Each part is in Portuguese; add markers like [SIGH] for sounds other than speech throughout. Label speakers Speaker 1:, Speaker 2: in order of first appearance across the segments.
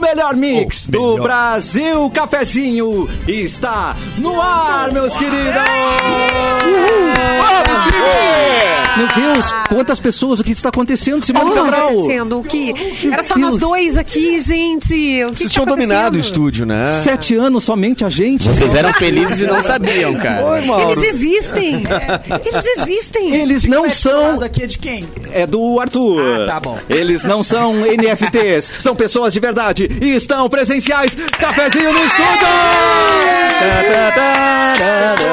Speaker 1: melhor mix
Speaker 2: O
Speaker 1: do
Speaker 2: melhor.
Speaker 1: Brasil Cafezinho está no ar, meus queridos!
Speaker 3: Meu Deus, quantas pessoas, o que está acontecendo, Simone
Speaker 4: Tá
Speaker 3: Cabral?
Speaker 4: acontecendo? O que? Era só
Speaker 3: Deus.
Speaker 4: nós dois aqui, gente. O que
Speaker 5: Vocês
Speaker 4: que tá
Speaker 5: tinham dominado é o
Speaker 4: acontecendo?
Speaker 5: estúdio, né?
Speaker 1: tá
Speaker 5: é-
Speaker 3: Sete anos somente a gente?
Speaker 2: Vocês eram felizes e não sabiam,
Speaker 5: Oi,
Speaker 2: cara.
Speaker 5: Mauro.
Speaker 4: Eles existem. é, Eles existem.
Speaker 3: Eles não são.
Speaker 6: aqui é de quem?
Speaker 1: É do Arthur.
Speaker 6: Ah, tá bom.
Speaker 1: Eles não são
Speaker 6: [LAUGHS]
Speaker 1: NFTs, são pessoas de verdade e estão presenciais. Cafezinho no estúdio! Tá, tá, tá, tá,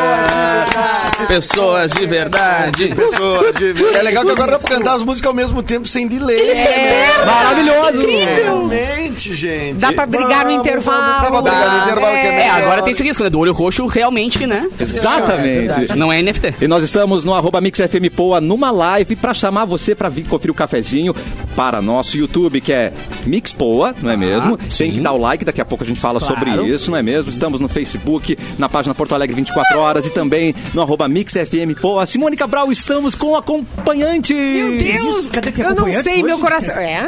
Speaker 1: tá.
Speaker 2: Pessoas de verdade.
Speaker 5: Pessoa de- É legal que agora dá pra cantar as músicas ao mesmo tempo sem delay. né?
Speaker 1: Maravilhoso!
Speaker 5: Realmente, gente.
Speaker 4: Dá pra brigar no intervalo.
Speaker 5: Dá pra brigar no intervalo, que é
Speaker 2: É,
Speaker 5: melhor.
Speaker 2: agora tem esse risco, né? Do olho roxo, realmente, né?
Speaker 1: Exatamente.
Speaker 2: Não é NFT.
Speaker 1: E nós estamos no arroba Mix FM Poa numa live pra chamar você pra vir conferir o cafezinho para nosso YouTube, que é Mix Poa,
Speaker 5: Ah,
Speaker 1: não é mesmo? Tem que dar o like, daqui a pouco a gente fala sobre isso, não é mesmo? Estamos no Facebook, na página Porto Alegre 24 horas e também no arroba Mix FM Poa. Simone Cabral, estamos com acompanhantes!
Speaker 4: Meu Deus,
Speaker 6: Cadê teu
Speaker 4: eu não
Speaker 6: acompanhante
Speaker 4: sei,
Speaker 6: hoje?
Speaker 4: meu coração. É?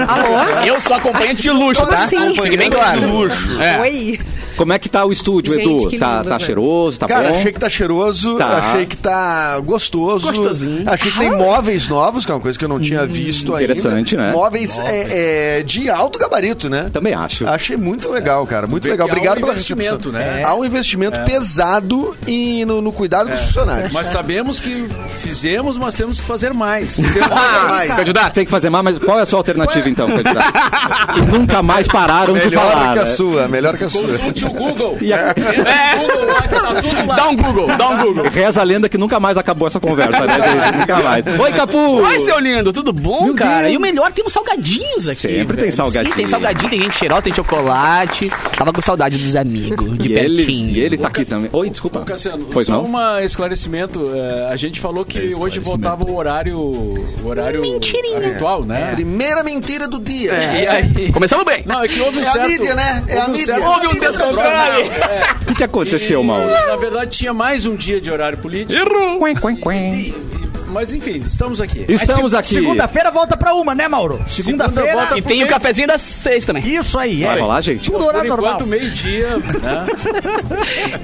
Speaker 4: Alô?
Speaker 2: Eu sou acompanhante de luxo,
Speaker 4: Como
Speaker 2: tá?
Speaker 4: assim?
Speaker 2: Fique bem claro.
Speaker 5: De luxo.
Speaker 2: É.
Speaker 4: Oi.
Speaker 1: Como é que tá o estúdio,
Speaker 4: Gente,
Speaker 1: Edu?
Speaker 4: que
Speaker 1: tá
Speaker 4: lindo,
Speaker 1: tá
Speaker 4: velho.
Speaker 1: cheiroso, tá
Speaker 5: Cara,
Speaker 1: bom?
Speaker 5: achei que tá cheiroso,
Speaker 1: Tá.
Speaker 5: achei que tá gostoso. Gostosinho. Achei que tem móveis novos, que é uma coisa que eu não tinha visto ainda.
Speaker 1: interessante, né?
Speaker 5: Móveis é, é, de alto gabarito, né?
Speaker 1: Também acho.
Speaker 5: Achei muito legal, cara. Muito legal.
Speaker 7: que há um
Speaker 5: Obrigado pela
Speaker 7: investimento,
Speaker 5: recepção.
Speaker 7: né? É.
Speaker 5: Há um investimento pesado e no, no cuidado com os funcionários.
Speaker 7: Mas sabemos que fizemos, mas temos que
Speaker 1: [LAUGHS]
Speaker 7: fazer mais.
Speaker 5: Tem nada mais.
Speaker 2: Candidato.
Speaker 1: Tem que fazer mais, mas qual é a sua alternativa então, candidato? E nunca mais pararam de
Speaker 5: Melhor
Speaker 1: falar.
Speaker 5: que a
Speaker 1: né?
Speaker 5: sua, melhor que a sua.
Speaker 7: Consulte o Google.
Speaker 1: E
Speaker 5: [LAUGHS]
Speaker 1: a-
Speaker 2: É.
Speaker 7: Entra no Google lá que tá tudo lá.
Speaker 2: Dá um Google, dá um Google.
Speaker 1: Reza a lenda que nunca mais acabou essa conversa, né? gente? [LAUGHS] nunca mais. Oi, Capu!
Speaker 2: Oi, seu lindo, tudo bom,
Speaker 1: Meu
Speaker 2: cara?
Speaker 1: Deus.
Speaker 2: E o melhor, tem uns salgadinhos aqui.
Speaker 1: Sempre
Speaker 2: velho.
Speaker 1: tem salgadinho.
Speaker 2: Sim, tem salgadinho, tem gente cheirosa, tem chocolate. Tava com saudade dos amigos, de
Speaker 1: E
Speaker 2: pertinho.
Speaker 1: ele, e ele tá aqui também. Oi, desculpa.
Speaker 7: Cassiano,
Speaker 1: Pois
Speaker 7: só
Speaker 1: não?
Speaker 7: um esclarecimento. é, a gente falou que hoje voltava o horário, o horário habitual, né?
Speaker 5: Primeira mentira do dia.
Speaker 1: É.
Speaker 7: E aí...
Speaker 2: Começamos bem.
Speaker 7: Não, é que houve um
Speaker 5: É a
Speaker 7: certo...
Speaker 5: mídia, né? É a
Speaker 7: houve um
Speaker 5: mídia.
Speaker 7: certo-
Speaker 5: Houve
Speaker 2: um descontrole.
Speaker 7: É.
Speaker 1: O que, que aconteceu,
Speaker 7: E,
Speaker 1: Mauro?
Speaker 7: Na verdade, tinha mais um dia de horário político. Mas enfim, estamos aqui.
Speaker 1: Estamos aqui.
Speaker 6: Segunda-feira volta pra uma, né, Mauro? Segunda-feira.
Speaker 7: volta-
Speaker 2: E tem o cafezinho das seis também.
Speaker 6: Isso aí,
Speaker 1: Vai
Speaker 6: é.
Speaker 1: rolar, gente?
Speaker 6: Tudo
Speaker 7: Por
Speaker 6: horário normal.
Speaker 7: enquanto, meio-dia, né?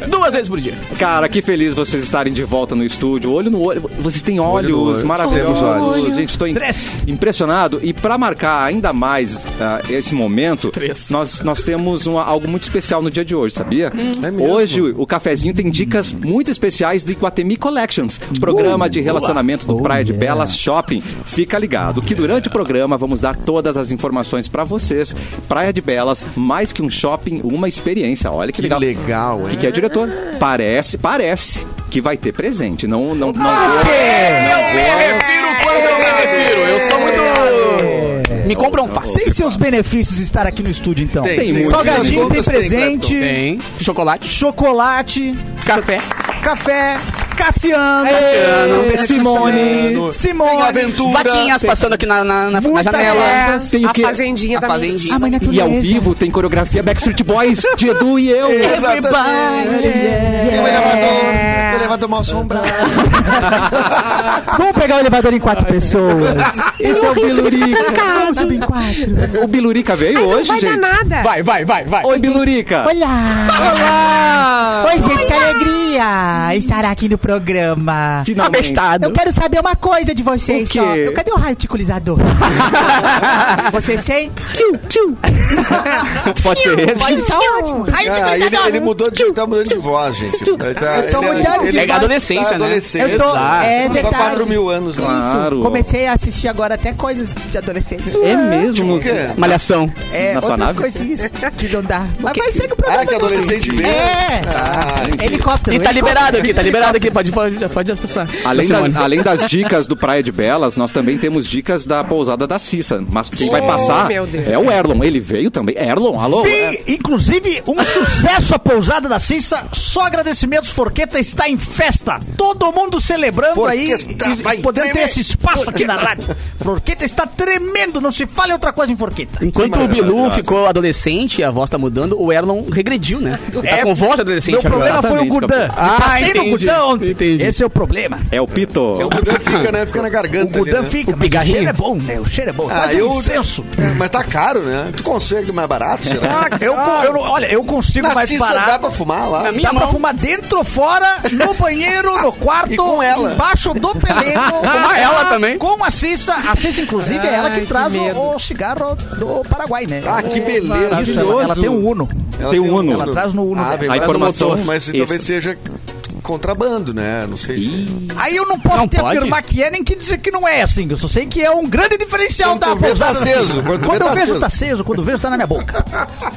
Speaker 2: Duas vezes por dia.
Speaker 1: Cara, que feliz vocês estarem de volta no estúdio. Olho no olho. Vocês têm olhos
Speaker 5: no olho.
Speaker 1: maravilhosos.
Speaker 5: Temos olhos.
Speaker 1: Gente, estou im-
Speaker 6: Três.
Speaker 1: impressionado. E para marcar ainda mais ah, esse momento,
Speaker 2: Três.
Speaker 1: nós, nós temos uma- algo muito especial no dia de hoje, sabia?
Speaker 5: É mesmo?
Speaker 1: hoje o cafezinho tem dicas muito especiais do Iguatemi Collections, programa de relacionamento do Praia
Speaker 5: Oh,
Speaker 1: de Belas Shopping. Fica ligado que durante o programa vamos dar todas as informações para vocês. Praia de Belas, mais que um shopping, uma experiência. Olha que
Speaker 5: Que
Speaker 1: legal.
Speaker 5: legal,
Speaker 1: O que,
Speaker 5: hein?
Speaker 1: que é, diretor? Parece, parece que vai ter presente. Não, não, não.
Speaker 4: Ah,
Speaker 1: vou-
Speaker 4: é!
Speaker 2: refiro quando eu me refiro. Eu sou muito.
Speaker 6: É,
Speaker 2: Me compra um fácil.
Speaker 6: Tem seus benefícios estar aqui no estúdio, então.
Speaker 5: Tem,
Speaker 1: tem
Speaker 5: muito.
Speaker 6: Salgadinho,
Speaker 5: Afinal de
Speaker 6: tem
Speaker 5: contas,
Speaker 6: presente,
Speaker 2: Tem. Chocolate.
Speaker 6: chocolate,
Speaker 2: Café.
Speaker 6: café, Cassiano,
Speaker 2: Cassiano,
Speaker 6: Simone,
Speaker 5: Clepton. Tem
Speaker 6: Simone,
Speaker 5: aventura.
Speaker 2: Vaquinhas passando aqui na, na, na, na
Speaker 6: Muita é.
Speaker 2: janela.
Speaker 6: erva.
Speaker 1: Tem o
Speaker 4: a
Speaker 1: quê?
Speaker 4: fazendinha
Speaker 2: A
Speaker 4: da
Speaker 2: fazendinha.
Speaker 4: Mix.
Speaker 2: A
Speaker 5: é
Speaker 2: mãe
Speaker 1: E ao vivo tem coreografia Backstreet Boys de Edu e
Speaker 4: É
Speaker 1: eu.
Speaker 5: Exatamente. Tem um elevador. Um elevador mal assombrado.
Speaker 3: Vamos pegar o elevador em quatro pessoas.
Speaker 1: [LAUGHS] Esse é o Bilurica.
Speaker 3: Sobe em quatro.
Speaker 1: O Bilurica veio
Speaker 4: É Não
Speaker 1: hoje,
Speaker 4: vai dar
Speaker 1: gente.
Speaker 4: nada.
Speaker 2: Vai, vai, vai, vai.
Speaker 1: Oi, Bilurica. Ah,
Speaker 3: Olá!
Speaker 1: Tá. Olá!
Speaker 3: Oi, gente, que alegria estar aqui no programa.
Speaker 1: Finalmente.
Speaker 3: Eu quero saber uma coisa de vocês
Speaker 1: O quê?
Speaker 3: só. Eu, cadê
Speaker 1: [LAUGHS]
Speaker 3: o radiculizador? vocês têm? Tchum, tchum.
Speaker 1: Pode ser esse?
Speaker 3: Tá ótimo.
Speaker 5: Ah, ele,
Speaker 3: Radiculizador.
Speaker 5: ele mudou de, tá mudando de voz, gente. Ele tá,
Speaker 3: Eu tô
Speaker 5: ele-
Speaker 3: mudando de
Speaker 5: ele-
Speaker 2: É
Speaker 3: voz.
Speaker 5: tá
Speaker 2: adolescência, né?
Speaker 5: adolescente.
Speaker 3: Eu tô-
Speaker 5: Exato.
Speaker 3: é
Speaker 5: Só
Speaker 3: verdade.
Speaker 5: 4 mil anos lá.
Speaker 1: Claro.
Speaker 3: Comecei a assistir agora até coisas de adolescente.
Speaker 1: É mesmo?
Speaker 6: Tipo
Speaker 5: O quê?
Speaker 2: Malhação. tá
Speaker 3: É,
Speaker 1: Na sua
Speaker 3: outras
Speaker 1: nave?
Speaker 3: coisinhas que não dá. Mas vai ser que o programa
Speaker 5: Ah, que
Speaker 3: é todo-
Speaker 5: adolescente mesmo.
Speaker 3: É.
Speaker 5: Ah,
Speaker 3: Helicóptero.
Speaker 2: E tá
Speaker 3: helicóptero.
Speaker 2: liberado aqui, tá liberado aqui. Pode, pode, pode acessar.
Speaker 1: Além, da-
Speaker 2: Simone.
Speaker 1: além das dicas do Praia de Belas, nós também temos dicas da pousada da Cissa. Mas quem vai passar
Speaker 4: Oh, meu Deus.
Speaker 1: é o Erlon. Ele veio também. Erlon, alô?
Speaker 5: é.
Speaker 6: Sim, inclusive,
Speaker 5: [LAUGHS]
Speaker 6: um sucesso a pousada da Cissa. Só agradecimentos, Forqueta está em festa. Todo mundo celebrando
Speaker 5: Forqueta
Speaker 6: aí.
Speaker 5: vai
Speaker 6: E, e podendo ter
Speaker 5: tremer.
Speaker 6: esse espaço aqui na rádio. Forqueta está tremendo. Não se fale outra coisa em Forqueta.
Speaker 2: Enquanto o Bilu ficou adolescente, a voz tá mudando, o Erlon regrediu, né? Ele tá
Speaker 6: É, [LAUGHS]
Speaker 2: com voz de adolescente
Speaker 6: Meu
Speaker 2: agora.
Speaker 6: problema foi o
Speaker 1: Exatamente,
Speaker 6: Gudan.
Speaker 2: Ah,
Speaker 6: Passei bem no
Speaker 2: Entendi,
Speaker 6: Gudão ontem.
Speaker 2: entendi.
Speaker 6: Esse é o problema.
Speaker 1: É o Pito.
Speaker 5: O Gudan fica, né? Fica na
Speaker 6: O
Speaker 5: garganta
Speaker 6: Gudão
Speaker 5: ali, né?
Speaker 6: fica,
Speaker 2: O
Speaker 6: mas o
Speaker 2: pigarrinho.
Speaker 6: cheiro é bom, né? O cheiro é bom.
Speaker 5: Ah,
Speaker 6: Mas é
Speaker 5: eu...
Speaker 6: um incenso.
Speaker 5: É, Mas tá caro, né? Tu consegue mais barato, será?
Speaker 6: Ah, eu, eu não- olha, eu consigo
Speaker 5: Na
Speaker 6: mais
Speaker 5: Cissa
Speaker 6: barato.
Speaker 5: dá pra fumar lá?
Speaker 6: Dá pra fumar dentro ou fora, no banheiro, no quarto,
Speaker 5: E com ela.
Speaker 6: embaixo do pelego.
Speaker 2: Fumar ela também.
Speaker 6: Com a Cissa. A Cissa, inclusive, é ela que
Speaker 4: Ai, que
Speaker 6: traz
Speaker 4: medo.
Speaker 6: o, o cigarro do Paraguai, né?
Speaker 5: Ah,
Speaker 3: É
Speaker 5: que beleza.
Speaker 6: Isso, ela, ela tem um Uno.
Speaker 5: Ela
Speaker 1: tem um Uno.
Speaker 6: Ela traz no Uno.
Speaker 5: Ah,
Speaker 6: dela.
Speaker 5: vem
Speaker 1: A
Speaker 5: mais um
Speaker 1: informação
Speaker 5: motor, Mas
Speaker 1: extra.
Speaker 5: talvez seja contrabando, né? Não sei se...
Speaker 6: Aí eu não posso
Speaker 2: Não
Speaker 6: te
Speaker 2: pode?
Speaker 6: afirmar que é nem que dizer que não é, assim. Eu só sei que é um grande diferencial
Speaker 5: Quando
Speaker 6: da
Speaker 5: tu vê, tá
Speaker 6: pousada.
Speaker 5: aceso. Quando
Speaker 6: Quando,
Speaker 5: tu vê, tá
Speaker 6: eu vejo,
Speaker 5: aceso.
Speaker 6: tá aceso. Quando eu vejo, tá na minha boca.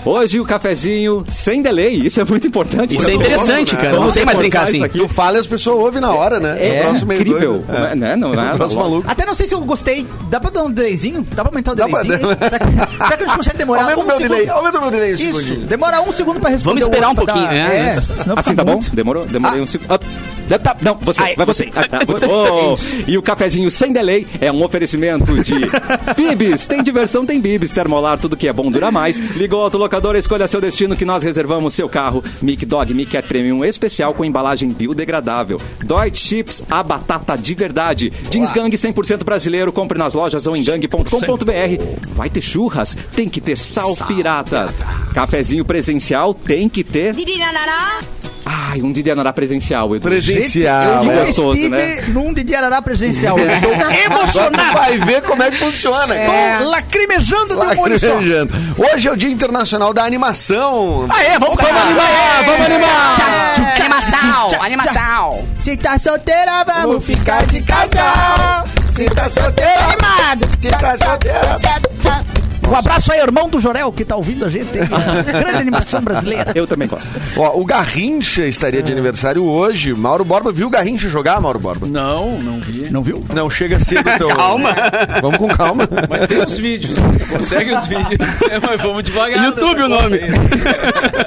Speaker 1: Hoje o cafezinho sem delay. Isso é muito importante.
Speaker 2: Isso é interessante,
Speaker 5: né?
Speaker 2: cara. Não
Speaker 1: Vamos
Speaker 2: tem mais brincar
Speaker 1: reforçar
Speaker 2: assim.
Speaker 1: isso aqui.
Speaker 5: Tu fala e as pessoas ouvem na hora, né?
Speaker 1: É,
Speaker 5: um troço meio
Speaker 1: incrível.
Speaker 5: doido. É.
Speaker 1: Né? Não,
Speaker 5: Um
Speaker 1: nada,
Speaker 5: troço
Speaker 1: lógico.
Speaker 5: maluco.
Speaker 3: Até não sei se eu gostei. Dá pra dar um delayzinho? Dá pra aumentar o
Speaker 5: Dá pra
Speaker 3: delayzinho? Será que, será que a gente consegue demorar
Speaker 5: Aumenta o
Speaker 3: um
Speaker 5: meu
Speaker 3: segundo?
Speaker 5: delay. Aumenta o meu delay um
Speaker 3: Isso,
Speaker 5: segundinho.
Speaker 3: demora um segundo pra responder.
Speaker 2: Vamos esperar
Speaker 3: o
Speaker 2: um
Speaker 3: outro pra
Speaker 2: pouquinho,
Speaker 3: dar-
Speaker 2: né?
Speaker 3: É, senão
Speaker 1: Assim
Speaker 3: fica
Speaker 1: tá bom?
Speaker 3: muito.
Speaker 1: Demorou? Demorei um segundo. Ah, dá- tá, não, você, vai [LAUGHS] você. Ah, tá, oh, e o cafezinho sem delay é um oferecimento [LAUGHS] de Bibis. Tem diversão, tem Bibis. Termolar, tudo que é bom dura mais. Ligou ao autolocador, escolha seu destino que nós reservamos seu carro. Mic Dog Mic Cat Premium especial com embalagem biodegradável. Deutsche Chips, a batata de verdade. Jeans Gang 100% brasileiro. Compre nas lojas ou em gang.com.br. Vai ter churras, tem que ter sal, pirata. Cafezinho presencial tem que ter Ai, um Didianará presencial, Edu.
Speaker 5: Presencial,
Speaker 1: eu
Speaker 5: é.
Speaker 6: Eu
Speaker 1: gostoso,
Speaker 6: estive
Speaker 1: né?
Speaker 6: num de
Speaker 5: [LAUGHS]
Speaker 6: Arará presencial. Eu estou
Speaker 5: Agora tu
Speaker 6: emocionado.
Speaker 5: vai ver como é que funciona.
Speaker 6: Estou lacrimejando de um olho só.
Speaker 5: Lacrimejando. Hoje é o Dia Internacional da Animação.
Speaker 2: Ah, é? Vamos, vamos animar! Vamos animar!
Speaker 4: Animação, animação.
Speaker 3: Se tá solteira, vamos ficar de casal.
Speaker 5: Se tá solteiro,
Speaker 6: Animado.
Speaker 5: se tá solteiro.
Speaker 6: Um abraço aí, irmão do Jorel, que tá ouvindo a gente. hein? Grande animação brasileira.
Speaker 1: Eu também gosto.
Speaker 5: Ó, o Garrincha estaria
Speaker 6: É.
Speaker 5: de aniversário hoje. Mauro Borba, viu o Garrincha jogar, Mauro Borba?
Speaker 7: Não, não vi.
Speaker 6: Não viu?
Speaker 5: Não, chega cedo.
Speaker 6: [LAUGHS]
Speaker 5: Teu... calma. Vamos com calma.
Speaker 7: Mas tem os vídeos. Consegue os vídeos. [LAUGHS] É, mas vamos devagar. né?
Speaker 2: YouTube o nome.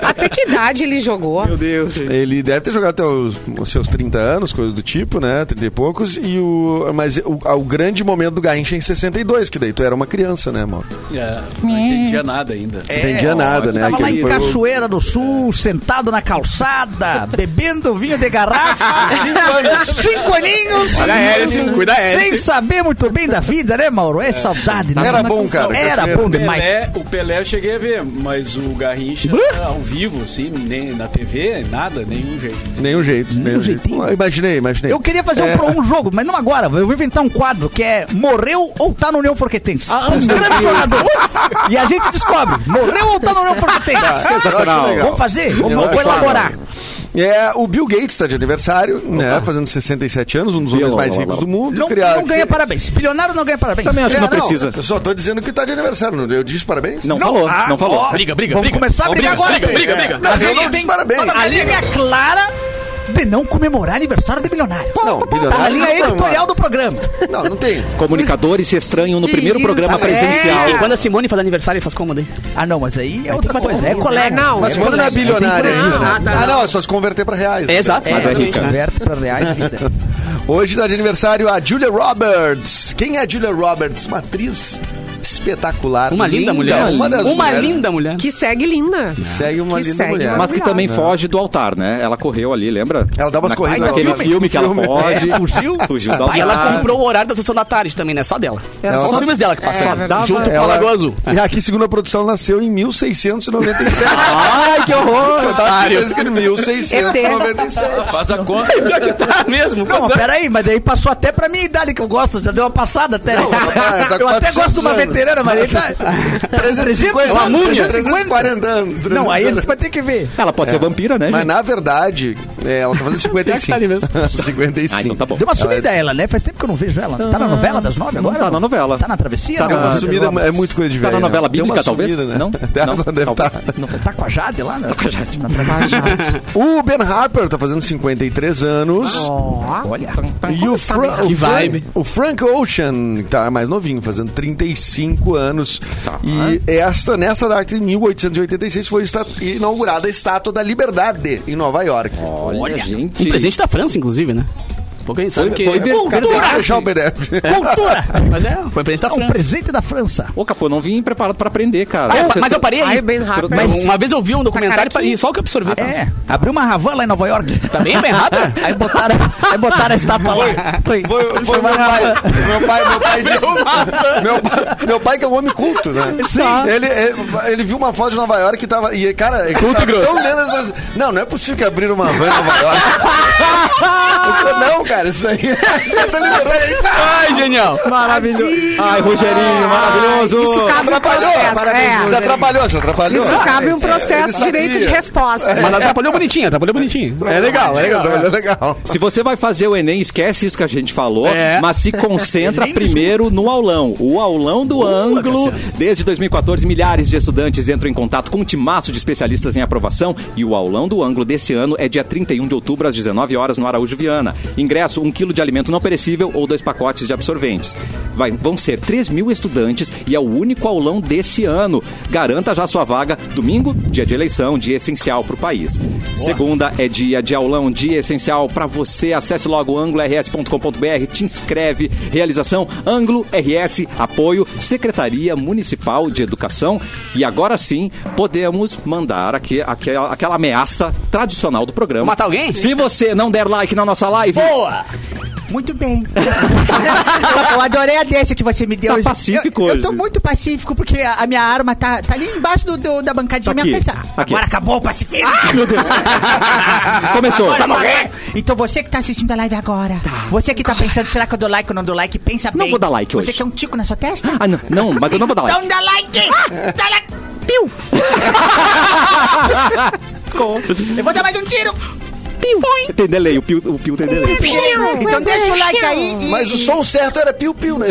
Speaker 4: Até que idade ele jogou?
Speaker 1: Meu Deus.
Speaker 5: Ele deve ter jogado até os, os seus 30 anos, coisa do tipo, né? 30 e poucos. E o, mas o, o grande momento do Garrincha é em 62, que daí tu era uma criança, né, Mauro?
Speaker 7: É, não entendia nada ainda.
Speaker 5: Não entendia nada, né?
Speaker 6: É, Tava lá
Speaker 5: Aquele
Speaker 6: em
Speaker 5: foi o-
Speaker 6: Cachoeira do Sul, sentado na calçada, bebendo vinho de garrafa. Cinco anos. Cinco aninhos.
Speaker 2: Olha a hélice, cuida a hélice.
Speaker 6: Sem saber muito bem da vida, né, Mauro? É saudade, né?
Speaker 5: Era
Speaker 6: Na
Speaker 5: bom,
Speaker 6: confusão.
Speaker 5: cara,
Speaker 6: Era
Speaker 5: Cachoeira.
Speaker 6: bom demais.
Speaker 7: Pelé, o Pelé eu cheguei a ver, mas o Garrincha ao vivo, assim, nem na TV, nada, nenhum
Speaker 2: [LAUGHS]
Speaker 7: jeito.
Speaker 5: Nenhum jeito, nenhum jeito.
Speaker 6: jeitinho.
Speaker 5: Ah, Imaginei, imaginei.
Speaker 6: Eu queria fazer um
Speaker 5: É.
Speaker 6: pro- um, jogo, mas não agora. Eu vou inventar um quadro que é Morreu ou tá no União Forquetense.
Speaker 5: Ah,
Speaker 6: um grande jogador. E a gente descobre. Morreu ou tá no União Forquetense.
Speaker 3: Ah,
Speaker 5: Ah, sensacional. legal.
Speaker 6: Vamos fazer? Vamos,
Speaker 5: Eu
Speaker 6: vamos
Speaker 5: acho
Speaker 6: elaborar.
Speaker 5: legal. É, o Bill Gates está de aniversário, né? Fazendo 67 anos, um dos homens
Speaker 1: Bill,
Speaker 5: mais
Speaker 1: lá, lá,
Speaker 5: ricos
Speaker 1: lá.
Speaker 5: do mundo.
Speaker 6: Não,
Speaker 5: Criado-
Speaker 6: não ganha parabéns. Bilionário não ganha parabéns.
Speaker 1: Também acho que
Speaker 5: É,
Speaker 1: não precisa.
Speaker 5: Eu só tô dizendo que tá de aniversário, não. Eu disse parabéns?
Speaker 1: Não, falou,
Speaker 6: ah,
Speaker 1: não falou.
Speaker 6: ó,
Speaker 2: Briga, briga,
Speaker 6: Vamos
Speaker 2: briga.
Speaker 6: começar a
Speaker 2: Vamos
Speaker 6: brigar
Speaker 2: brigar,
Speaker 6: agora.
Speaker 2: briga, briga,
Speaker 5: briga.
Speaker 6: Mas
Speaker 5: Mas eu
Speaker 6: ele
Speaker 5: não
Speaker 6: tem
Speaker 5: disse parabéns.
Speaker 6: A linha é clara de não comemorar aniversário de bilionário.
Speaker 5: Não, bilionário
Speaker 6: Tá a linha
Speaker 5: não comemora.
Speaker 6: editorial do programa.
Speaker 5: Não, não tem.
Speaker 1: Comunicadores se estranham no
Speaker 4: Que
Speaker 1: primeiro
Speaker 4: isso,
Speaker 1: programa
Speaker 4: é.
Speaker 1: presencial.
Speaker 2: E quando a Simone faz aniversário, ele faz como né? daí?
Speaker 6: Ah, não, mas aí é outra coisa. É colega.
Speaker 4: Não,
Speaker 5: Mas quando não é bilionário
Speaker 4: Não,
Speaker 5: ainda, né?
Speaker 2: ah, tá.
Speaker 5: Ah, não, é só se converter pra reais. né?
Speaker 2: Exato.
Speaker 1: Mas é
Speaker 2: exatamente,
Speaker 1: rica.
Speaker 2: né?
Speaker 6: Converte pra reais, vida.
Speaker 5: Hoje tá de aniversário a Julia Roberts. Quem é a Julia Roberts? Uma atriz espetacular.
Speaker 2: Uma linda mulher.
Speaker 5: Uma das
Speaker 2: Uma
Speaker 5: mulheres
Speaker 2: linda mulher.
Speaker 4: Que segue linda.
Speaker 5: Segue uma
Speaker 4: Que
Speaker 5: linda
Speaker 4: segue
Speaker 5: mulher.
Speaker 4: uma
Speaker 1: Mas que também foge do altar, né? Ela correu ali, lembra?
Speaker 5: Ela dá umas corridas
Speaker 1: Naquele
Speaker 5: no
Speaker 1: filme, que
Speaker 5: filme.
Speaker 1: ela foge.
Speaker 6: É, fugiu.
Speaker 1: Fugiu do
Speaker 2: E
Speaker 1: altar.
Speaker 2: ela comprou o horário da sessão da tarde também, né? Só dela.
Speaker 1: Ela
Speaker 2: Só
Speaker 1: só-
Speaker 2: os filmes dela que
Speaker 1: é
Speaker 2: passaram.
Speaker 1: verdade.
Speaker 2: junto com o
Speaker 5: Ela-
Speaker 2: Lagoa Azul. É.
Speaker 5: E aqui, segundo a produção, ela nasceu em 1697.
Speaker 1: [LAUGHS] Ai, que horror!
Speaker 5: Eu tava pensando que em 1697.
Speaker 7: Faz a conta.
Speaker 2: Pior que tá mesmo.
Speaker 6: Não,
Speaker 2: Não,
Speaker 6: mas é- peraí, mas daí passou até pra minha idade que eu gosto, já deu uma passada até.
Speaker 5: tá- tá
Speaker 6: [LAUGHS] eu até
Speaker 5: 400
Speaker 6: gosto de uma
Speaker 5: anos.
Speaker 6: veterana, mas ele tá.
Speaker 5: [LAUGHS]
Speaker 1: É
Speaker 5: 350
Speaker 6: Uma múmia.
Speaker 5: 340 anos.
Speaker 6: Não, aí a
Speaker 5: 350.
Speaker 6: gente vai ter que ver.
Speaker 1: Ela pode ser vampira, né,
Speaker 5: Mas
Speaker 1: gente?
Speaker 5: na verdade, é, ela
Speaker 1: [LAUGHS]
Speaker 5: tá fazendo 55.
Speaker 2: ali mesmo.
Speaker 5: [LAUGHS] 55.
Speaker 1: Ah, então tá bom.
Speaker 6: Deu uma sumida ela, né? Faz tempo que eu não vejo ela. Tá na novela das nove
Speaker 1: Não
Speaker 6: agora?
Speaker 1: Ah, tá na novela.
Speaker 6: Tá na travessia?
Speaker 1: Tá
Speaker 6: Não,
Speaker 1: na-
Speaker 5: Uma
Speaker 6: Julia
Speaker 5: sumida
Speaker 6: Roberts.
Speaker 5: é muito coisa de
Speaker 1: Tá
Speaker 5: velho.
Speaker 1: na novela
Speaker 5: né? Deu uma
Speaker 1: bíblica, talvez?
Speaker 5: sumida, né? [LAUGHS]
Speaker 1: Não,
Speaker 5: Tá,
Speaker 1: não,
Speaker 5: deve
Speaker 1: talvez.
Speaker 5: tá.
Speaker 6: Não, Tá com a Jade lá, né? Tá com a Jade. Na travessia.
Speaker 5: O Ben Harper tá fazendo 53 anos.
Speaker 6: Olha.
Speaker 5: E o, Fra o,
Speaker 2: Que
Speaker 5: Fran-
Speaker 2: vibe.
Speaker 5: o Frank Ocean, que tá mais novinho, fazendo 35 anos.
Speaker 2: Tá.
Speaker 5: E esta, nesta data, em 1886, foi esta- inaugurada a Estátua da Liberdade, em Nova York.
Speaker 1: Olha, gente.
Speaker 2: Um presente da França, inclusive, né? Pouquinho, sabe
Speaker 1: Foi-
Speaker 2: que...
Speaker 1: foi ver-
Speaker 5: Cultura! Já obedece.
Speaker 2: [LAUGHS] É, Mas é, foi presente da
Speaker 6: Um
Speaker 2: França.
Speaker 6: presente da França.
Speaker 1: Ô, Capô, não vim preparado pra aprender, cara.
Speaker 2: Ah, eu
Speaker 1: Você
Speaker 2: pa-
Speaker 1: tá-
Speaker 2: mas eu parei aí.
Speaker 4: Ai, Ben Harper.
Speaker 2: Mas uma vez eu vi um documentário
Speaker 4: Tá
Speaker 2: e parei, só o que eu absorvi.
Speaker 6: É, abriu uma Havana lá em Nova York.
Speaker 2: Tá bem, bem rápido?
Speaker 6: Aí botaram, aí botaram a estátua lá. Foi,
Speaker 5: Foi, foi meu pai. Meu pai, meu pai disse. Meu pai, meu pai que é um homem culto, né?
Speaker 6: Sim.
Speaker 5: Ele, ele, ele viu uma foto de Nova York e tava. E, cara, ele
Speaker 2: Culto
Speaker 5: tava
Speaker 2: grosso.
Speaker 5: tão lendo as coisas. Não, não é possível que abriram uma van em
Speaker 2: [LAUGHS]
Speaker 5: Nova York. Eu falei, não, cara, isso aí. [LAUGHS] Você tá liberando aí.
Speaker 2: [LAUGHS] Ai, genial.
Speaker 1: Maravilhoso. Ai, Rogerinho, maravilhoso.
Speaker 4: Ah, isso cabe um
Speaker 5: Atrapalhou.
Speaker 4: processo.
Speaker 5: Parabéns, Você
Speaker 4: é.
Speaker 5: atrapalhou, você atrapalhou. Ah, é
Speaker 4: Isso cabe um processo
Speaker 5: Ele
Speaker 4: direito de
Speaker 5: sabia.
Speaker 4: resposta.
Speaker 2: Mas atrapalhou bonitinho, atrapalhou bonitinho. É legal, é legal.
Speaker 5: Atrapalhou, legal.
Speaker 1: Se você vai fazer o Enem, esquece isso que a gente falou,
Speaker 2: É.
Speaker 1: mas se concentra primeiro no aulão. O aulão do ângulo. Desde 2014, milhares de estudantes entram em contato com um timaço de especialistas em aprovação. E o aulão do ângulo desse ano é dia 31 de outubro, às 19 horas, no Araújo Viana. Ingresso, um quilo de alimento não perecível ou dois pacotes de absorventes. Vai- vão ser 3 mil estudantes e é o único aulão desse ano. Garanta já sua vaga. Domingo, dia de eleição, dia essencial para o país. Segunda é dia de aulão, dia essencial para você. Acesse logo anglo-rs.com.br, te inscreve. Realização Anglo RS, apoio Secretaria Municipal de Educação. E agora sim, podemos mandar aqui, aquela, aquela ameaça tradicional do programa.
Speaker 2: Matar alguém?
Speaker 1: Se você não der like na nossa live,
Speaker 2: Boa!
Speaker 3: Muito bem. [LAUGHS] eu adorei a deixa que você me deu.
Speaker 1: Tá
Speaker 3: hoje.
Speaker 1: pacífico
Speaker 3: eu,
Speaker 1: hoje.
Speaker 3: Eu tô muito pacífico, porque a, a minha arma tá, tá ali embaixo do, do- da bancadinha.
Speaker 1: Tá
Speaker 3: minha
Speaker 1: aqui,
Speaker 3: peça.
Speaker 1: aqui. Ah,
Speaker 3: Agora acabou o pacifismo.
Speaker 1: começou.
Speaker 3: Então você que tá assistindo a live agora, você que tá pensando, será que eu dou like ou não dou like, pensa
Speaker 1: Não
Speaker 3: bem.
Speaker 1: vou dar like
Speaker 3: você
Speaker 1: hoje.
Speaker 3: quer um tico na sua testa?
Speaker 1: Ah, não, não, mas eu não vou dar like.
Speaker 3: Então dá like! dá like! Piu! eu vou dar mais um tiro!
Speaker 1: Tem delay, o Pio, o Pio tem delay.
Speaker 3: Então deixa o like aí e
Speaker 5: Mas o som certo era piu-piu, né?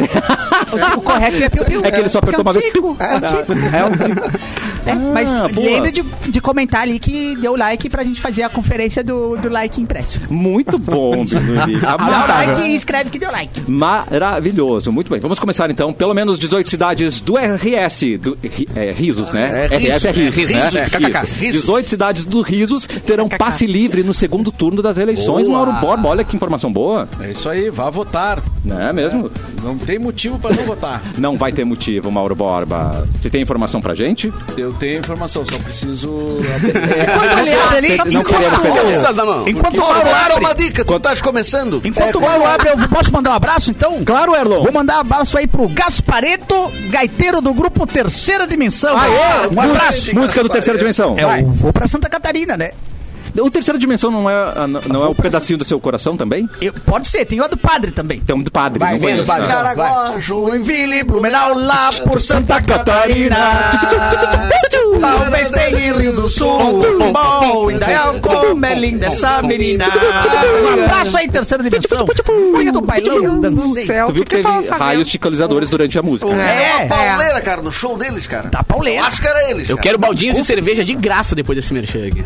Speaker 3: o correto é piu, piu.
Speaker 1: É que ele só apertou uma vez.
Speaker 3: Tico, é um tico.
Speaker 1: É um-
Speaker 3: É, mas
Speaker 1: Ah, boa.
Speaker 3: lembre de, de comentar ali que deu like pra gente fazer a conferência do, do like impresso.
Speaker 1: Muito bom, Bruno Henrique.
Speaker 3: Dá o
Speaker 1: Amável.
Speaker 3: like e escreve que deu like.
Speaker 1: Maravilhoso. Muito bem. Vamos começar então. Pelo menos 18 cidades do RS. Do, ri- é, risos, né?
Speaker 5: É,
Speaker 1: RS é risos,
Speaker 5: risos,
Speaker 1: né?
Speaker 5: risos,
Speaker 1: Isso.
Speaker 5: kkk, risos.
Speaker 1: 18 cidades do risos terão passe livre no segundo turno das eleições.
Speaker 2: Boa.
Speaker 1: Mauro Borba, olha que informação boa.
Speaker 7: É isso aí, vá votar.
Speaker 1: Não é mesmo?
Speaker 7: Não tem motivo pra não votar.
Speaker 1: Não vai ter motivo, Mauro Borba. Você tem informação pra gente?
Speaker 7: Eu tenho informação, só preciso.
Speaker 3: Quando olhar ali,
Speaker 1: Não queremos perder.
Speaker 2: Bolsas na mão.
Speaker 6: Enquanto o Mauro
Speaker 5: Dá
Speaker 6: abre,
Speaker 5: uma dica, tu estás começando.
Speaker 1: Então,
Speaker 6: enquanto
Speaker 5: É,
Speaker 6: o Mauro abre, eu posso mandar um abraço então?
Speaker 1: Claro, Erlon.
Speaker 6: Vou mandar um abraço aí pro Gaspareto, gaiteiro do grupo Terceira Dimensão. um abraço.
Speaker 1: Música do Terceira Dimensão.
Speaker 6: É, eu vou pra Santa Catarina, né?
Speaker 1: O Terceira Dimensão não é, ah, não- não é o pedacinho do seu coração também?
Speaker 6: Eu- pode ser, tem o do padre também.
Speaker 1: Então, do padre.
Speaker 2: Vai,
Speaker 1: não
Speaker 2: Zé,
Speaker 1: conheço,
Speaker 2: do padre.
Speaker 1: né?
Speaker 5: Caraguá, Joinville,
Speaker 6: Blumenau lá por Santa Catarina. [LAUGHS] Talvez tenha em Rio do Sul. Bom, Indaial, como é linda essa menina. Um abraço aí, terceira dimensão. Muito bailão.
Speaker 4: Deus do
Speaker 6: Dancei.
Speaker 4: céu.
Speaker 1: Tu viu É
Speaker 4: O
Speaker 1: que teve
Speaker 4: tava fazendo?
Speaker 1: raios ticolizadores durante a música. né?
Speaker 5: É uma
Speaker 6: É,
Speaker 5: pauleira, cara, no show deles, cara.
Speaker 6: tá pauleira.
Speaker 5: Acho que era eles.
Speaker 2: Eu
Speaker 5: cara.
Speaker 2: quero baldinhos e cerveja de graça depois desse merchan aqui.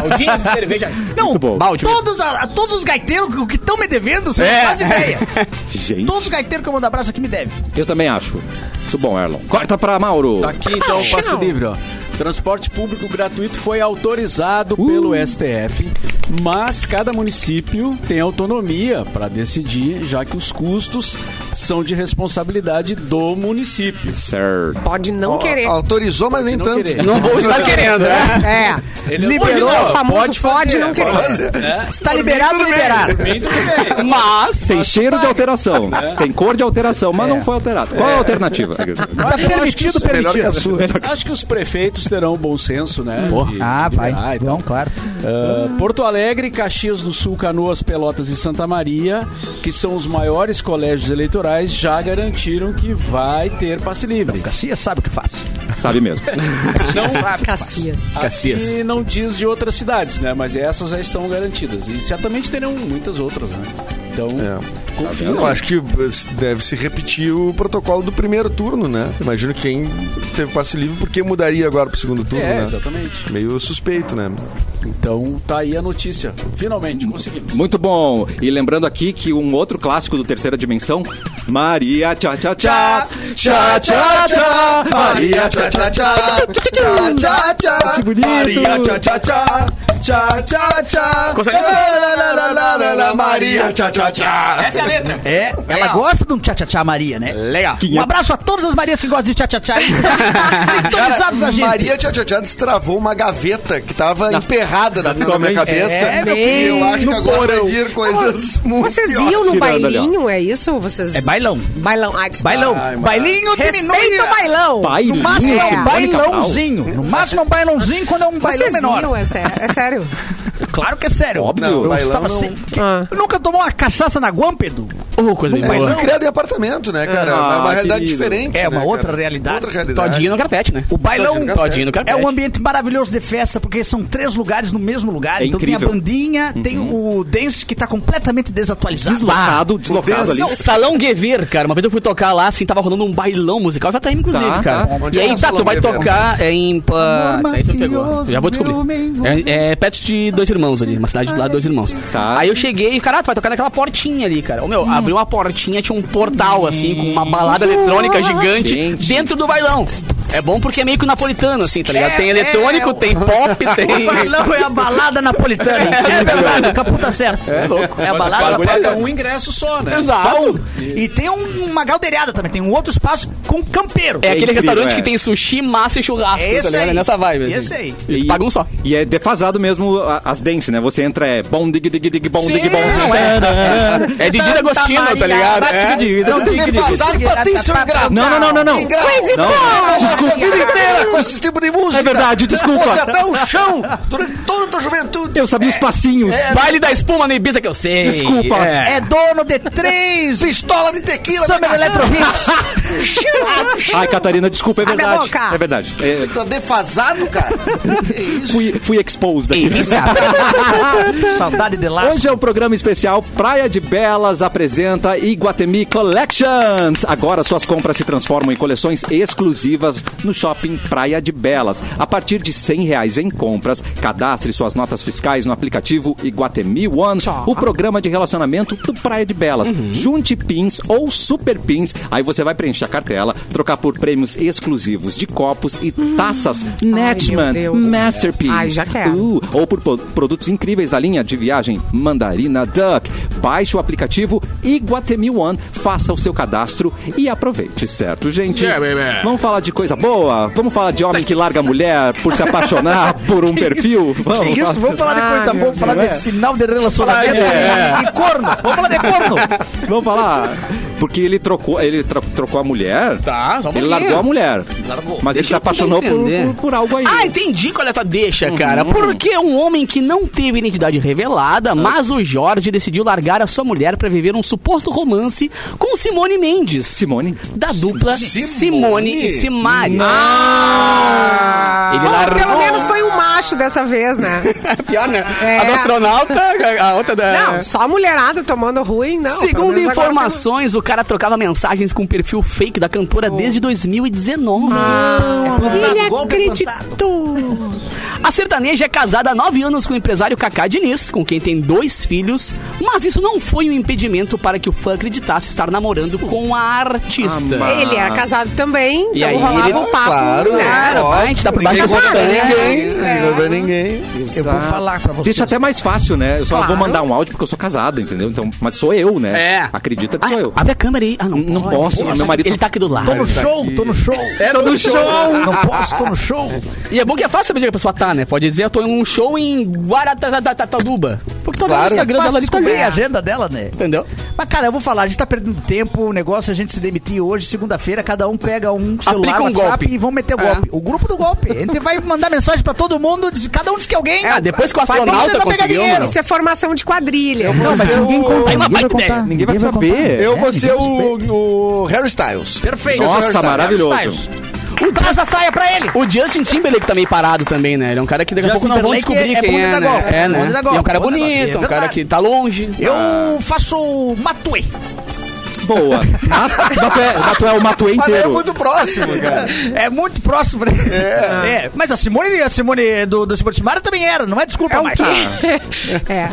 Speaker 2: baldinhos e cerveja.
Speaker 6: Não,
Speaker 1: bom.
Speaker 2: Balde.
Speaker 6: todos, a- todos os gaiteiros que- que estão me devendo, você
Speaker 2: É.
Speaker 6: não faz ideia.
Speaker 1: Gente.
Speaker 6: Todos os gaiteiros que eu mando abraço aqui me devem.
Speaker 1: É. Eu também acho. Isso bom, Erlon. Corta pra Mauro.
Speaker 7: Tá aqui então o passe livre, ó. Transporte público gratuito foi autorizado pelo STF, mas cada município tem autonomia para decidir, já que os custos são de responsabilidade do município.
Speaker 1: Certo.
Speaker 4: Pode não
Speaker 5: Ó,
Speaker 4: querer.
Speaker 5: Autorizou, mas nem
Speaker 7: não
Speaker 5: tanto.
Speaker 7: querer.
Speaker 2: Não
Speaker 5: [LAUGHS]
Speaker 2: vou estar querendo, né?
Speaker 4: É.
Speaker 7: Ele
Speaker 4: Liberou, o famoso pode,
Speaker 7: pode fazer,
Speaker 4: não querer.
Speaker 7: né?
Speaker 6: Está Tá liberado, liberar.
Speaker 7: Bem, tudo bem.
Speaker 2: Mas.
Speaker 1: Tem cheiro de [LAUGHS] alteração. Tem cor de alteração, mas não foi alterado. Qual a alternativa?
Speaker 7: Tá permitido,
Speaker 5: Melhor
Speaker 1: É
Speaker 5: que a sua.
Speaker 7: Acho que os prefeitos terão bom senso, né? de-
Speaker 6: Ah,
Speaker 7: de
Speaker 6: vai.
Speaker 7: liberar e tal.
Speaker 6: Não, claro.
Speaker 7: Ah, Porto Alegre, Caxias do Sul, Canoas, Pelotas e Santa Maria, que são os maiores colégios eleitorais, já garantiram que vai ter passe livre.
Speaker 6: Caxias sabe o que faz.
Speaker 1: Sabe mesmo.
Speaker 5: Ah,
Speaker 4: Cacias.
Speaker 7: E
Speaker 2: Cacias.
Speaker 7: não diz de outras cidades, né? Mas essas já estão garantidas. E certamente terão muitas outras, né? Então,
Speaker 5: É.
Speaker 7: confio.
Speaker 5: Eu acho que deve se repetir o protocolo do primeiro turno, né? Imagino que quem teve passe livre, porque mudaria agora pro segundo turno,
Speaker 7: É,
Speaker 5: né?
Speaker 7: exatamente.
Speaker 5: Meio suspeito, né?
Speaker 7: Então, tá aí a notícia. Finalmente, conseguimos.
Speaker 1: Muito bom. E lembrando aqui que um outro clássico do Terceira Dimensão, Maria tchá tchá tchá, tchá tchá tchá, Maria tchá tchá tchá, tchá tchá tchá, que bonito.
Speaker 5: Tchá, tchá, tchá. Tchá, tchá, tchá.
Speaker 2: Consegue isso?
Speaker 5: Lá, lá, lá, lá, lá, lá, Ana Maria, tchá, tchá, tchá.
Speaker 2: Essa é a letra.
Speaker 6: É, ela gosta de um tchá-tchá-tchá Maria, né?
Speaker 2: Legal.
Speaker 6: Um abraço a todas as Marias que gostam de tchá-tchá-tchá. aí. Sintonizados a gente.
Speaker 5: Maria Tchá Tchá Tchá destravou uma gaveta que tava emperrada na, na minha
Speaker 1: Totalmente.
Speaker 5: cabeça.
Speaker 4: É, meu
Speaker 5: e eu
Speaker 4: bem,
Speaker 5: acho
Speaker 4: no
Speaker 5: que agora
Speaker 4: porão.
Speaker 5: vai vir coisas muito
Speaker 4: Vocês
Speaker 5: piores.
Speaker 4: iam no
Speaker 1: tirando ali, ó.
Speaker 4: bailinho, é isso? Vocês...
Speaker 6: É bailão.
Speaker 4: Bailão. Ai, desculpa.
Speaker 6: Bailão.
Speaker 5: Ai, mano.
Speaker 6: Bailinho diminui.
Speaker 4: Respeita o bailão.
Speaker 1: Bailinho?
Speaker 6: No máximo é
Speaker 4: É.
Speaker 6: um bailãozinho. No máximo é um bailãozinho quando é um bailão
Speaker 4: Vocês
Speaker 6: menor.
Speaker 4: iam, é sério. É sério.
Speaker 6: Claro que é sério.
Speaker 1: Óbvio.
Speaker 5: Não,
Speaker 6: Eu
Speaker 5: bailão
Speaker 6: estava
Speaker 5: não-
Speaker 6: sempre.
Speaker 4: Ah.
Speaker 6: Eu Nunca tomou uma cachaça na Guampedo?
Speaker 2: Ô, coisa bem
Speaker 5: É,
Speaker 2: boa.
Speaker 5: foi criado em apartamento, né, cara?
Speaker 1: Ah,
Speaker 5: é uma realidade
Speaker 1: querido.
Speaker 5: diferente.
Speaker 6: É,
Speaker 5: né,
Speaker 6: uma
Speaker 5: cara?
Speaker 6: outra realidade.
Speaker 5: Outra realidade.
Speaker 2: Todinho no carpete, né?
Speaker 6: O bailão
Speaker 5: Todinho no
Speaker 2: Todinho no
Speaker 6: é
Speaker 2: carpete.
Speaker 6: um ambiente maravilhoso de festa, porque são três lugares no mesmo lugar.
Speaker 1: É
Speaker 6: então
Speaker 1: incrível.
Speaker 6: tem a bandinha, tem o dance que tá completamente desatualizado.
Speaker 1: Deslocado, deslocado ali.
Speaker 2: Não, Salão Guevir, cara. Uma vez eu fui tocar lá, assim, tava rolando um bailão musical, já tá aí, inclusive,
Speaker 1: Tá,
Speaker 2: cara.
Speaker 1: tá.
Speaker 5: Onde
Speaker 2: E
Speaker 5: é
Speaker 2: aí,
Speaker 5: o
Speaker 2: tá,
Speaker 5: Salão
Speaker 2: tu vai
Speaker 5: Guevir?
Speaker 2: tocar é, em... pá, isso aí tu pegou. Já vou descobrir. É, é perto de Dois Irmãos ali, uma cidade do lado de Dois Irmãos.
Speaker 1: Tá.
Speaker 2: Aí eu cheguei e, cara, ah, tu vai tocar naquela portinha ali, cara. Ô, meu,
Speaker 6: Hum.
Speaker 2: abriu uma portinha, tinha um portal, assim, com uma balada
Speaker 6: Uhum.
Speaker 2: eletrônica gigante
Speaker 1: Gente.
Speaker 2: dentro do bailão. É bom porque é meio que napolitano, assim, tá ligado? Tem eletrônico, tem pop,
Speaker 6: É, [LAUGHS] O
Speaker 2: tem...
Speaker 6: bailão é a balada napolitana. É verdade, o Capu tá certo. É
Speaker 7: louco.
Speaker 6: É a
Speaker 7: Mas o
Speaker 6: balada
Speaker 7: bagulho é
Speaker 6: napolitana.
Speaker 7: um ingresso só, né?
Speaker 6: Só um.
Speaker 2: Exato.
Speaker 6: E tem um- uma galdeirada também, tem um outro espaço com campeiro.
Speaker 2: É, aquele
Speaker 1: incrível,
Speaker 2: restaurante
Speaker 1: é.
Speaker 2: que tem sushi, massa e churrasco,
Speaker 6: É
Speaker 2: tá
Speaker 6: esse
Speaker 2: ligado?
Speaker 6: aí.
Speaker 2: É nessa vibe, assim.
Speaker 6: Esse aí.
Speaker 2: E tu paga um só.
Speaker 1: E é defasado mesmo a- as dance, né? Você entra, é bom, dig, dig, dig, bom,
Speaker 2: Sim,
Speaker 1: dig, bom.
Speaker 2: não é. É de Dida Agostino, tá ligado? É.
Speaker 1: Não, dig, dig, dig.
Speaker 5: Defasado, Patrício Ingrato.
Speaker 1: Não, não, não, não, não.
Speaker 5: Ingrato.
Speaker 1: Não,
Speaker 5: Desculpa. inteira com esse tipo de música.
Speaker 1: É verdade, desculpa.
Speaker 5: Você até o chão durante toda a tua juventude. É,
Speaker 1: eu sabia os
Speaker 2: É.
Speaker 1: passinhos.
Speaker 2: Baile da espuma na Ibiza que eu sei.
Speaker 1: Desculpa.
Speaker 2: É.
Speaker 6: É dono de três
Speaker 5: Pistola de tequila.
Speaker 6: Summer
Speaker 3: é
Speaker 5: macarrão.
Speaker 6: Electro Hits.
Speaker 1: Ai, Catarina, desculpa, é
Speaker 4: Abre a
Speaker 1: verdade.
Speaker 4: boca.
Speaker 1: É verdade. É,
Speaker 5: Tá defasado, cara. Que isso?
Speaker 1: fui, fui exposed aqui.
Speaker 6: Saudade de lá.
Speaker 1: Hoje é um programa especial Praia de Belas apresenta Iguatemi Collections. Agora suas compras se transformam em coleções exclusivas no Shopping Praia de Belas. A partir de R$ 100 reais em compras, cadastre suas notas fiscais no aplicativo Iguatemi One, o programa de relacionamento do Praia de Belas. Junte pins ou super pins, aí você vai preencher a cartela, trocar por prêmios exclusivos de copos e taças Netman
Speaker 4: Deus.
Speaker 1: Masterpiece.
Speaker 4: Ai, já quero.
Speaker 1: Uh, Blue ou por po- produtos incríveis da linha de viagem Mandarina Duck. Baixe o aplicativo Iguatemi One, faça o seu cadastro e aproveite, certo, gente?
Speaker 2: É,
Speaker 7: Yeah, baby.
Speaker 1: Vamos falar de coisa boa? Vamos falar de homem que larga a mulher por se
Speaker 4: [LAUGHS]
Speaker 1: apaixonar por um perfil? Vamos.
Speaker 6: Isso, vamos falar de
Speaker 2: Ah,
Speaker 6: coisa boa, vamos falar de sinal de relacionamento
Speaker 1: É.
Speaker 6: e corno. Vamos falar de corno.
Speaker 1: Vamos falar. Porque ele trocou, ele tro- trocou a mulher.
Speaker 2: Tá, só um
Speaker 1: Ele
Speaker 2: pouquinho.
Speaker 1: largou a mulher. Mas ele se apaixonou por,
Speaker 2: entender.
Speaker 1: por, por algo aí.
Speaker 2: Ah, entendi qual é a tua deixa, cara. Porque um homem que não teve identidade revelada, mas o Jorge decidiu largar a sua mulher pra viver um suposto romance com Simone Mendes,
Speaker 1: Simone.
Speaker 2: da dupla Simone, e Simari. Ah! Ele
Speaker 4: Bom,
Speaker 2: largou.
Speaker 4: pelo menos foi um macho dessa vez, né?
Speaker 2: Pior, né?
Speaker 4: É.
Speaker 2: A do astronauta, a outra da.
Speaker 4: Não, só a mulherada tomando ruim, não. pelo
Speaker 2: É. Segundo
Speaker 4: menos agora um-
Speaker 2: informações, o cara trocava mensagens com o perfil fake da cantora desde 2019.
Speaker 6: plantado,
Speaker 2: ele
Speaker 6: golpe
Speaker 2: acreditou. É A sertaneja é casada há nove anos com o empresário Cacá Diniz, com quem tem dois filhos, mas isso não foi um impedimento para que o fã acreditasse estar namorando com a artista.
Speaker 4: tem- Ele era casado também,
Speaker 2: E
Speaker 4: então
Speaker 2: aí
Speaker 4: rolava
Speaker 2: ele-
Speaker 4: um papo.
Speaker 5: Claro,
Speaker 4: né?
Speaker 2: Claro,
Speaker 5: óbvio.
Speaker 2: vai, a gente tá por baixo
Speaker 5: Ninguém
Speaker 2: da
Speaker 5: conta pra
Speaker 2: sua terra.
Speaker 5: ninguém. Ninguém conta pra ninguém.
Speaker 6: Eu vou falar pra vocês.
Speaker 1: Deixa até mais fácil, né? Eu só
Speaker 4: Claro.
Speaker 1: vou mandar um áudio porque eu sou casado, entendeu? Então, mas sou eu, né?
Speaker 2: É.
Speaker 1: Acredita que
Speaker 2: Ah,
Speaker 1: sou eu.
Speaker 2: abre a câmera aí. Ah, não,
Speaker 1: Não
Speaker 2: pode.
Speaker 1: posso, meu marido-
Speaker 2: Ele tá aqui É do lado.
Speaker 6: Tô no show, tô no show.
Speaker 1: Tô no show!
Speaker 6: Não posso, tô no show.
Speaker 2: E é bom que é fácil saber onde a pessoa tá, né? Pode dizer, eu tô em um show em Guaratatataduba. Porque tá no
Speaker 5: Claro.
Speaker 2: Instagram dela
Speaker 6: Fácil
Speaker 2: ali tá
Speaker 6: descobrir a
Speaker 2: ali.
Speaker 6: agenda dela, né?
Speaker 2: Entendeu?
Speaker 6: Mas, cara, eu vou falar, a gente tá perdendo tempo, o negócio é a gente se demitir hoje, segunda-feira, cada um pega um celular,
Speaker 2: Aplica um
Speaker 6: WhatsApp
Speaker 2: golpe.
Speaker 6: e vão meter o
Speaker 2: É.
Speaker 6: golpe. O grupo do golpe. A gente vai mandar mensagem pra todo mundo, diz- cada um diz que alguém.
Speaker 2: Ah, depois que o
Speaker 6: Vai, vamos
Speaker 2: astronauta
Speaker 6: tentar pegar
Speaker 2: conseguiu,
Speaker 6: dinheiro,
Speaker 2: mano.
Speaker 4: Isso é formação de quadrilha.
Speaker 5: Eu vou ser o-
Speaker 2: Aí uma baita ideia.
Speaker 1: Ninguém vai
Speaker 3: É,
Speaker 1: saber.
Speaker 5: Eu vou ser o, o Harry Styles.
Speaker 6: Perfeito.
Speaker 5: Eu sou o Harry
Speaker 1: Nossa,
Speaker 5: Styles.
Speaker 1: maravilhoso.
Speaker 6: O Traz a saia pra ele.
Speaker 2: O Justin Timberlake tá meio parado também, né? Ele é um cara que daqui a
Speaker 6: Justin
Speaker 2: pouco não vão
Speaker 6: Timberlake
Speaker 2: descobrir
Speaker 6: é- é
Speaker 2: quem
Speaker 6: bunda
Speaker 2: é,
Speaker 6: da
Speaker 2: né?
Speaker 6: golpe,
Speaker 2: É,
Speaker 6: é
Speaker 2: né?
Speaker 6: bunda
Speaker 2: E
Speaker 6: da
Speaker 2: é um
Speaker 6: golpe,
Speaker 2: cara
Speaker 6: bunda da golpe, é
Speaker 2: bonito, um cara
Speaker 6: verdade.
Speaker 2: que tá [LAUGHS] longe.
Speaker 6: Eu
Speaker 2: Ah.
Speaker 6: faço Matue.
Speaker 1: Boa. Mat- Matué, Matué, o Matué
Speaker 5: Mas é
Speaker 1: inteiro.
Speaker 5: muito próximo, cara.
Speaker 6: É muito próximo, né? É. Mas a Simone, a Simone do, do Simone Simara também era, não é desculpa
Speaker 4: É o
Speaker 6: mais.
Speaker 4: quê? [LAUGHS] É.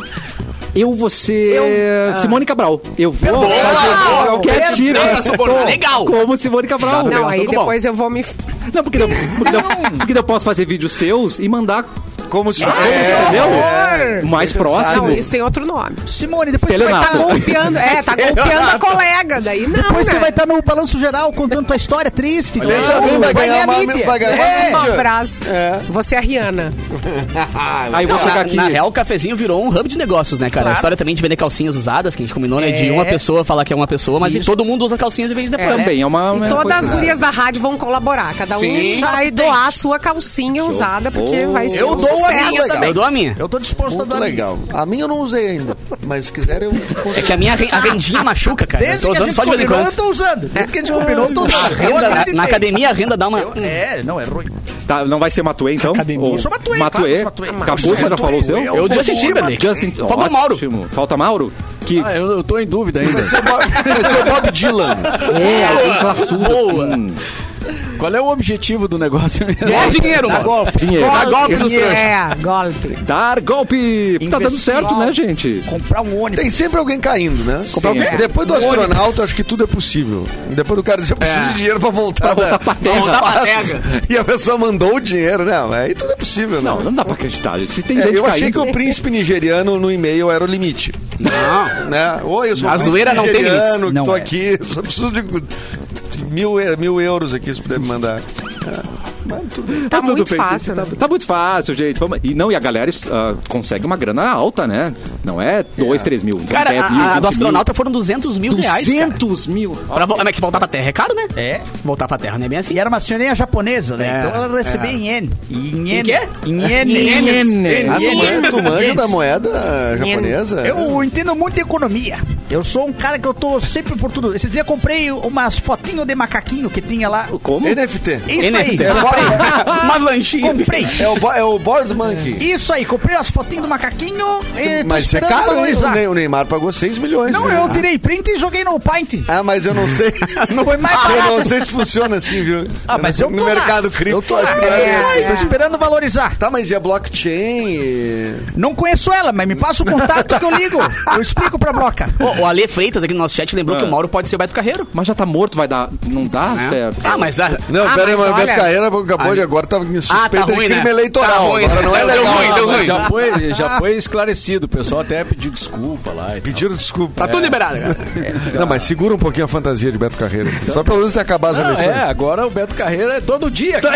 Speaker 1: Eu vou ser Simone Cabral. Eu vou
Speaker 5: É Boa!
Speaker 1: Eu quero
Speaker 5: Perfeito.
Speaker 1: tirar.
Speaker 2: Essa subornou.
Speaker 1: Como-
Speaker 2: Legal.
Speaker 1: Como Simone Cabral.
Speaker 2: Dá pra
Speaker 1: Não,
Speaker 2: pegar
Speaker 4: Não,
Speaker 2: uns
Speaker 4: aí
Speaker 2: tocos bom.
Speaker 4: depois eu vou me.
Speaker 1: porque, eu, porque, eu, porque eu posso fazer vídeos teus e mandar
Speaker 5: Como se...
Speaker 1: é, Entendeu? O mais próximo.
Speaker 4: Não, é. isso tem outro nome.
Speaker 6: Simone, depois você vai
Speaker 1: Estelionato.
Speaker 6: estar
Speaker 4: Tá golpeando, é, tá golpeando a colega, daí não,
Speaker 6: Depois
Speaker 4: né?
Speaker 6: você vai
Speaker 3: tá-
Speaker 6: estar no Balanço Geral contando tua história triste.
Speaker 5: Pensa bem, vai ganhar uma- vai ganhar uma
Speaker 4: É,
Speaker 5: mídia.
Speaker 4: Brás, Você é a Rihanna.
Speaker 1: Aí vou
Speaker 2: Ah, Não,
Speaker 1: chegar
Speaker 2: na,
Speaker 1: aqui.
Speaker 2: na real, o cafezinho virou um hub de negócios, né, cara? A história também de vender calcinhas usadas, que a gente combinou, né? De
Speaker 6: É.
Speaker 2: uma pessoa falar que é uma pessoa, mas todo mundo usa calcinhas e vende depois. né?
Speaker 1: Também é uma.
Speaker 4: E
Speaker 1: uma
Speaker 4: todas
Speaker 1: coisa,
Speaker 4: as
Speaker 1: né?
Speaker 4: gurias da rádio vão colaborar. Cada um
Speaker 2: Sim.
Speaker 4: vai doar a sua calcinha usada, porque
Speaker 1: Pô.
Speaker 4: vai ser
Speaker 6: Eu
Speaker 4: um
Speaker 6: dou a
Speaker 4: sucesso
Speaker 6: minha,
Speaker 4: também.
Speaker 2: Eu dou a minha.
Speaker 6: Eu tô disposto a
Speaker 5: Muito
Speaker 6: dar.
Speaker 5: legal. A minha eu não usei ainda, mas se quiser eu...
Speaker 2: É que a [LAUGHS] minha ren- a rendinha machuca, cara.
Speaker 6: Desde
Speaker 2: Eu tô
Speaker 6: que a
Speaker 2: usando
Speaker 6: gente
Speaker 2: só de vez em
Speaker 6: combinou,
Speaker 2: quando.
Speaker 6: eu tô usando. Desde que a gente combinou, eu tô usando.
Speaker 2: A
Speaker 6: Eu
Speaker 2: renda, na,
Speaker 6: acreditei.
Speaker 2: na academia, a renda dá uma. um-
Speaker 6: É, não, é ruim.
Speaker 1: Tá, não vai ser Matuê, então? Academia.
Speaker 6: Eu sou Matuê, claro, sou Matuê.
Speaker 1: Capô, você já falou o seu?
Speaker 2: Eu, o Justin Timberlake.
Speaker 1: Justin...
Speaker 2: Falta
Speaker 1: Ótimo.
Speaker 2: o Mauro.
Speaker 1: Falta Mauro? Que
Speaker 7: Ah, eu, eu tô em dúvida ainda.
Speaker 5: Vai ser o Bob, vai ser o Bob Dylan.
Speaker 1: é, alguém classudo. assim.
Speaker 7: Qual é o objetivo do negócio?
Speaker 2: É dinheiro,
Speaker 6: Dá
Speaker 2: mano.
Speaker 6: golpe.
Speaker 1: Dinheiro.
Speaker 2: Dá Tá golpe nos trouxas.
Speaker 4: É, [LAUGHS] golpe.
Speaker 1: Dar golpe. Tá dando
Speaker 6: Investir.
Speaker 1: certo, né, gente?
Speaker 6: Comprar um ônibus.
Speaker 5: Tem sempre alguém caindo, né?
Speaker 1: Comprar alguém. Um
Speaker 5: Depois do astronauta, acho que tudo é possível. Depois do cara dizer, eu preciso de dinheiro pra voltar,
Speaker 1: É. Pra voltar
Speaker 5: da-
Speaker 1: pra
Speaker 5: do
Speaker 1: terra.
Speaker 5: espaço.
Speaker 2: Voltar pra terra.
Speaker 5: E a pessoa mandou o dinheiro, né? Mas Aí tudo é possível, né?
Speaker 1: Não, não dá pra acreditar. gente. Se tem
Speaker 5: É,
Speaker 1: gente
Speaker 5: eu achei
Speaker 1: caindo-
Speaker 5: que o príncipe nigeriano no e-mail era o limite.
Speaker 2: Não.
Speaker 5: Né? Oi, eu sou
Speaker 2: A
Speaker 5: o príncipe
Speaker 2: zoeira não tem
Speaker 5: nigeriano,
Speaker 2: limites.
Speaker 5: que
Speaker 6: Não
Speaker 5: tô
Speaker 6: é.
Speaker 5: aqui, só preciso de mil, e- mil euros aqui, se puder me mandar. Ah, mas tudo bem.
Speaker 4: Tá
Speaker 1: tudo
Speaker 4: muito
Speaker 1: bem,
Speaker 4: fácil,
Speaker 1: tá,
Speaker 4: né?
Speaker 1: tá muito fácil, gente. Vamos- E não, e a galera ah, consegue uma grana alta, né? Não é 2, 3 mil. são
Speaker 2: Cara,
Speaker 1: 10
Speaker 2: a,
Speaker 1: mil,
Speaker 2: a
Speaker 1: 20
Speaker 2: do
Speaker 1: mil.
Speaker 2: astronauta foram 200 mil reais. cara.
Speaker 1: 200 mil.
Speaker 2: Pra, vo- mas que voltar pra terra é caro, né?
Speaker 6: É.
Speaker 2: Voltar pra terra não é bem assim.
Speaker 6: E era uma senhorinha japonesa, né?
Speaker 2: É,
Speaker 6: então ela recebia em iene. Em iene.
Speaker 2: quê?
Speaker 6: Em iene.
Speaker 1: Em iene.
Speaker 6: É
Speaker 5: Ah, tu manja, tu manja da moeda
Speaker 4: Yen.
Speaker 5: japonesa?
Speaker 6: Eu entendo muito de economia. Eu sou um cara que eu tô sempre por tudo. Esses dias eu comprei umas fotinhos de macaquinho que tinha lá.
Speaker 1: Como?
Speaker 5: NFT.
Speaker 6: Isso
Speaker 2: NFT.
Speaker 6: aí. comprei.
Speaker 2: uma lanchinha.
Speaker 6: comprei.
Speaker 5: É o, bo- é o Board Monkey.
Speaker 6: Isso aí, comprei as fotinhas do macaquinho e tô
Speaker 5: Mas isso é
Speaker 6: esperando
Speaker 5: caro, hein? O
Speaker 6: valorizar.
Speaker 5: Ney- O Neymar pagou 6 milhões.
Speaker 6: Não,
Speaker 5: né?
Speaker 6: eu tirei print e joguei no Paint.
Speaker 5: Ah, mas eu não sei.
Speaker 6: Não foi mais
Speaker 5: Eu
Speaker 6: barato.
Speaker 5: não sei se funciona assim, viu?
Speaker 6: Ah, mas eu
Speaker 5: no
Speaker 6: tô lá.
Speaker 5: mercado cripto.
Speaker 6: Eu tô,
Speaker 5: acho que não é.
Speaker 6: é, tô esperando valorizar.
Speaker 5: Tá, mas e a blockchain? E-
Speaker 6: Não conheço ela, mas me passa o contato que eu ligo. Eu explico pra Bloca.
Speaker 2: Ô, o Ale Freitas aqui no nosso chat lembrou
Speaker 1: Ah.
Speaker 2: que o Mauro pode ser o Beto Carreiro.
Speaker 1: Mas já tá morto, vai dar. Não dá
Speaker 2: né?
Speaker 1: certo.
Speaker 2: Ah, mas. a-
Speaker 5: Não,
Speaker 4: Ah,
Speaker 5: pera
Speaker 4: mas
Speaker 5: aí, mas o Beto
Speaker 4: olha-
Speaker 5: Carreira acabou de agora, tá em suspeita
Speaker 2: Ah, tá
Speaker 5: de
Speaker 2: ruim,
Speaker 5: crime
Speaker 2: né?
Speaker 5: eleitoral.
Speaker 2: Tá ruim,
Speaker 5: agora
Speaker 2: né?
Speaker 5: não é
Speaker 2: Deu
Speaker 5: legal.
Speaker 2: ruim, deu
Speaker 5: não.
Speaker 2: ruim.
Speaker 7: já, foi, já foi esclarecido. O pessoal até pediu desculpa lá. e tal.
Speaker 5: Pediram desculpa. É.
Speaker 2: Tá tudo liberado, cara.
Speaker 5: Não, mas segura um pouquinho a fantasia de Beto Carreira. Só pelo menos ter acabar as
Speaker 7: Não,
Speaker 5: eleições.
Speaker 7: é, agora o Beto Carreira é todo dia. cara.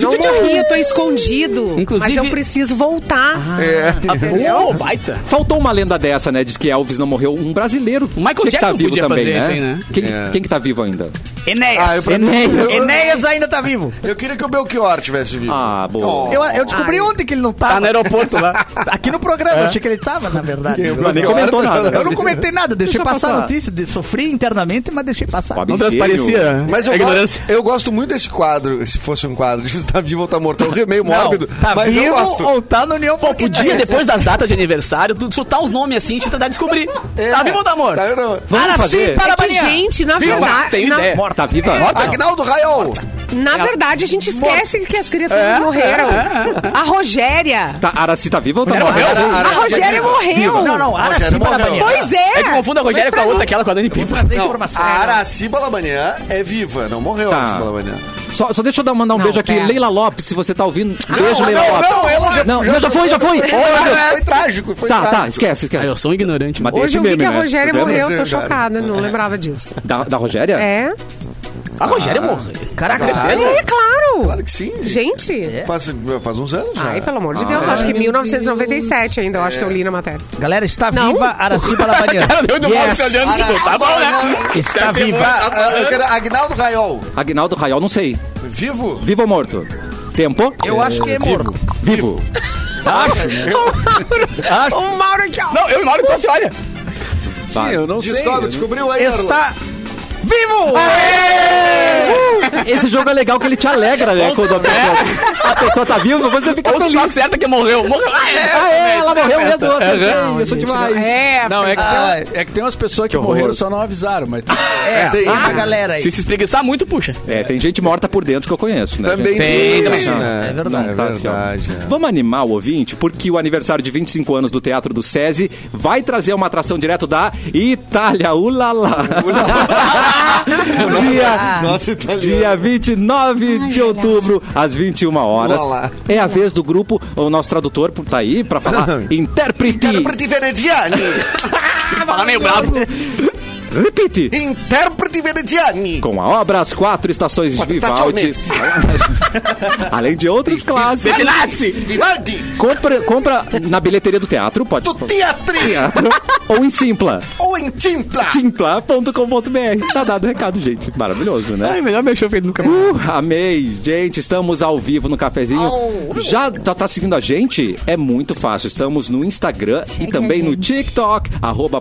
Speaker 4: Não morri, eu tô escondido.
Speaker 2: Inclusive- Ah.
Speaker 4: Mas eu preciso voltar.
Speaker 5: É.
Speaker 2: Ô, oh, baita.
Speaker 1: Faltou uma lenda dessa, né? Diz que Elvis não morreu. Um brasileiro.
Speaker 2: Michael
Speaker 1: Quem que tá
Speaker 2: Jackson
Speaker 1: vivo
Speaker 2: podia
Speaker 1: também,
Speaker 2: fazer
Speaker 1: né?
Speaker 2: isso aí, né?
Speaker 1: Quem,
Speaker 5: É.
Speaker 1: quem que tá vivo ainda?
Speaker 6: Enéas.
Speaker 5: Ah, eu, pra mim-
Speaker 1: Enéas.
Speaker 5: eu-
Speaker 6: Enéas ainda tá vivo.
Speaker 5: eu queria que o Belchior tivesse vivo.
Speaker 1: Ah, boa.
Speaker 6: É, Eu, eu descobri ontem que ele não tava.
Speaker 2: Tá no aeroporto lá.
Speaker 6: [LAUGHS] Aqui no programa, eu achei que ele tava, na verdade.
Speaker 5: Quem, o
Speaker 6: Eu,
Speaker 1: nem
Speaker 5: Belchior?
Speaker 1: comentou nada.
Speaker 6: não comentei nada, deixei
Speaker 1: Deixa
Speaker 6: passar a
Speaker 1: passar.
Speaker 6: notícia. de- Sofri internamente, mas deixei passar.
Speaker 1: Bob
Speaker 2: Não
Speaker 1: Insílio.
Speaker 2: transparecia.
Speaker 5: Mas eu,
Speaker 2: a
Speaker 5: gosto,
Speaker 2: ignorância.
Speaker 5: eu gosto muito desse quadro, se fosse um quadro, de tá vivo ou tá morto. É meio
Speaker 6: Não,
Speaker 5: mórbido,
Speaker 6: tá
Speaker 5: mas
Speaker 6: vivo
Speaker 5: eu gosto.
Speaker 6: ou tá no União
Speaker 2: Pô,
Speaker 6: Pô,
Speaker 2: podia, depois das datas de aniversário, tu chutar os nomes assim e tentar descobrir.
Speaker 5: É,
Speaker 2: Tá vivo ou tá morto?
Speaker 5: Tá, eu não-
Speaker 1: Vamos
Speaker 6: Para
Speaker 1: fazer?
Speaker 6: sim, para
Speaker 4: É que,
Speaker 6: amanhã.
Speaker 4: gente, na
Speaker 5: Viva,
Speaker 4: verdade,
Speaker 2: tenho
Speaker 4: na,
Speaker 2: ideia.
Speaker 1: Morta tá viva?
Speaker 2: É.
Speaker 5: Agnaldo Raiol.
Speaker 4: na verdade, a gente esquece que as criaturas
Speaker 2: É,
Speaker 4: morreram. A Rogéria.
Speaker 1: Tá, Araci tá viva ou tá
Speaker 2: Ela
Speaker 1: morta?
Speaker 2: morreu?
Speaker 5: Ara-
Speaker 4: A
Speaker 5: Ara-
Speaker 4: Rogéria
Speaker 5: Viva.
Speaker 4: morreu.
Speaker 6: Não, não,
Speaker 5: Rogério
Speaker 6: Araci para
Speaker 5: morreu.
Speaker 6: amanhã.
Speaker 4: Pois é.
Speaker 2: É que confunda a Rogéria com a outra, aquela com a Dani Pipa.
Speaker 6: Trazer
Speaker 5: Não,
Speaker 6: informação.
Speaker 5: a Araci Balabanian é viva, não morreu
Speaker 1: Tá.
Speaker 5: a Araci Balabanian.
Speaker 1: Só, só deixa eu dar, mandar um
Speaker 4: Não,
Speaker 1: beijo aqui.
Speaker 4: pera.
Speaker 1: Leila Lopes, se você tá ouvindo. Beijo, Leila
Speaker 5: não,
Speaker 1: Lopes.
Speaker 5: não, ela já-
Speaker 1: Não, não, já foi, já foi. Olha, meu Deus.
Speaker 5: Foi trágico, foi
Speaker 1: Tá,
Speaker 5: trágico.
Speaker 1: tá, esquece,
Speaker 2: Ah,
Speaker 1: esquece.
Speaker 2: eu sou um ignorante.
Speaker 1: Mas
Speaker 2: mano.
Speaker 1: tem
Speaker 4: Hoje
Speaker 1: esse
Speaker 4: eu vi
Speaker 1: meme,
Speaker 4: que a
Speaker 1: né?
Speaker 4: Rogéria
Speaker 1: Tu lembra?
Speaker 4: morreu, tô
Speaker 5: Verdade.
Speaker 4: chocada, não lembrava disso.
Speaker 1: Da, da Rogéria?
Speaker 4: É.
Speaker 2: A Rogéria Ah, morreu.
Speaker 6: Caraca,
Speaker 4: É, claro. é.
Speaker 5: Claro que sim.
Speaker 4: Gente.
Speaker 5: Faz, faz uns anos já.
Speaker 4: Ai, pelo amor de Deus, acho que 1997 ainda, eu acho que eu li na matéria.
Speaker 6: Galera, está
Speaker 4: Não.
Speaker 6: viva Araci Balabanian.
Speaker 2: Cara, deu do mal se olhando, tipo, tá bom, né?
Speaker 6: Está viva.
Speaker 5: Ah, ah, eu quero- Agnaldo Raiol,
Speaker 1: Agnaldo Raiol, não sei.
Speaker 5: vivo?
Speaker 1: Vivo ou morto? Tempo?
Speaker 6: Eu acho que é morto.
Speaker 1: Vivo.
Speaker 4: O Mauro aqui, ó.
Speaker 2: Não, eu e Mauro que só se olha.
Speaker 7: Sim, eu não
Speaker 5: Descobre,
Speaker 7: sei.
Speaker 5: descobriu aí, Arlan.
Speaker 6: Está vivo!
Speaker 1: Esse jogo é legal que ele te alegra, né? Quando a pessoa, a pessoa tá viva, você fica
Speaker 2: É. Ou se tu
Speaker 1: feliz.
Speaker 2: acerta que morreu. Morreu. Ah, é.
Speaker 1: Ah, é, ela morreu mesmo.
Speaker 7: festa.
Speaker 1: eu acertei,
Speaker 7: Aham.
Speaker 1: eu sou demais.
Speaker 4: É,
Speaker 7: Não, é que,
Speaker 6: Ai.
Speaker 7: tem, é que tem umas pessoas que,
Speaker 1: horror.
Speaker 7: morreram só não avisaram, mas
Speaker 6: É,
Speaker 5: tem,
Speaker 6: tem a
Speaker 5: né?
Speaker 6: galera aí.
Speaker 2: Se se espreguiçar muito, puxa.
Speaker 1: É, tem gente morta por dentro que eu conheço, né?
Speaker 5: Também
Speaker 1: gente?
Speaker 5: tem,
Speaker 2: Tem,
Speaker 5: isso,
Speaker 1: não,
Speaker 5: né?
Speaker 6: é verdade.
Speaker 5: É
Speaker 1: Tá, assim, ó.
Speaker 5: verdade. é.
Speaker 1: Vamos animar o ouvinte, porque o aniversário de 25 anos do Teatro do SESI vai trazer uma atração direto da Itália. Ulala! dia,
Speaker 5: Nossa, italiano.
Speaker 1: dia 29 de outubro, às 21 horas.
Speaker 5: Ulala.
Speaker 1: É a vez do grupo, o nosso tradutor tá aí pra falar. Interprete!
Speaker 5: Interprete Venediani!
Speaker 2: Fala meio brabo.
Speaker 1: Repite!
Speaker 5: Interprete Venediani!
Speaker 1: Com a obra As Quatro Estações de Vivaldi,
Speaker 5: Vivaldi.
Speaker 1: além de outros clássicos.
Speaker 2: Betinazzi!
Speaker 5: Vivaldi!
Speaker 1: Compra, compra na bilheteria do teatro, pode.
Speaker 5: Do teatria!
Speaker 1: [LAUGHS] Ou em Simpla.
Speaker 5: Ou em Timpla!
Speaker 1: simpla.com.br. Tá dado o recado, gente. Maravilhoso, né?
Speaker 2: Ai, melhor mexer o feito nunca.
Speaker 1: Uh, amei, gente. Estamos ao vivo no cafezinho. Já tá, tá seguindo a gente? É muito fácil. Estamos no Instagram e também no TikTok, arroba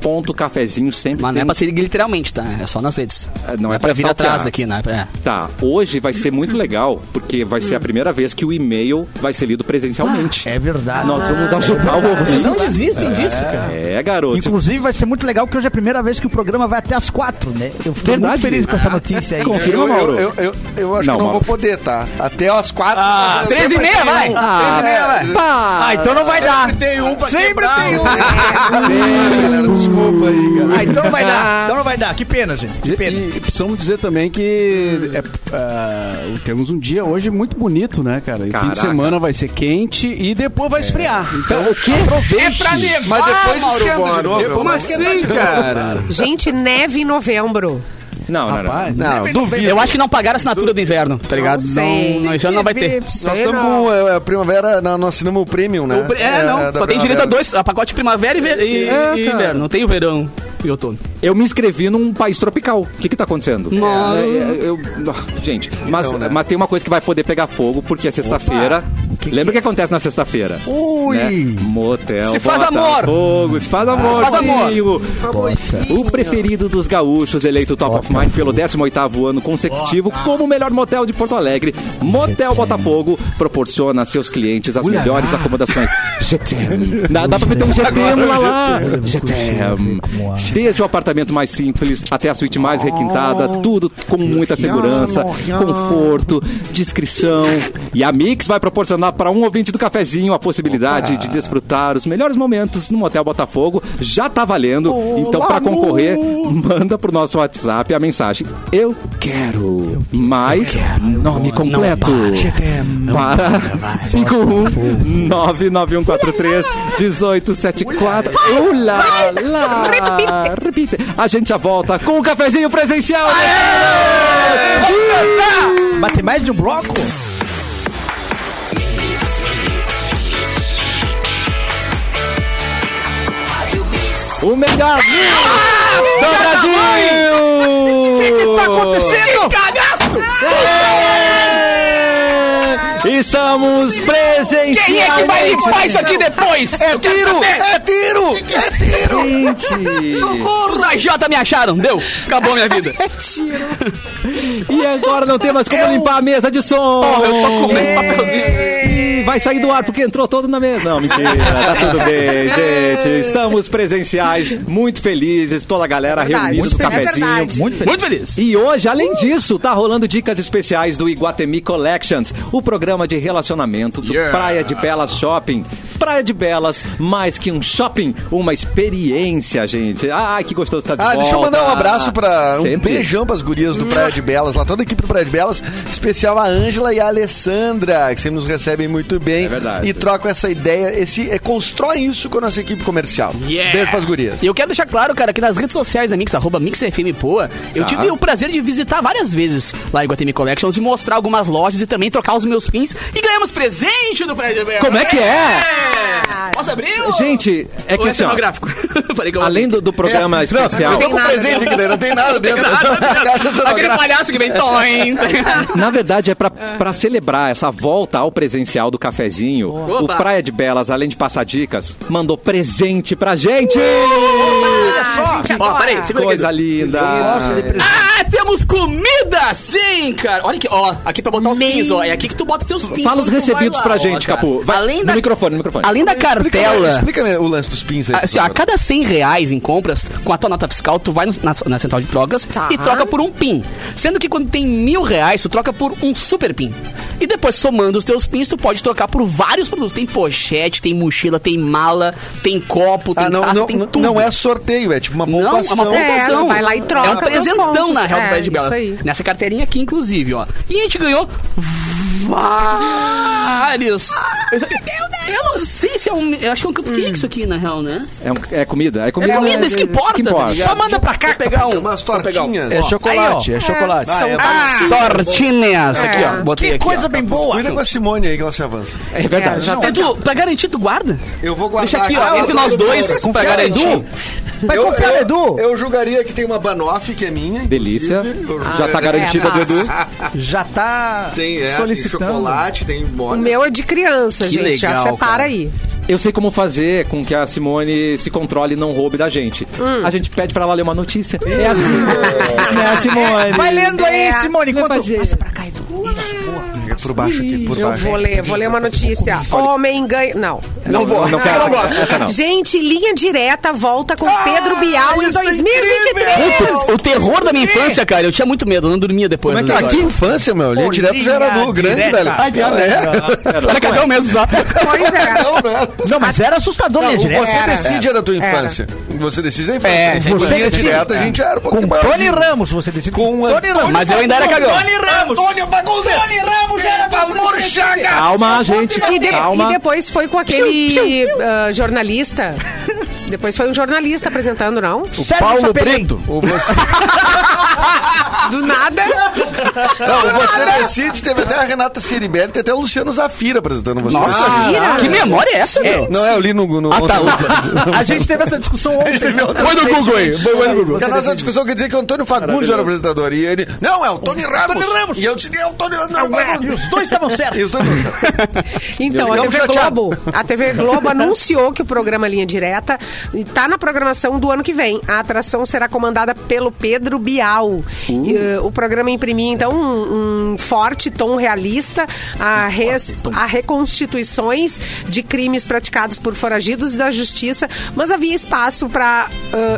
Speaker 1: programa.cafezinho sempre.
Speaker 2: Mas não é
Speaker 1: tem-
Speaker 2: pra seguir literalmente, tá? É só nas redes.
Speaker 1: É, não é pra
Speaker 2: pra vir
Speaker 1: stalkear.
Speaker 2: atrás daqui, não é pra...
Speaker 1: Tá, hoje vai ser muito legal, porque vai ser a primeira vez que o e-mail vai ser lido presencialmente.
Speaker 6: É verdade.
Speaker 3: Ah.
Speaker 1: Nós vamos ajudar o
Speaker 2: Vocês
Speaker 1: vocês.
Speaker 2: não desistem disso, cara.
Speaker 1: É, garoto.
Speaker 6: Inclusive, vai ser muito legal, porque hoje é a primeira vez que o programa vai até as quatro, né? Eu fiquei
Speaker 1: Verdade.
Speaker 6: muito feliz com essa notícia aí.
Speaker 1: Confirma,
Speaker 5: Eu,
Speaker 1: Mauro.
Speaker 5: eu, eu, eu, eu acho
Speaker 1: Não,
Speaker 5: que não
Speaker 1: Mauro.
Speaker 5: vou poder, tá? Até às quatro.
Speaker 7: Ah,
Speaker 5: eu-
Speaker 2: Três e meia, vai!
Speaker 1: Ah,
Speaker 5: Três e meia, vai.
Speaker 1: pá.
Speaker 6: Ah, então não vai dar.
Speaker 7: sempre tem um pra
Speaker 6: Sempre
Speaker 7: quebrar.
Speaker 6: tem um.
Speaker 5: [LAUGHS] Ah, galera, desculpa aí, galera.
Speaker 6: Ah, então não vai dar. Então não vai dar. Que pena, gente.
Speaker 7: E,
Speaker 6: Que pena.
Speaker 7: e precisamos dizer também que é, ah, temos um dia hoje muito bonito, né, cara? E o fim
Speaker 1: Caraca.
Speaker 7: de semana vai ser quente e depois vai esfriar. Então, o que?
Speaker 4: nevar,
Speaker 2: Ah,
Speaker 5: Mas depois esquenta de novo. eu-
Speaker 7: Como assim, cara?
Speaker 4: Gente, neve em novembro.
Speaker 1: Não, não, não.
Speaker 7: Rapaz,
Speaker 5: Não, duvido.
Speaker 2: Eu acho que não pagaram a assinatura do inverno, tá ligado?
Speaker 4: Não sei.
Speaker 2: Não, não, já não vai ter.
Speaker 5: Nós estamos com é, a primavera, na- nós assinamos o premium, né?
Speaker 2: O pre- É, não.
Speaker 5: da
Speaker 2: Só tem direito
Speaker 5: primavera.
Speaker 2: a dois. A pacote primavera e, ver- e-
Speaker 1: É,
Speaker 2: e
Speaker 1: cara.
Speaker 2: inverno. Não tem o verão e outono.
Speaker 1: Eu me inscrevi num país tropical. O que que tá acontecendo?
Speaker 2: Mano.
Speaker 1: É, é, eu- ah, gente,
Speaker 2: Então,
Speaker 1: mas,
Speaker 2: né?
Speaker 1: mas tem uma coisa que vai poder pegar fogo, porque é sexta-feira. Lembra o que acontece na sexta-feira?
Speaker 6: Ui.
Speaker 1: Né? Motel.
Speaker 2: é? Se faz
Speaker 1: bota
Speaker 2: amor.
Speaker 1: Fogo, se faz amor.
Speaker 2: faz amor.
Speaker 1: sim. O preferido dos gaúchos, eleito top of mind pelo 18º ano consecutivo como o melhor motel de Porto Alegre. Motel Botafogo proporciona a seus clientes as melhores
Speaker 2: ah. [LAUGHS]
Speaker 1: acomodações. GTM. Dá, dá pra meter um GTM lá lá. GTM. É, hum, Desde o apartamento mais simples até a suíte mais requintada, tudo com muita segurança, conforto, discrição. E a Mix vai proporcionar para um ouvinte do cafezinho a possibilidade de desfrutar os melhores momentos no Motel Botafogo. Já tá valendo. então, para concorrer, manda pro nosso WhatsApp a mensagem Eu quero mais nome completo. Para um, 51991431874. Ula, lá, repite. A gente já volta com o cafezinho presencial. né?
Speaker 6: Mas tem mais de um bloco?
Speaker 1: O melhor
Speaker 2: Ah,
Speaker 1: do Brasil! O que, está
Speaker 2: tá
Speaker 1: acontecendo? Cagaço! É! Estamos presencialmente!
Speaker 2: Quem é que é vai limpar isso aqui depois? É tiro! É tiro!
Speaker 1: Gente!
Speaker 2: Socorro! Os AJ me acharam, deu? Acabou minha [LAUGHS] vida.
Speaker 1: E agora não tem mais como limpar a mesa de som!
Speaker 2: Eu tô comendo um papelzinho.
Speaker 1: E vai sair do ar porque entrou todo na mesa. Não, mentira. Tá tudo bem, gente. Estamos presenciais, muito felizes, toda a galera reunida no
Speaker 2: tá
Speaker 4: Muito feliz.
Speaker 1: cafezinho.
Speaker 4: É verdade.
Speaker 6: Muito feliz.
Speaker 2: Muito feliz.
Speaker 1: E hoje, além disso, tá rolando dicas especiais do Iguatemi Collections, o programa de relacionamento do Praia de Belas Shopping. Praia de Belas, mais que um shopping, uma experiência, gente. Ai, que gostoso estar de
Speaker 5: Ah,
Speaker 1: volta.
Speaker 5: deixa eu mandar um abraço pra. Um
Speaker 1: Sempre.
Speaker 5: beijão pras gurias do Praia de Belas, lá toda a equipe do Praia de Belas, especial a Ângela e a Alessandra, que sempre nos recebem muito bem.
Speaker 1: É verdade.
Speaker 5: E trocam essa ideia, esse, é, constrói isso com a nossa equipe comercial.
Speaker 2: Yeah.
Speaker 5: Beijo pras gurias.
Speaker 2: E eu quero deixar claro, cara, que nas redes sociais da Mix, arroba MixFMPoa, eu
Speaker 1: Tá.
Speaker 2: tive o prazer de visitar várias vezes lá em Guatemi Collections e mostrar algumas lojas e também trocar os meus pins e ganhamos presente do prédio.
Speaker 1: Como é que é?
Speaker 2: Posso abrir? ô?
Speaker 1: Gente, é
Speaker 2: Ou
Speaker 1: que assim, ó,
Speaker 2: cenográfico? [LAUGHS] Falei que eu
Speaker 1: além do, do programa especial...
Speaker 5: Eu tô com
Speaker 4: nada
Speaker 5: presente aqui, né? É. não tem nada dentro. é só uma caixa
Speaker 1: [LAUGHS]
Speaker 2: [LAUGHS] Aquele
Speaker 5: sonográfica.
Speaker 2: palhaço que vem, toim.
Speaker 1: Na verdade, é pra- pra celebrar essa volta ao presencial do cafezinho. O
Speaker 2: Opa.
Speaker 1: Praia de Belas, além de passar dicas, mandou presente pra gente!
Speaker 4: a gente
Speaker 2: Ó,
Speaker 4: adora.
Speaker 2: peraí, segura aqui.
Speaker 1: Coisa linda.
Speaker 2: Ah, temos comida sim, cara. Olha aqui, ó, aqui pra botar os pins, ó. É aqui que tu bota teus pins.
Speaker 1: Fala os
Speaker 2: quando tu vai
Speaker 1: recebidos
Speaker 2: lá,
Speaker 1: pra
Speaker 2: ó,
Speaker 1: gente,
Speaker 2: cara.
Speaker 1: Capu. Vai,
Speaker 2: além
Speaker 1: no
Speaker 2: da,
Speaker 1: microfone, no microfone.
Speaker 2: Além da
Speaker 5: Explica,
Speaker 2: cartela...
Speaker 5: explica o lance dos pins aí. por
Speaker 2: Assim, ó, a
Speaker 5: favor.
Speaker 2: cada 100 reais em compras, com a tua nota fiscal, tu vai no- na, na central de trocas
Speaker 4: Tá.
Speaker 2: e troca por um PIN. Sendo que quando tem mil reais, tu troca por um super PIN. E depois, somando os teus pins, tu pode trocar por vários produtos. Tem pochete, tem mochila, tem mala, tem copo, tem
Speaker 5: Ah, não,
Speaker 2: taça,
Speaker 5: não,
Speaker 2: tem
Speaker 5: não-
Speaker 2: tudo.
Speaker 5: não é sorteio, é tipo uma
Speaker 2: Não, é
Speaker 5: pontuação.
Speaker 2: uma pontuação.
Speaker 4: É, vai lá e troca
Speaker 2: É um
Speaker 4: pelos
Speaker 2: presentão,
Speaker 4: pontos.
Speaker 2: na real, do
Speaker 4: É,
Speaker 2: Bad Belas.
Speaker 4: isso aí.
Speaker 2: Nessa carteirinha aqui, inclusive, ó. E a gente ganhou vários. Eu, eu não sei se é um... Eu acho que é um
Speaker 4: Hum.
Speaker 2: cupcake isso aqui, na real, né?
Speaker 1: É, um- é comida, é comida.
Speaker 2: É comida, isso que importa, tá ligado?
Speaker 6: Só manda pra cá.
Speaker 2: Vou pegar um.
Speaker 5: Umas
Speaker 2: vou pegar um.
Speaker 5: tortinhas.
Speaker 7: É
Speaker 2: Ó,
Speaker 7: chocolate,
Speaker 2: aí,
Speaker 7: é chocolate.
Speaker 5: Ah, é,
Speaker 2: ó. Tortinhas. Tá aqui, ó. Botei
Speaker 6: Que
Speaker 2: aqui.
Speaker 6: coisa
Speaker 2: ó.
Speaker 6: bem boa.
Speaker 5: Cuida com a Simone aí que ela se avança.
Speaker 1: É verdade.
Speaker 4: É, já
Speaker 2: Edu, pra garantir, tu guarda?
Speaker 5: Eu vou
Speaker 2: Deixa
Speaker 5: guardar
Speaker 2: aqui, ó, entre nós dois, pra garantir.
Speaker 6: Vai
Speaker 5: eu,
Speaker 6: confiar no
Speaker 5: eu-
Speaker 6: Edu.
Speaker 5: Eu julgaria que tem uma banoff que é minha.
Speaker 1: Delícia.
Speaker 5: inclusive. Eu
Speaker 1: Já tá
Speaker 5: julgaria-
Speaker 1: garantida,
Speaker 4: É,
Speaker 1: do Edu.
Speaker 6: Já tá
Speaker 5: Tem, é, tem
Speaker 6: solicitando.
Speaker 5: chocolate, tem
Speaker 4: O
Speaker 5: bora.
Speaker 4: meu é de criança,
Speaker 7: Que
Speaker 4: gente. Já
Speaker 7: legal,
Speaker 4: separa
Speaker 7: cara.
Speaker 4: aí.
Speaker 1: Eu sei como fazer com que a Simone se controle e não roube da gente. A gente pede pra ela ler uma notícia. É assim. né, Simone?
Speaker 6: Vai lendo aí,
Speaker 4: É.
Speaker 6: Simone.
Speaker 1: Lê pra
Speaker 6: Enquanto...
Speaker 1: gente.
Speaker 6: Passa pra cá, então. Edu.
Speaker 5: É por baixo aqui, por
Speaker 4: Eu
Speaker 1: Tá
Speaker 5: baixo.
Speaker 4: vou ler, vou ler uma notícia. Homem ganha. Não.
Speaker 1: um Não vou, não quero. Não gosto dessa, não. Ah,
Speaker 4: Gente, linha direta volta com Pedro Bial em
Speaker 5: isso é
Speaker 4: 2023.
Speaker 2: O terror da minha infância, cara, eu tinha muito medo, eu não dormia depois.
Speaker 5: Como é que
Speaker 2: dessa
Speaker 5: era? Que
Speaker 2: história.
Speaker 5: infância, meu. Linha direto já era do grande,
Speaker 6: direta.
Speaker 5: velho.
Speaker 6: Ai,
Speaker 2: pior, né? Era cabelo mesmo, só.
Speaker 4: Pois é.
Speaker 5: Não, não.
Speaker 6: Não, mas era assustador, né,
Speaker 5: Não,
Speaker 6: direto.
Speaker 5: você
Speaker 4: Era.
Speaker 5: decide era da tua infância. Você decide da infância.
Speaker 2: É,
Speaker 5: Com
Speaker 6: você
Speaker 5: linha
Speaker 6: decide.
Speaker 5: direta, a gente era um
Speaker 6: Com
Speaker 5: pouquinho maior.
Speaker 6: Tony Ramos,
Speaker 5: [LAUGHS]
Speaker 6: você decide.
Speaker 5: Com Antônio
Speaker 2: Mas eu ainda era cagão.
Speaker 6: Ramos.
Speaker 5: Antônio Fagundes.
Speaker 6: Tony Ramos era
Speaker 5: Valmor Chagas.
Speaker 1: Calma, gente.
Speaker 4: E, de- e
Speaker 1: Calma.
Speaker 4: depois foi com aquele ah, jornalista. Depois foi um jornalista apresentando, não?
Speaker 6: Paulo Brito.
Speaker 5: Ou você...
Speaker 4: Do nada.
Speaker 5: Não, você decide, teve até a Renata Ciribelli, tem até o Luciano Zafira apresentando você.
Speaker 2: Nossa,
Speaker 5: Ah,
Speaker 2: Zira, que memória é essa, meu?
Speaker 5: Não, é, eu li no... no
Speaker 2: Ah, tá.
Speaker 5: ontem.
Speaker 6: A gente teve essa discussão ontem.
Speaker 2: Foi no Google aí. Foi no Google.
Speaker 5: Porque a nossa discussão quer dizer que o Antônio Fagundes era o apresentador. E ele, não, é o Tony Ramos. E eu disse, é o Tony Antônio
Speaker 6: E
Speaker 5: Fagundes.
Speaker 6: os dois estavam certos.
Speaker 5: Isso não certo.
Speaker 4: Então, a
Speaker 5: Ligamos
Speaker 4: TV
Speaker 5: um chateado.
Speaker 4: Globo. A TV
Speaker 5: [LAUGHS]
Speaker 4: Globo anunciou que o programa Linha Direta está na programação do ano que vem. A atração será comandada pelo Pedro Bial.
Speaker 5: Uh.
Speaker 4: E, eh, o programa imprimia, então, um, um forte tom realista
Speaker 5: Um
Speaker 4: a, res- a reconstituições de crimes praticados por foragidos da justiça, mas havia espaço para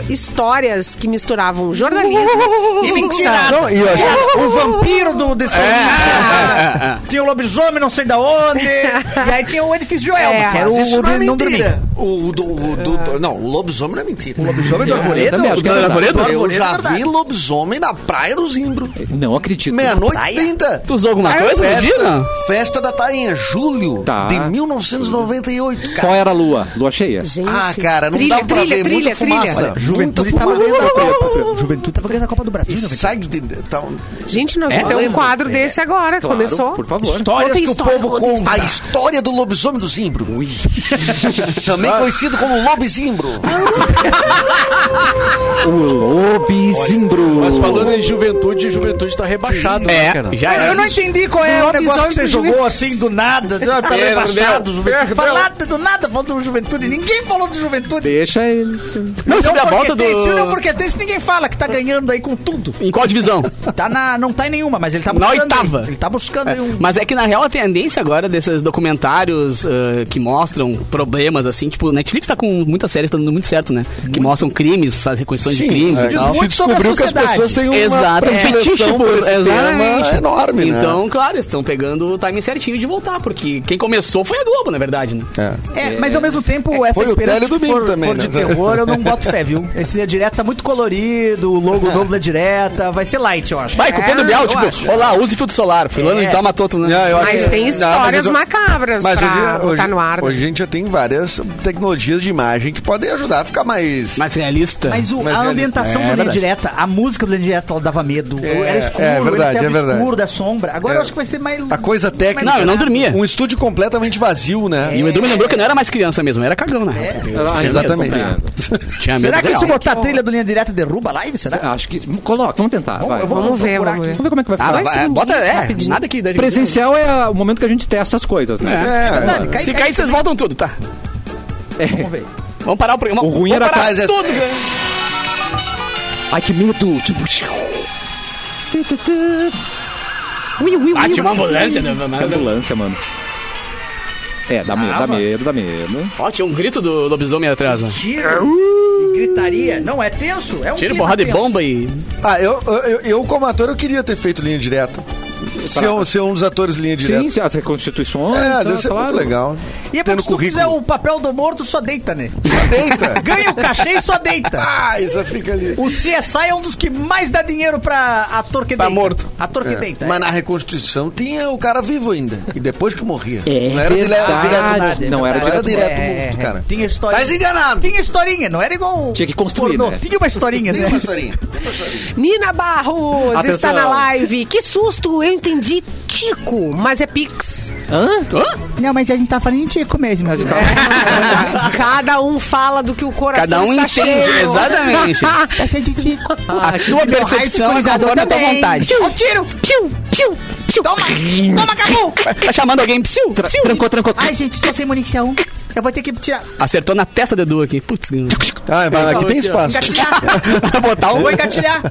Speaker 4: histórias que misturavam jornalismo e ficção.
Speaker 5: Não, e É. eu achei...
Speaker 6: O vampiro do desse
Speaker 5: é,
Speaker 6: Tinha o lobisomem, não sei da [LAUGHS] onde. E aí tinha o edifício Joel,
Speaker 4: É,
Speaker 6: que era o
Speaker 5: Mas isso não é
Speaker 6: não
Speaker 5: mentira.
Speaker 6: dormir.
Speaker 5: O, do, o do- do- não, o lobisomem não é mentira.
Speaker 6: Lobisomem do Arvoredo?
Speaker 1: também acho que é verdade.
Speaker 6: Do
Speaker 5: Eu
Speaker 6: Arvoredo é
Speaker 5: já
Speaker 6: verdade.
Speaker 5: vi lobisomem na Praia do Zimbro.
Speaker 1: Não acredito.
Speaker 5: Meia-noite trinta.
Speaker 2: Tu usou alguma coisa no dia,
Speaker 5: Festa,
Speaker 2: não?
Speaker 5: festa da Tainha, julho
Speaker 1: Tá.
Speaker 5: de 1998, cara.
Speaker 1: Qual era a lua? Lua cheia?
Speaker 4: Gente,
Speaker 5: Ah, cara, não
Speaker 4: trilha,
Speaker 5: dava pra
Speaker 4: trilha,
Speaker 5: ver,
Speaker 4: trilha,
Speaker 5: muita
Speaker 4: trilha.
Speaker 5: fumaça.
Speaker 6: Juventude
Speaker 5: Muita
Speaker 6: tava
Speaker 5: fumaça.
Speaker 6: ganhando a Copa. Juventude tava ganhando a Copa do Brasil,
Speaker 5: E
Speaker 6: né?
Speaker 5: sai de... de- tá-
Speaker 4: Gente, nós
Speaker 5: É,
Speaker 4: vamos ter um
Speaker 5: lembro.
Speaker 4: quadro desse agora.
Speaker 1: Claro,
Speaker 4: Começou.
Speaker 1: Por favor.
Speaker 6: Histórias
Speaker 4: Conta
Speaker 6: que o
Speaker 4: história,
Speaker 6: povo
Speaker 4: conta
Speaker 6: conta.
Speaker 5: a história do lobisomem do Zimbro. Também conhecido como lobizimbro.
Speaker 1: O Lobizimbro.
Speaker 7: Mas falando em é juventude, juventude tá rebaixado,
Speaker 5: É,
Speaker 7: né, cara?
Speaker 2: já
Speaker 6: Eu não entendi qual é o
Speaker 4: Lobisomem
Speaker 6: negócio que você
Speaker 4: do
Speaker 6: jogou assim
Speaker 5: [LAUGHS]
Speaker 6: do nada. Já tava
Speaker 2: Perdeu,
Speaker 6: rebaixado, juventude.
Speaker 2: perdeu.
Speaker 6: Falado do nada, falando do juventude. Ninguém falou de juventude.
Speaker 1: Deixa ele.
Speaker 2: Não, sobre a
Speaker 6: União
Speaker 2: volta do...
Speaker 6: Porquetense, União Porquetense, ninguém fala que tá ganhando aí com tudo.
Speaker 2: Em qual [LAUGHS] divisão?
Speaker 6: Tá na, não tá em nenhuma, mas ele tá
Speaker 2: Na
Speaker 6: buscando.
Speaker 2: oitava.
Speaker 6: aí. Ele tá buscando aí um.
Speaker 2: Mas é que na real a tendência agora desses documentários ah, que mostram problemas, assim, tipo, Netflix tá com muitas séries, tá dando muito é certo, né? Que mostram crimes, as reconstruções de crimes e
Speaker 5: diz
Speaker 2: tal.
Speaker 6: muito sobre a sociedade.
Speaker 5: têm
Speaker 2: Exato, um fetiche
Speaker 5: predileção
Speaker 2: por
Speaker 5: esse
Speaker 2: exatamente.
Speaker 5: tema enorme, né?
Speaker 2: Então, claro, estão pegando o timing certinho de voltar, porque quem começou foi a Globo, na verdade, né?
Speaker 6: É, mas ao mesmo tempo, essa
Speaker 5: Foi o
Speaker 6: esperança
Speaker 5: Tele
Speaker 6: que
Speaker 5: Domingo
Speaker 6: for,
Speaker 5: também,
Speaker 6: for de
Speaker 5: né?
Speaker 6: terror, eu não boto fé, [LAUGHS] viu? Esse é direto tá muito colorido, o logo novo da direta, vai ser light, eu acho.
Speaker 2: Vai, com o Pedro
Speaker 4: É,
Speaker 2: Bial,
Speaker 4: eu
Speaker 2: tipo, olá, use filtro solar. Fulano
Speaker 6: É.
Speaker 2: de tal matou outro, né?
Speaker 5: Não, eu acho
Speaker 4: Mas
Speaker 5: que-
Speaker 4: tem
Speaker 5: Não,
Speaker 4: histórias
Speaker 5: eu-
Speaker 4: macabras pra botar no ar, né?
Speaker 5: é- Hoje a gente já tem várias tecnologias de imagem que podem ajudar a ficar mais...
Speaker 2: Mais realista.
Speaker 6: Mas o-
Speaker 5: Mas
Speaker 6: a
Speaker 5: realista.
Speaker 6: ambientação
Speaker 2: É,
Speaker 6: do Linha
Speaker 2: verdade.
Speaker 6: Direta, a música do Linha Direta ela dava medo.
Speaker 5: É,
Speaker 6: era escuro,
Speaker 5: é verdade,
Speaker 6: ele
Speaker 5: é verdade.
Speaker 6: escuro da sombra. Agora
Speaker 5: É.
Speaker 6: eu acho que vai ser mais.
Speaker 5: A coisa técnica.
Speaker 2: Não, eu não dormia. É.
Speaker 5: Um estúdio completamente vazio, né? É,
Speaker 2: E o Edu me lembrou que eu não era mais criança mesmo, eu era cagão, né?
Speaker 5: Exatamente.
Speaker 2: Tinha medo
Speaker 6: Será que
Speaker 2: real.
Speaker 6: se botar a trilha do Linha Direta derruba a live? Será?
Speaker 1: Acho que. Coloca, vamos tentar. vai.
Speaker 6: eu vou-
Speaker 4: Vamos ver,
Speaker 6: procurar
Speaker 4: vamos ver.
Speaker 1: Vamos ver como é que vai
Speaker 2: Ah,
Speaker 1: ficar.
Speaker 2: vai,
Speaker 4: Dois
Speaker 2: vai, bota,
Speaker 4: segundinhos,
Speaker 2: é,
Speaker 4: rapidinho.
Speaker 2: nada que...
Speaker 1: Presencial é a- o momento que a gente testa as coisas,
Speaker 2: É.
Speaker 1: né?
Speaker 5: [LAUGHS] É,
Speaker 6: Verdade,
Speaker 2: Se cair, vocês voltam tudo, tá?
Speaker 6: Vamos ver.
Speaker 2: Vamos parar o programa.
Speaker 1: É. O ruim
Speaker 2: Vamos
Speaker 1: era é-
Speaker 2: parar
Speaker 5: quase-
Speaker 2: tudo, cara.
Speaker 1: Ai, que medo. Tipo... Tu, tu, tu. Ui, ui, ui,
Speaker 2: Ah, tinha uma
Speaker 1: ui.
Speaker 2: ambulância, né?
Speaker 1: Tinha ambulância, mano. É, dá medo, dá medo, dá medo.
Speaker 2: Ó, tinha um grito do lobisomem atrás. ó.
Speaker 6: Tiro e gritaria. Não, é tenso. É um
Speaker 2: Tiro,
Speaker 6: clima
Speaker 2: É. porrada e
Speaker 6: tenso.
Speaker 2: bomba e...
Speaker 5: Ah, eu, eu, eu, como ator, eu queria ter feito linha direta. Ser um, ser um dos atores linha direta.
Speaker 1: Sim, as reconstituições.
Speaker 5: É,
Speaker 1: então,
Speaker 5: deve ser
Speaker 1: claro.
Speaker 5: muito legal.
Speaker 6: E é porque
Speaker 5: Tendo
Speaker 6: se tu
Speaker 5: currículo.
Speaker 6: fizer o papel do morto, só deita, né?
Speaker 5: Deita.
Speaker 6: [LAUGHS] Ganha o cachê e só
Speaker 2: [LAUGHS]
Speaker 6: deita.
Speaker 5: Ah, isso fica ali.
Speaker 6: O CSI é um dos que mais dá dinheiro pra ator que
Speaker 2: Pra
Speaker 6: deita.
Speaker 2: morto. É.
Speaker 6: Ator que
Speaker 5: É.
Speaker 6: deita. é.
Speaker 5: Mas na reconstituição tinha o cara vivo ainda. E depois que morria.
Speaker 1: É
Speaker 5: não era dile-
Speaker 1: verdade,
Speaker 5: direto.
Speaker 1: é Não era
Speaker 5: não era
Speaker 1: direto.
Speaker 5: direto
Speaker 6: É,
Speaker 5: morto, cara.
Speaker 6: Tinha história.
Speaker 5: Tá enganado.
Speaker 6: Tinha historinha, não era igual. o
Speaker 1: Tinha que construir,
Speaker 6: pornô.
Speaker 1: né?
Speaker 6: Tinha uma historinha,
Speaker 5: Tem
Speaker 6: né?
Speaker 5: uma
Speaker 1: [LAUGHS]
Speaker 5: historinha. Tem uma historinha.
Speaker 4: Nina Barros
Speaker 1: Atenção.
Speaker 4: está na live. Que susto, eu entendi Tico, mas é Pix.
Speaker 3: Não, mas a gente tá falando em Tico mesmo.
Speaker 4: Cada um fala do que o coração
Speaker 2: Cada um
Speaker 4: está
Speaker 2: entende,
Speaker 4: cheio. [LAUGHS]
Speaker 2: exatamente.
Speaker 3: Tá cheio de Tico.
Speaker 6: Ah,
Speaker 3: Ah,
Speaker 2: A tua percepção é conforme
Speaker 6: tá
Speaker 2: a tua vontade.
Speaker 3: Ó, o um tiro. Piu, piu, piu. Toma, toma, acabou.
Speaker 2: Tá chamando alguém, psiu, psiu.
Speaker 1: Trancou, trancou.
Speaker 3: Ai, gente, tô sem munição. Eu vou ter que tirar.
Speaker 2: Acertou na testa do Edu
Speaker 1: [LAUGHS]
Speaker 2: aqui. Putz,
Speaker 5: Ah, mas aqui tem espaço.
Speaker 3: Engatilhar.
Speaker 2: vai botar um...
Speaker 3: Vou
Speaker 6: [LAUGHS]
Speaker 3: engatilhar.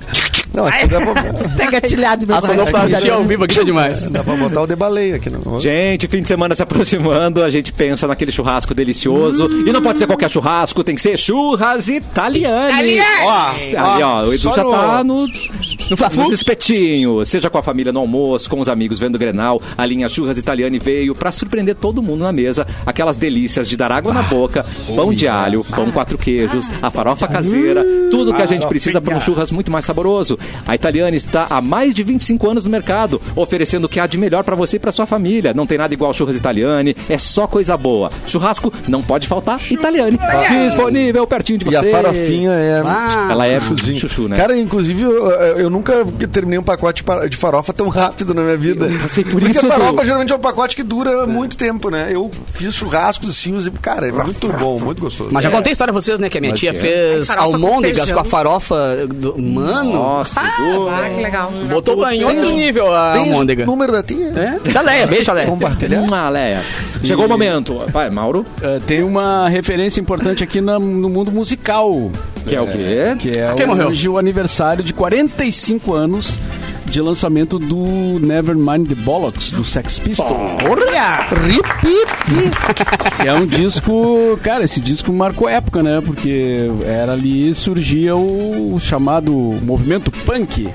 Speaker 5: Não, aqui
Speaker 1: [LAUGHS]
Speaker 5: dá pra,
Speaker 3: Tá engatilhado, meu
Speaker 2: A sonoplastia ao vivo aqui tá demais.
Speaker 5: dá pra botar o debaleio aqui. Não.
Speaker 1: Gente, fim de semana se aproximando, a gente pensa naquele churrasco delicioso. E não pode ser qualquer churrasco, tem que ser churras italiane.
Speaker 5: Ó,
Speaker 1: Ali, ó, o Edu
Speaker 5: só
Speaker 1: já
Speaker 5: no-
Speaker 1: tá no, nos espetinhos. Seja com a família no almoço, com os amigos vendo o Grenal, a linha Churras Italiane veio pra surpreender todo mundo na mesa. Aquelas delícias de dar água
Speaker 4: Ah.
Speaker 1: na boca, pão de alho, pão quatro queijos, a farofa caseira, tudo que a gente precisa para um churras muito mais saboroso. A Italiane está há mais de 25 anos no mercado, oferecendo o que há de melhor pra você e pra sua família. Não tem nada igual Churras Italiane, é só coisa boa. Churrasco não pode faltar, Italiane. Disponível pertinho de
Speaker 5: E
Speaker 1: você.
Speaker 5: a farofinha é.
Speaker 1: Ela é
Speaker 5: Chuchuzinho.
Speaker 1: chuchu, né?
Speaker 5: Cara, inclusive, eu, eu nunca terminei um pacote par- de farofa tão rápido na minha vida.
Speaker 1: Eu passei por
Speaker 5: Porque
Speaker 1: isso,
Speaker 5: a farofa
Speaker 1: Edu.
Speaker 5: geralmente é um pacote que dura muito tempo, né? Eu fiz churrascos assim, e, cara, é muito bom, muito gostoso. É.
Speaker 2: Mas já contei a história pra vocês, né? Que a minha tia fez
Speaker 4: Farofa com
Speaker 2: almôndegas
Speaker 4: feijão.
Speaker 2: com a farofa do... Mano,
Speaker 1: Nossa, Edu.
Speaker 4: Ah, que legal.
Speaker 2: botou em outro nível a
Speaker 1: Ah,
Speaker 5: Tem o
Speaker 2: almôndega.
Speaker 5: número da tia?
Speaker 2: É? Da Leia, beijo, Leia.
Speaker 5: Compartilhar?
Speaker 1: Uma Hum, ah, Leia. Chegou o momento. Vai, Mauro.
Speaker 7: Ah, tem uma referência importante aqui na- no mundo musical.
Speaker 1: Que é o quê?
Speaker 7: Que é
Speaker 2: Quem
Speaker 7: hoje
Speaker 2: morreu?
Speaker 7: o aniversário de 45 anos de lançamento do Nevermind the Bollocks, do Sex Pistols. Que é um disco... Cara, esse disco marcou época, né? Porque era ali surgia o, o chamado movimento punk.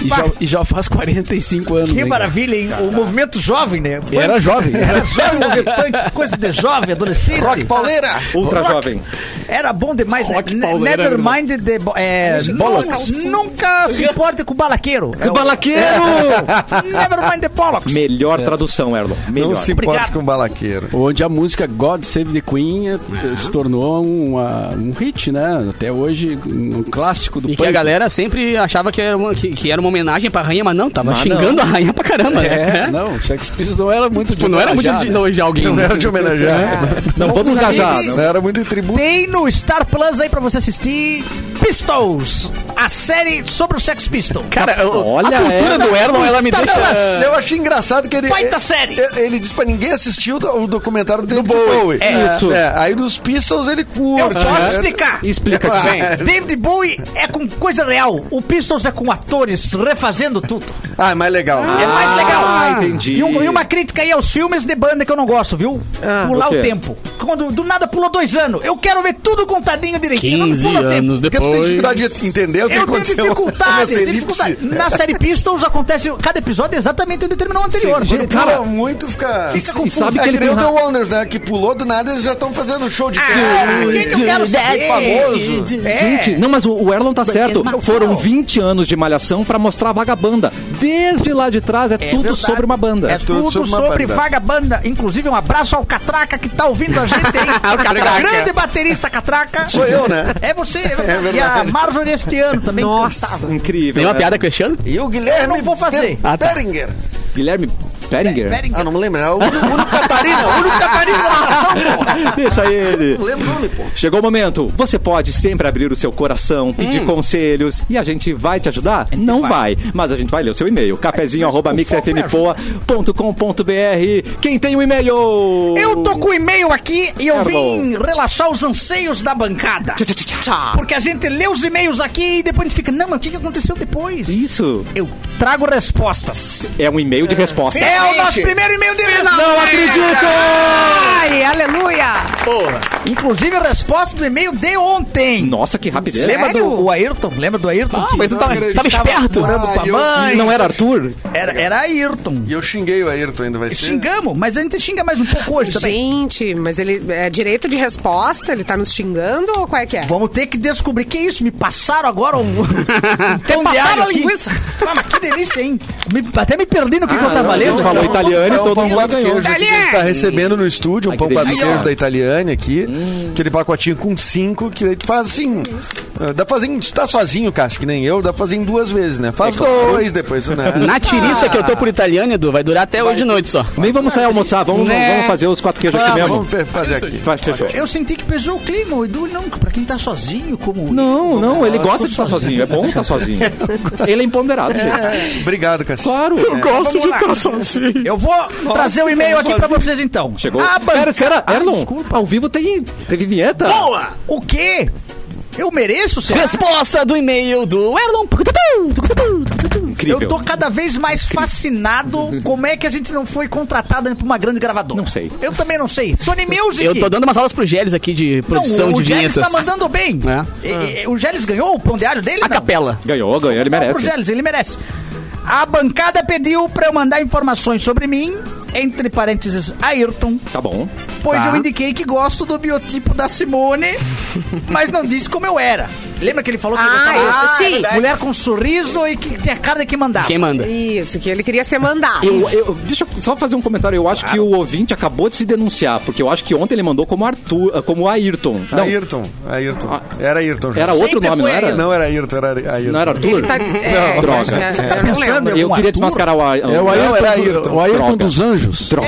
Speaker 7: E, já, e já faz 45 anos.
Speaker 6: Que
Speaker 7: né, cara?
Speaker 6: maravilha,
Speaker 2: Tá,
Speaker 6: hein? O movimento jovem, né?
Speaker 2: É.
Speaker 7: Era jovem.
Speaker 6: Era [LAUGHS] jovem, o punk, coisa de jovem, adolescente. Rock
Speaker 5: Pauleira!
Speaker 1: Ultra
Speaker 6: Rock.
Speaker 1: jovem.
Speaker 6: Era bom demais, né?
Speaker 2: Rock
Speaker 6: Ne-
Speaker 2: pauleira,
Speaker 6: Nevermind the bo- é, Bollocks. Nunca se importa com o balaqueiro. É o
Speaker 1: Balaqueiro!
Speaker 6: [LAUGHS] Nevermind the Bollocks.
Speaker 1: Melhor tradução, Erlon. Melhor.
Speaker 5: Não se importe
Speaker 6: Obrigado.
Speaker 5: com balaqueiro.
Speaker 7: Onde a música God Save the Queen eh, se tornou uma- um hit, né? Até hoje, um clássico do
Speaker 2: E que
Speaker 7: punk.
Speaker 2: a galera sempre achava que era uma, que, que era uma homenagem pra rainha, mas não, tava
Speaker 1: Mas
Speaker 2: xingando
Speaker 1: não.
Speaker 2: a rainha pra caramba, né?
Speaker 7: É, não, Sex Pistols não era muito de
Speaker 2: Tipo, não era muito
Speaker 7: homenagear,
Speaker 2: de
Speaker 7: né?
Speaker 2: elogiar alguém.
Speaker 5: Não
Speaker 1: é
Speaker 5: era de homenagear.
Speaker 1: né? ah, Não vamos engajar.
Speaker 5: Não É. era muito de tributo.
Speaker 6: Tem no Star Plus aí pra você assistir Pistols, a série sobre o Sex Pistols.
Speaker 2: Cara, eu-
Speaker 1: Olha
Speaker 2: a cultura
Speaker 1: essa.
Speaker 2: do Erlon, ela me deixa...
Speaker 5: Mas eu achei engraçado que ele.
Speaker 6: Baita série!
Speaker 5: Ele, ele disse pra ninguém assistir o, do- o documentário do David Bowie.
Speaker 1: É. Isso.
Speaker 5: É, aí nos Pistols ele
Speaker 6: Eu
Speaker 5: curte.
Speaker 6: posso
Speaker 5: né?
Speaker 6: explicar.
Speaker 1: Explica
Speaker 5: Ah,
Speaker 1: se
Speaker 6: David Bowie é com coisa real. O Pistols é com atores refazendo tudo.
Speaker 5: Ah, é mais legal.
Speaker 6: É mais legal.
Speaker 1: Ah, entendi.
Speaker 6: E, um- e uma crítica aí aos filmes de banda que eu não gosto, viu? pular
Speaker 1: Por quê?
Speaker 6: o tempo. Quando do nada pulou dois anos. Eu quero ver tudo contadinho direitinho.
Speaker 2: 15
Speaker 6: não pula
Speaker 7: É
Speaker 6: tempo.
Speaker 2: anos
Speaker 5: Porque tu tem
Speaker 2: depois...
Speaker 5: dificuldade de entender o que
Speaker 6: Eu
Speaker 5: aconteceu.
Speaker 6: tenho
Speaker 5: [LAUGHS]
Speaker 6: dificuldade,
Speaker 5: nessa
Speaker 6: tenho
Speaker 5: elipse.
Speaker 6: dificuldade. Na série Pistols acontece. Cada episódio é exatamente o determinado anterior.
Speaker 5: Quando
Speaker 6: Quando pula-
Speaker 5: pula muito, fica.
Speaker 1: E-
Speaker 5: fica
Speaker 1: e sabe
Speaker 5: é
Speaker 1: que ele
Speaker 5: nem
Speaker 1: tem
Speaker 5: o The
Speaker 1: ra-
Speaker 5: Wonders, né? Que pulou do nada eles já estão fazendo show de
Speaker 6: Ah, o É, que que eu quero saber?
Speaker 5: famoso.
Speaker 1: Gente, não, mas o, o Erlon tá certo.
Speaker 6: marcou.
Speaker 1: Foram 20 anos de malhação pra mostrar a vagabanda. Desde lá de trás é, tudo
Speaker 6: verdade.
Speaker 1: sobre uma banda.
Speaker 6: É
Speaker 5: tudo
Speaker 6: tudo
Speaker 5: sobre uma
Speaker 6: sobre
Speaker 5: banda.
Speaker 6: vagabanda. Inclusive, um abraço ao Catraca que tá ouvindo a gente aí.
Speaker 2: Catraca.
Speaker 6: Grande baterista Catraca.
Speaker 5: Sou eu, né?
Speaker 6: É você.
Speaker 5: verdade.
Speaker 6: e a Marjorie este ano também
Speaker 4: Nossa.
Speaker 6: cantava.
Speaker 1: Incrível.
Speaker 2: Tem uma
Speaker 1: né?
Speaker 2: piada com esse ano?
Speaker 5: E o Guilherme
Speaker 6: Eu não vou fazer.
Speaker 1: Ah, tá.
Speaker 5: Ber- Beringer.
Speaker 1: Guilherme Beringer?
Speaker 5: Ah, não me lembro. É o Uno Catarina. O Uno Catarina da narração, pô.
Speaker 1: Deixa ele.
Speaker 5: [LAUGHS] Não lembro o nome, pô.
Speaker 1: Chegou o momento. Você pode sempre abrir o seu coração,
Speaker 6: Hum.
Speaker 1: pedir conselhos e a gente vai te ajudar? Não vai. Mas a gente vai ler o seu e-mail.
Speaker 6: é
Speaker 1: cafezinho.mixfmpoa.com.br Quem tem o e-mail?
Speaker 6: Eu tô com o e-mail aqui e eu vim
Speaker 1: Errou.
Speaker 6: relaxar os anseios da bancada. Porque a gente lê os e-mails aqui e depois a gente fica, não, mas o que que aconteceu depois?
Speaker 1: Isso
Speaker 6: Eu trago respostas.
Speaker 1: é um e-mail de resposta.
Speaker 6: É o nosso primeiro e-mail de
Speaker 1: Não acredito!
Speaker 4: Ai, aleluia!
Speaker 6: Inclusive a resposta do e-mail de ontem.
Speaker 1: Nossa, que rapidez.
Speaker 6: Lembra do o Ayrton? Lembra do Ayrton?
Speaker 2: Ah,
Speaker 6: que
Speaker 2: mas tu tava,
Speaker 5: grande.
Speaker 2: tava esperto.
Speaker 5: Ah,
Speaker 6: morando com a
Speaker 5: eu-
Speaker 6: mãe?
Speaker 1: Não era Arthur?
Speaker 6: Era, era Ayrton.
Speaker 5: E eu xinguei o Ayrton ainda, vai ser.
Speaker 6: Xingamos, mas a gente xinga mais um pouco hoje também.
Speaker 4: Gente, mas ele é direito de resposta? Ele tá nos xingando ou qual é que é?
Speaker 6: Vamos ter que descobrir que isso. Me passaram agora
Speaker 3: [LAUGHS]
Speaker 6: um. Até
Speaker 4: passaram a linguiça.
Speaker 6: Ah, mas que delícia, hein? Me- até me perdi no
Speaker 3: Ah,
Speaker 6: que, que eu
Speaker 1: não,
Speaker 6: tava
Speaker 1: não,
Speaker 6: lendo.
Speaker 1: não falou
Speaker 6: Eu-
Speaker 1: italiano e
Speaker 5: É um
Speaker 1: todo
Speaker 5: pão
Speaker 1: mundo
Speaker 5: quatro
Speaker 1: ganhou.
Speaker 5: queijos aqui que a gente tá recebendo no estúdio, um
Speaker 1: Ai,
Speaker 5: pão
Speaker 1: que
Speaker 5: quatro
Speaker 1: delícia.
Speaker 5: queijo da Italiane aqui.
Speaker 1: Hum.
Speaker 5: Aquele pacotinho com cinco, que daí tu faz assim. eh, Dá pra fazer em. Tu tá sozinho, Cássio, que nem eu, dá pra fazer em duas vezes, né?
Speaker 1: É
Speaker 5: Faz dois depois,
Speaker 1: [LAUGHS]
Speaker 5: né?
Speaker 2: Na tiriça que eu tô por italiano, Edu, vai durar até hoje de noite só.
Speaker 1: Nem vamos sair almoçar, vamos,
Speaker 2: Né?
Speaker 1: vamos fazer os quatro queijos
Speaker 5: Ah,
Speaker 1: aqui mesmo.
Speaker 5: vamos fe- fazer aqui.
Speaker 1: Faz, fechou.
Speaker 6: Eu senti que pesou o clima, o Edu, não, pra quem tá sozinho, como.
Speaker 1: Não, não, ele gosta de estar sozinho. É bom estar
Speaker 6: [LAUGHS]
Speaker 1: sozinho. Ele é empoderado, gente.
Speaker 5: É, Obrigado, Cássio.
Speaker 1: Claro. Eu
Speaker 2: Gosto de estar sozinho.
Speaker 6: Eu vou trazer o e-mail aqui pra
Speaker 5: sozinho.
Speaker 6: vocês então.
Speaker 1: tá Chegou.
Speaker 6: A
Speaker 1: Pera,
Speaker 6: banca-
Speaker 1: espera,
Speaker 6: Ah,
Speaker 1: Erlon.
Speaker 6: desculpa.
Speaker 1: Ao vivo tem, teve vinheta.
Speaker 2: Boa!
Speaker 6: O quê? Eu mereço, será?
Speaker 2: Resposta do e-mail do Erlon.
Speaker 1: Incrível.
Speaker 6: Eu tô cada vez mais fascinado
Speaker 2: [LAUGHS]
Speaker 6: como é que a gente não foi contratado por uma grande gravadora.
Speaker 1: Não sei.
Speaker 6: Eu também não sei. Sony Music.
Speaker 2: Eu tô dando umas aulas pro Gélis aqui de produção
Speaker 6: não, o
Speaker 2: de
Speaker 6: Gélis
Speaker 2: vinhetas.
Speaker 6: tá mandando bem.
Speaker 2: É.
Speaker 6: E- e- O Gélis ganhou o pão diário dele?
Speaker 2: A
Speaker 6: não?
Speaker 2: capela.
Speaker 1: Ganhou, ganhou, ele
Speaker 6: Não,
Speaker 1: merece.
Speaker 6: pro Gélis, ele merece. A bancada pediu pra eu mandar informações sobre mim, entre parênteses, Ayrton,
Speaker 1: Tá bom.
Speaker 6: pois eu indiquei que gosto do biotipo da
Speaker 2: [LAUGHS]
Speaker 6: Simone, mas não disse como eu era. Lembra que ele falou que
Speaker 4: Ah, eu-
Speaker 6: eu
Speaker 3: é
Speaker 6: gostava?
Speaker 4: sim.
Speaker 6: Mulher com sorriso e que tem a cara de quem mandar.
Speaker 2: Quem manda?
Speaker 4: Isso, que ele queria ser mandado.
Speaker 1: Eu, eu- deixa eu só fazer um comentário. Eu acho que o ouvinte acabou de se denunciar, porque eu acho que ontem ele mandou como Arthur, ah, como Ayrton. Não, Ah.
Speaker 5: Ayrton, Ayrton. Era Ayrton. já.
Speaker 1: era outro nome, não era?
Speaker 5: Não era Ayrton, era Ayrton.
Speaker 1: Não era Arthur?
Speaker 4: Ele tá de- é,
Speaker 1: Não, droga.
Speaker 4: acho que-
Speaker 1: Você
Speaker 4: eu
Speaker 6: tá
Speaker 4: não
Speaker 6: pensando
Speaker 4: lembro.
Speaker 6: em
Speaker 1: Eu
Speaker 6: algum
Speaker 1: queria
Speaker 6: Arthur?
Speaker 1: desmascarar o Ayrton.
Speaker 7: É o Ayrton,
Speaker 5: era
Speaker 7: do-
Speaker 5: Ayrton.
Speaker 7: o Ayrton
Speaker 1: Droga.
Speaker 7: dos Anjos.
Speaker 1: Droga.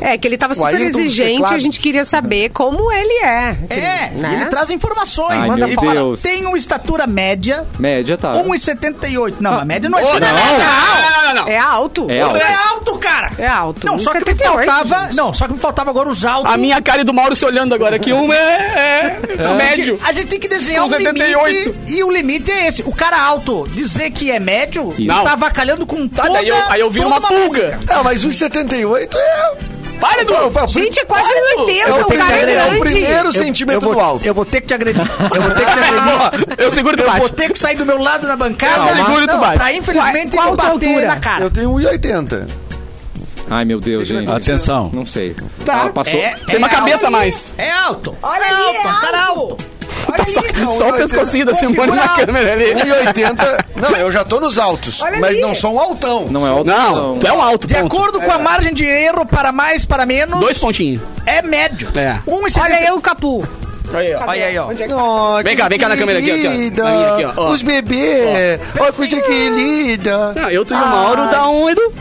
Speaker 5: É.
Speaker 4: É, que ele tava
Speaker 5: O
Speaker 4: super
Speaker 5: Ayrton dos
Speaker 4: exigente, a
Speaker 5: teclados.
Speaker 4: gente queria saber como ele é.
Speaker 6: É,
Speaker 4: Né?
Speaker 6: e ele traz informações.
Speaker 1: Ai,
Speaker 6: Manda
Speaker 1: meu
Speaker 6: fora.
Speaker 1: Deus.
Speaker 6: Tenho estatura média,
Speaker 1: Média, tá.
Speaker 6: 1,78. Não, a média não é
Speaker 2: Ah, Não,
Speaker 6: estatura média.
Speaker 2: não, não, não.
Speaker 4: É alto?
Speaker 1: É alto.
Speaker 6: É alto, cara.
Speaker 4: É alto.
Speaker 6: Não, só que me
Speaker 4: 1,78,
Speaker 6: faltava...
Speaker 4: gente.
Speaker 6: Não, só que me faltava agora os altos.
Speaker 2: A minha cara e do Mauro se olhando agora, que um é, é, o médio.
Speaker 6: A gente tem que desenhar um
Speaker 2: 1,78.
Speaker 6: limite e o limite é esse. O cara alto dizer que é médio,
Speaker 2: Não.
Speaker 6: tá avacalhando com toda...
Speaker 2: Tá, daí eu, aí eu vi
Speaker 6: toda
Speaker 2: uma pulga.
Speaker 5: Ah, mas 1,78 é.
Speaker 2: Para, Edu!
Speaker 5: Pô, pô,
Speaker 4: Gente, é quase
Speaker 2: Olha,
Speaker 4: 80,
Speaker 5: é
Speaker 4: o
Speaker 5: o
Speaker 4: cara
Speaker 5: primeiro, é
Speaker 4: é
Speaker 5: o primeiro
Speaker 4: grande.
Speaker 5: centímetro
Speaker 6: eu vou,
Speaker 5: do alto.
Speaker 6: Eu vou ter que te agredir. Eu vou ter que te
Speaker 2: [LAUGHS]
Speaker 6: agredir.
Speaker 2: Eu seguro
Speaker 6: Eu vou
Speaker 2: debaixo.
Speaker 6: ter que sair do meu lado na bancada
Speaker 2: Eu seguro e tu
Speaker 6: Não,
Speaker 2: bate.
Speaker 6: pra infelizmente
Speaker 2: Qual- qual
Speaker 6: não
Speaker 2: a tua
Speaker 6: bater
Speaker 2: altura?
Speaker 6: na cara.
Speaker 5: Eu tenho 1,80.
Speaker 1: Ai, meu Deus,
Speaker 7: É.
Speaker 1: gente.
Speaker 7: Atenção.
Speaker 1: Não sei.
Speaker 2: Tá.
Speaker 1: Ela passou.
Speaker 2: Tem uma cabeça a mais.
Speaker 6: É alto.
Speaker 4: Olha
Speaker 6: é
Speaker 4: ali, é
Speaker 6: cara
Speaker 4: alto.
Speaker 6: alto.
Speaker 4: Olha ali.
Speaker 5: Não,
Speaker 2: Só o
Speaker 5: não,
Speaker 2: pescocinho da Simone na
Speaker 6: configurar.
Speaker 2: câmera ali.
Speaker 5: 1,80. Não, eu já tô nos altos.
Speaker 4: Olha
Speaker 5: mas
Speaker 4: ali.
Speaker 5: não sou um altão.
Speaker 1: Não é alto.
Speaker 2: Não, tu é um alto,
Speaker 6: De
Speaker 2: ponto.
Speaker 6: acordo com a margem de erro, para mais, para menos,
Speaker 2: Dois pontinhos.
Speaker 6: é médio.
Speaker 2: É.
Speaker 4: Olha aí
Speaker 6: 1,70.
Speaker 4: o capu.
Speaker 2: Aí, ó.
Speaker 6: Olha aí, ó.
Speaker 4: Onde é que-
Speaker 5: Oh,
Speaker 2: Vem
Speaker 5: que
Speaker 2: cá, vem cá na câmera aqui, aqui, ó.
Speaker 5: querida.
Speaker 2: Na minha aqui, ó. Ó.
Speaker 5: Os bebês. Olha coisa que linda.
Speaker 2: Não, eu, tu e o Mauro dá um, Edu.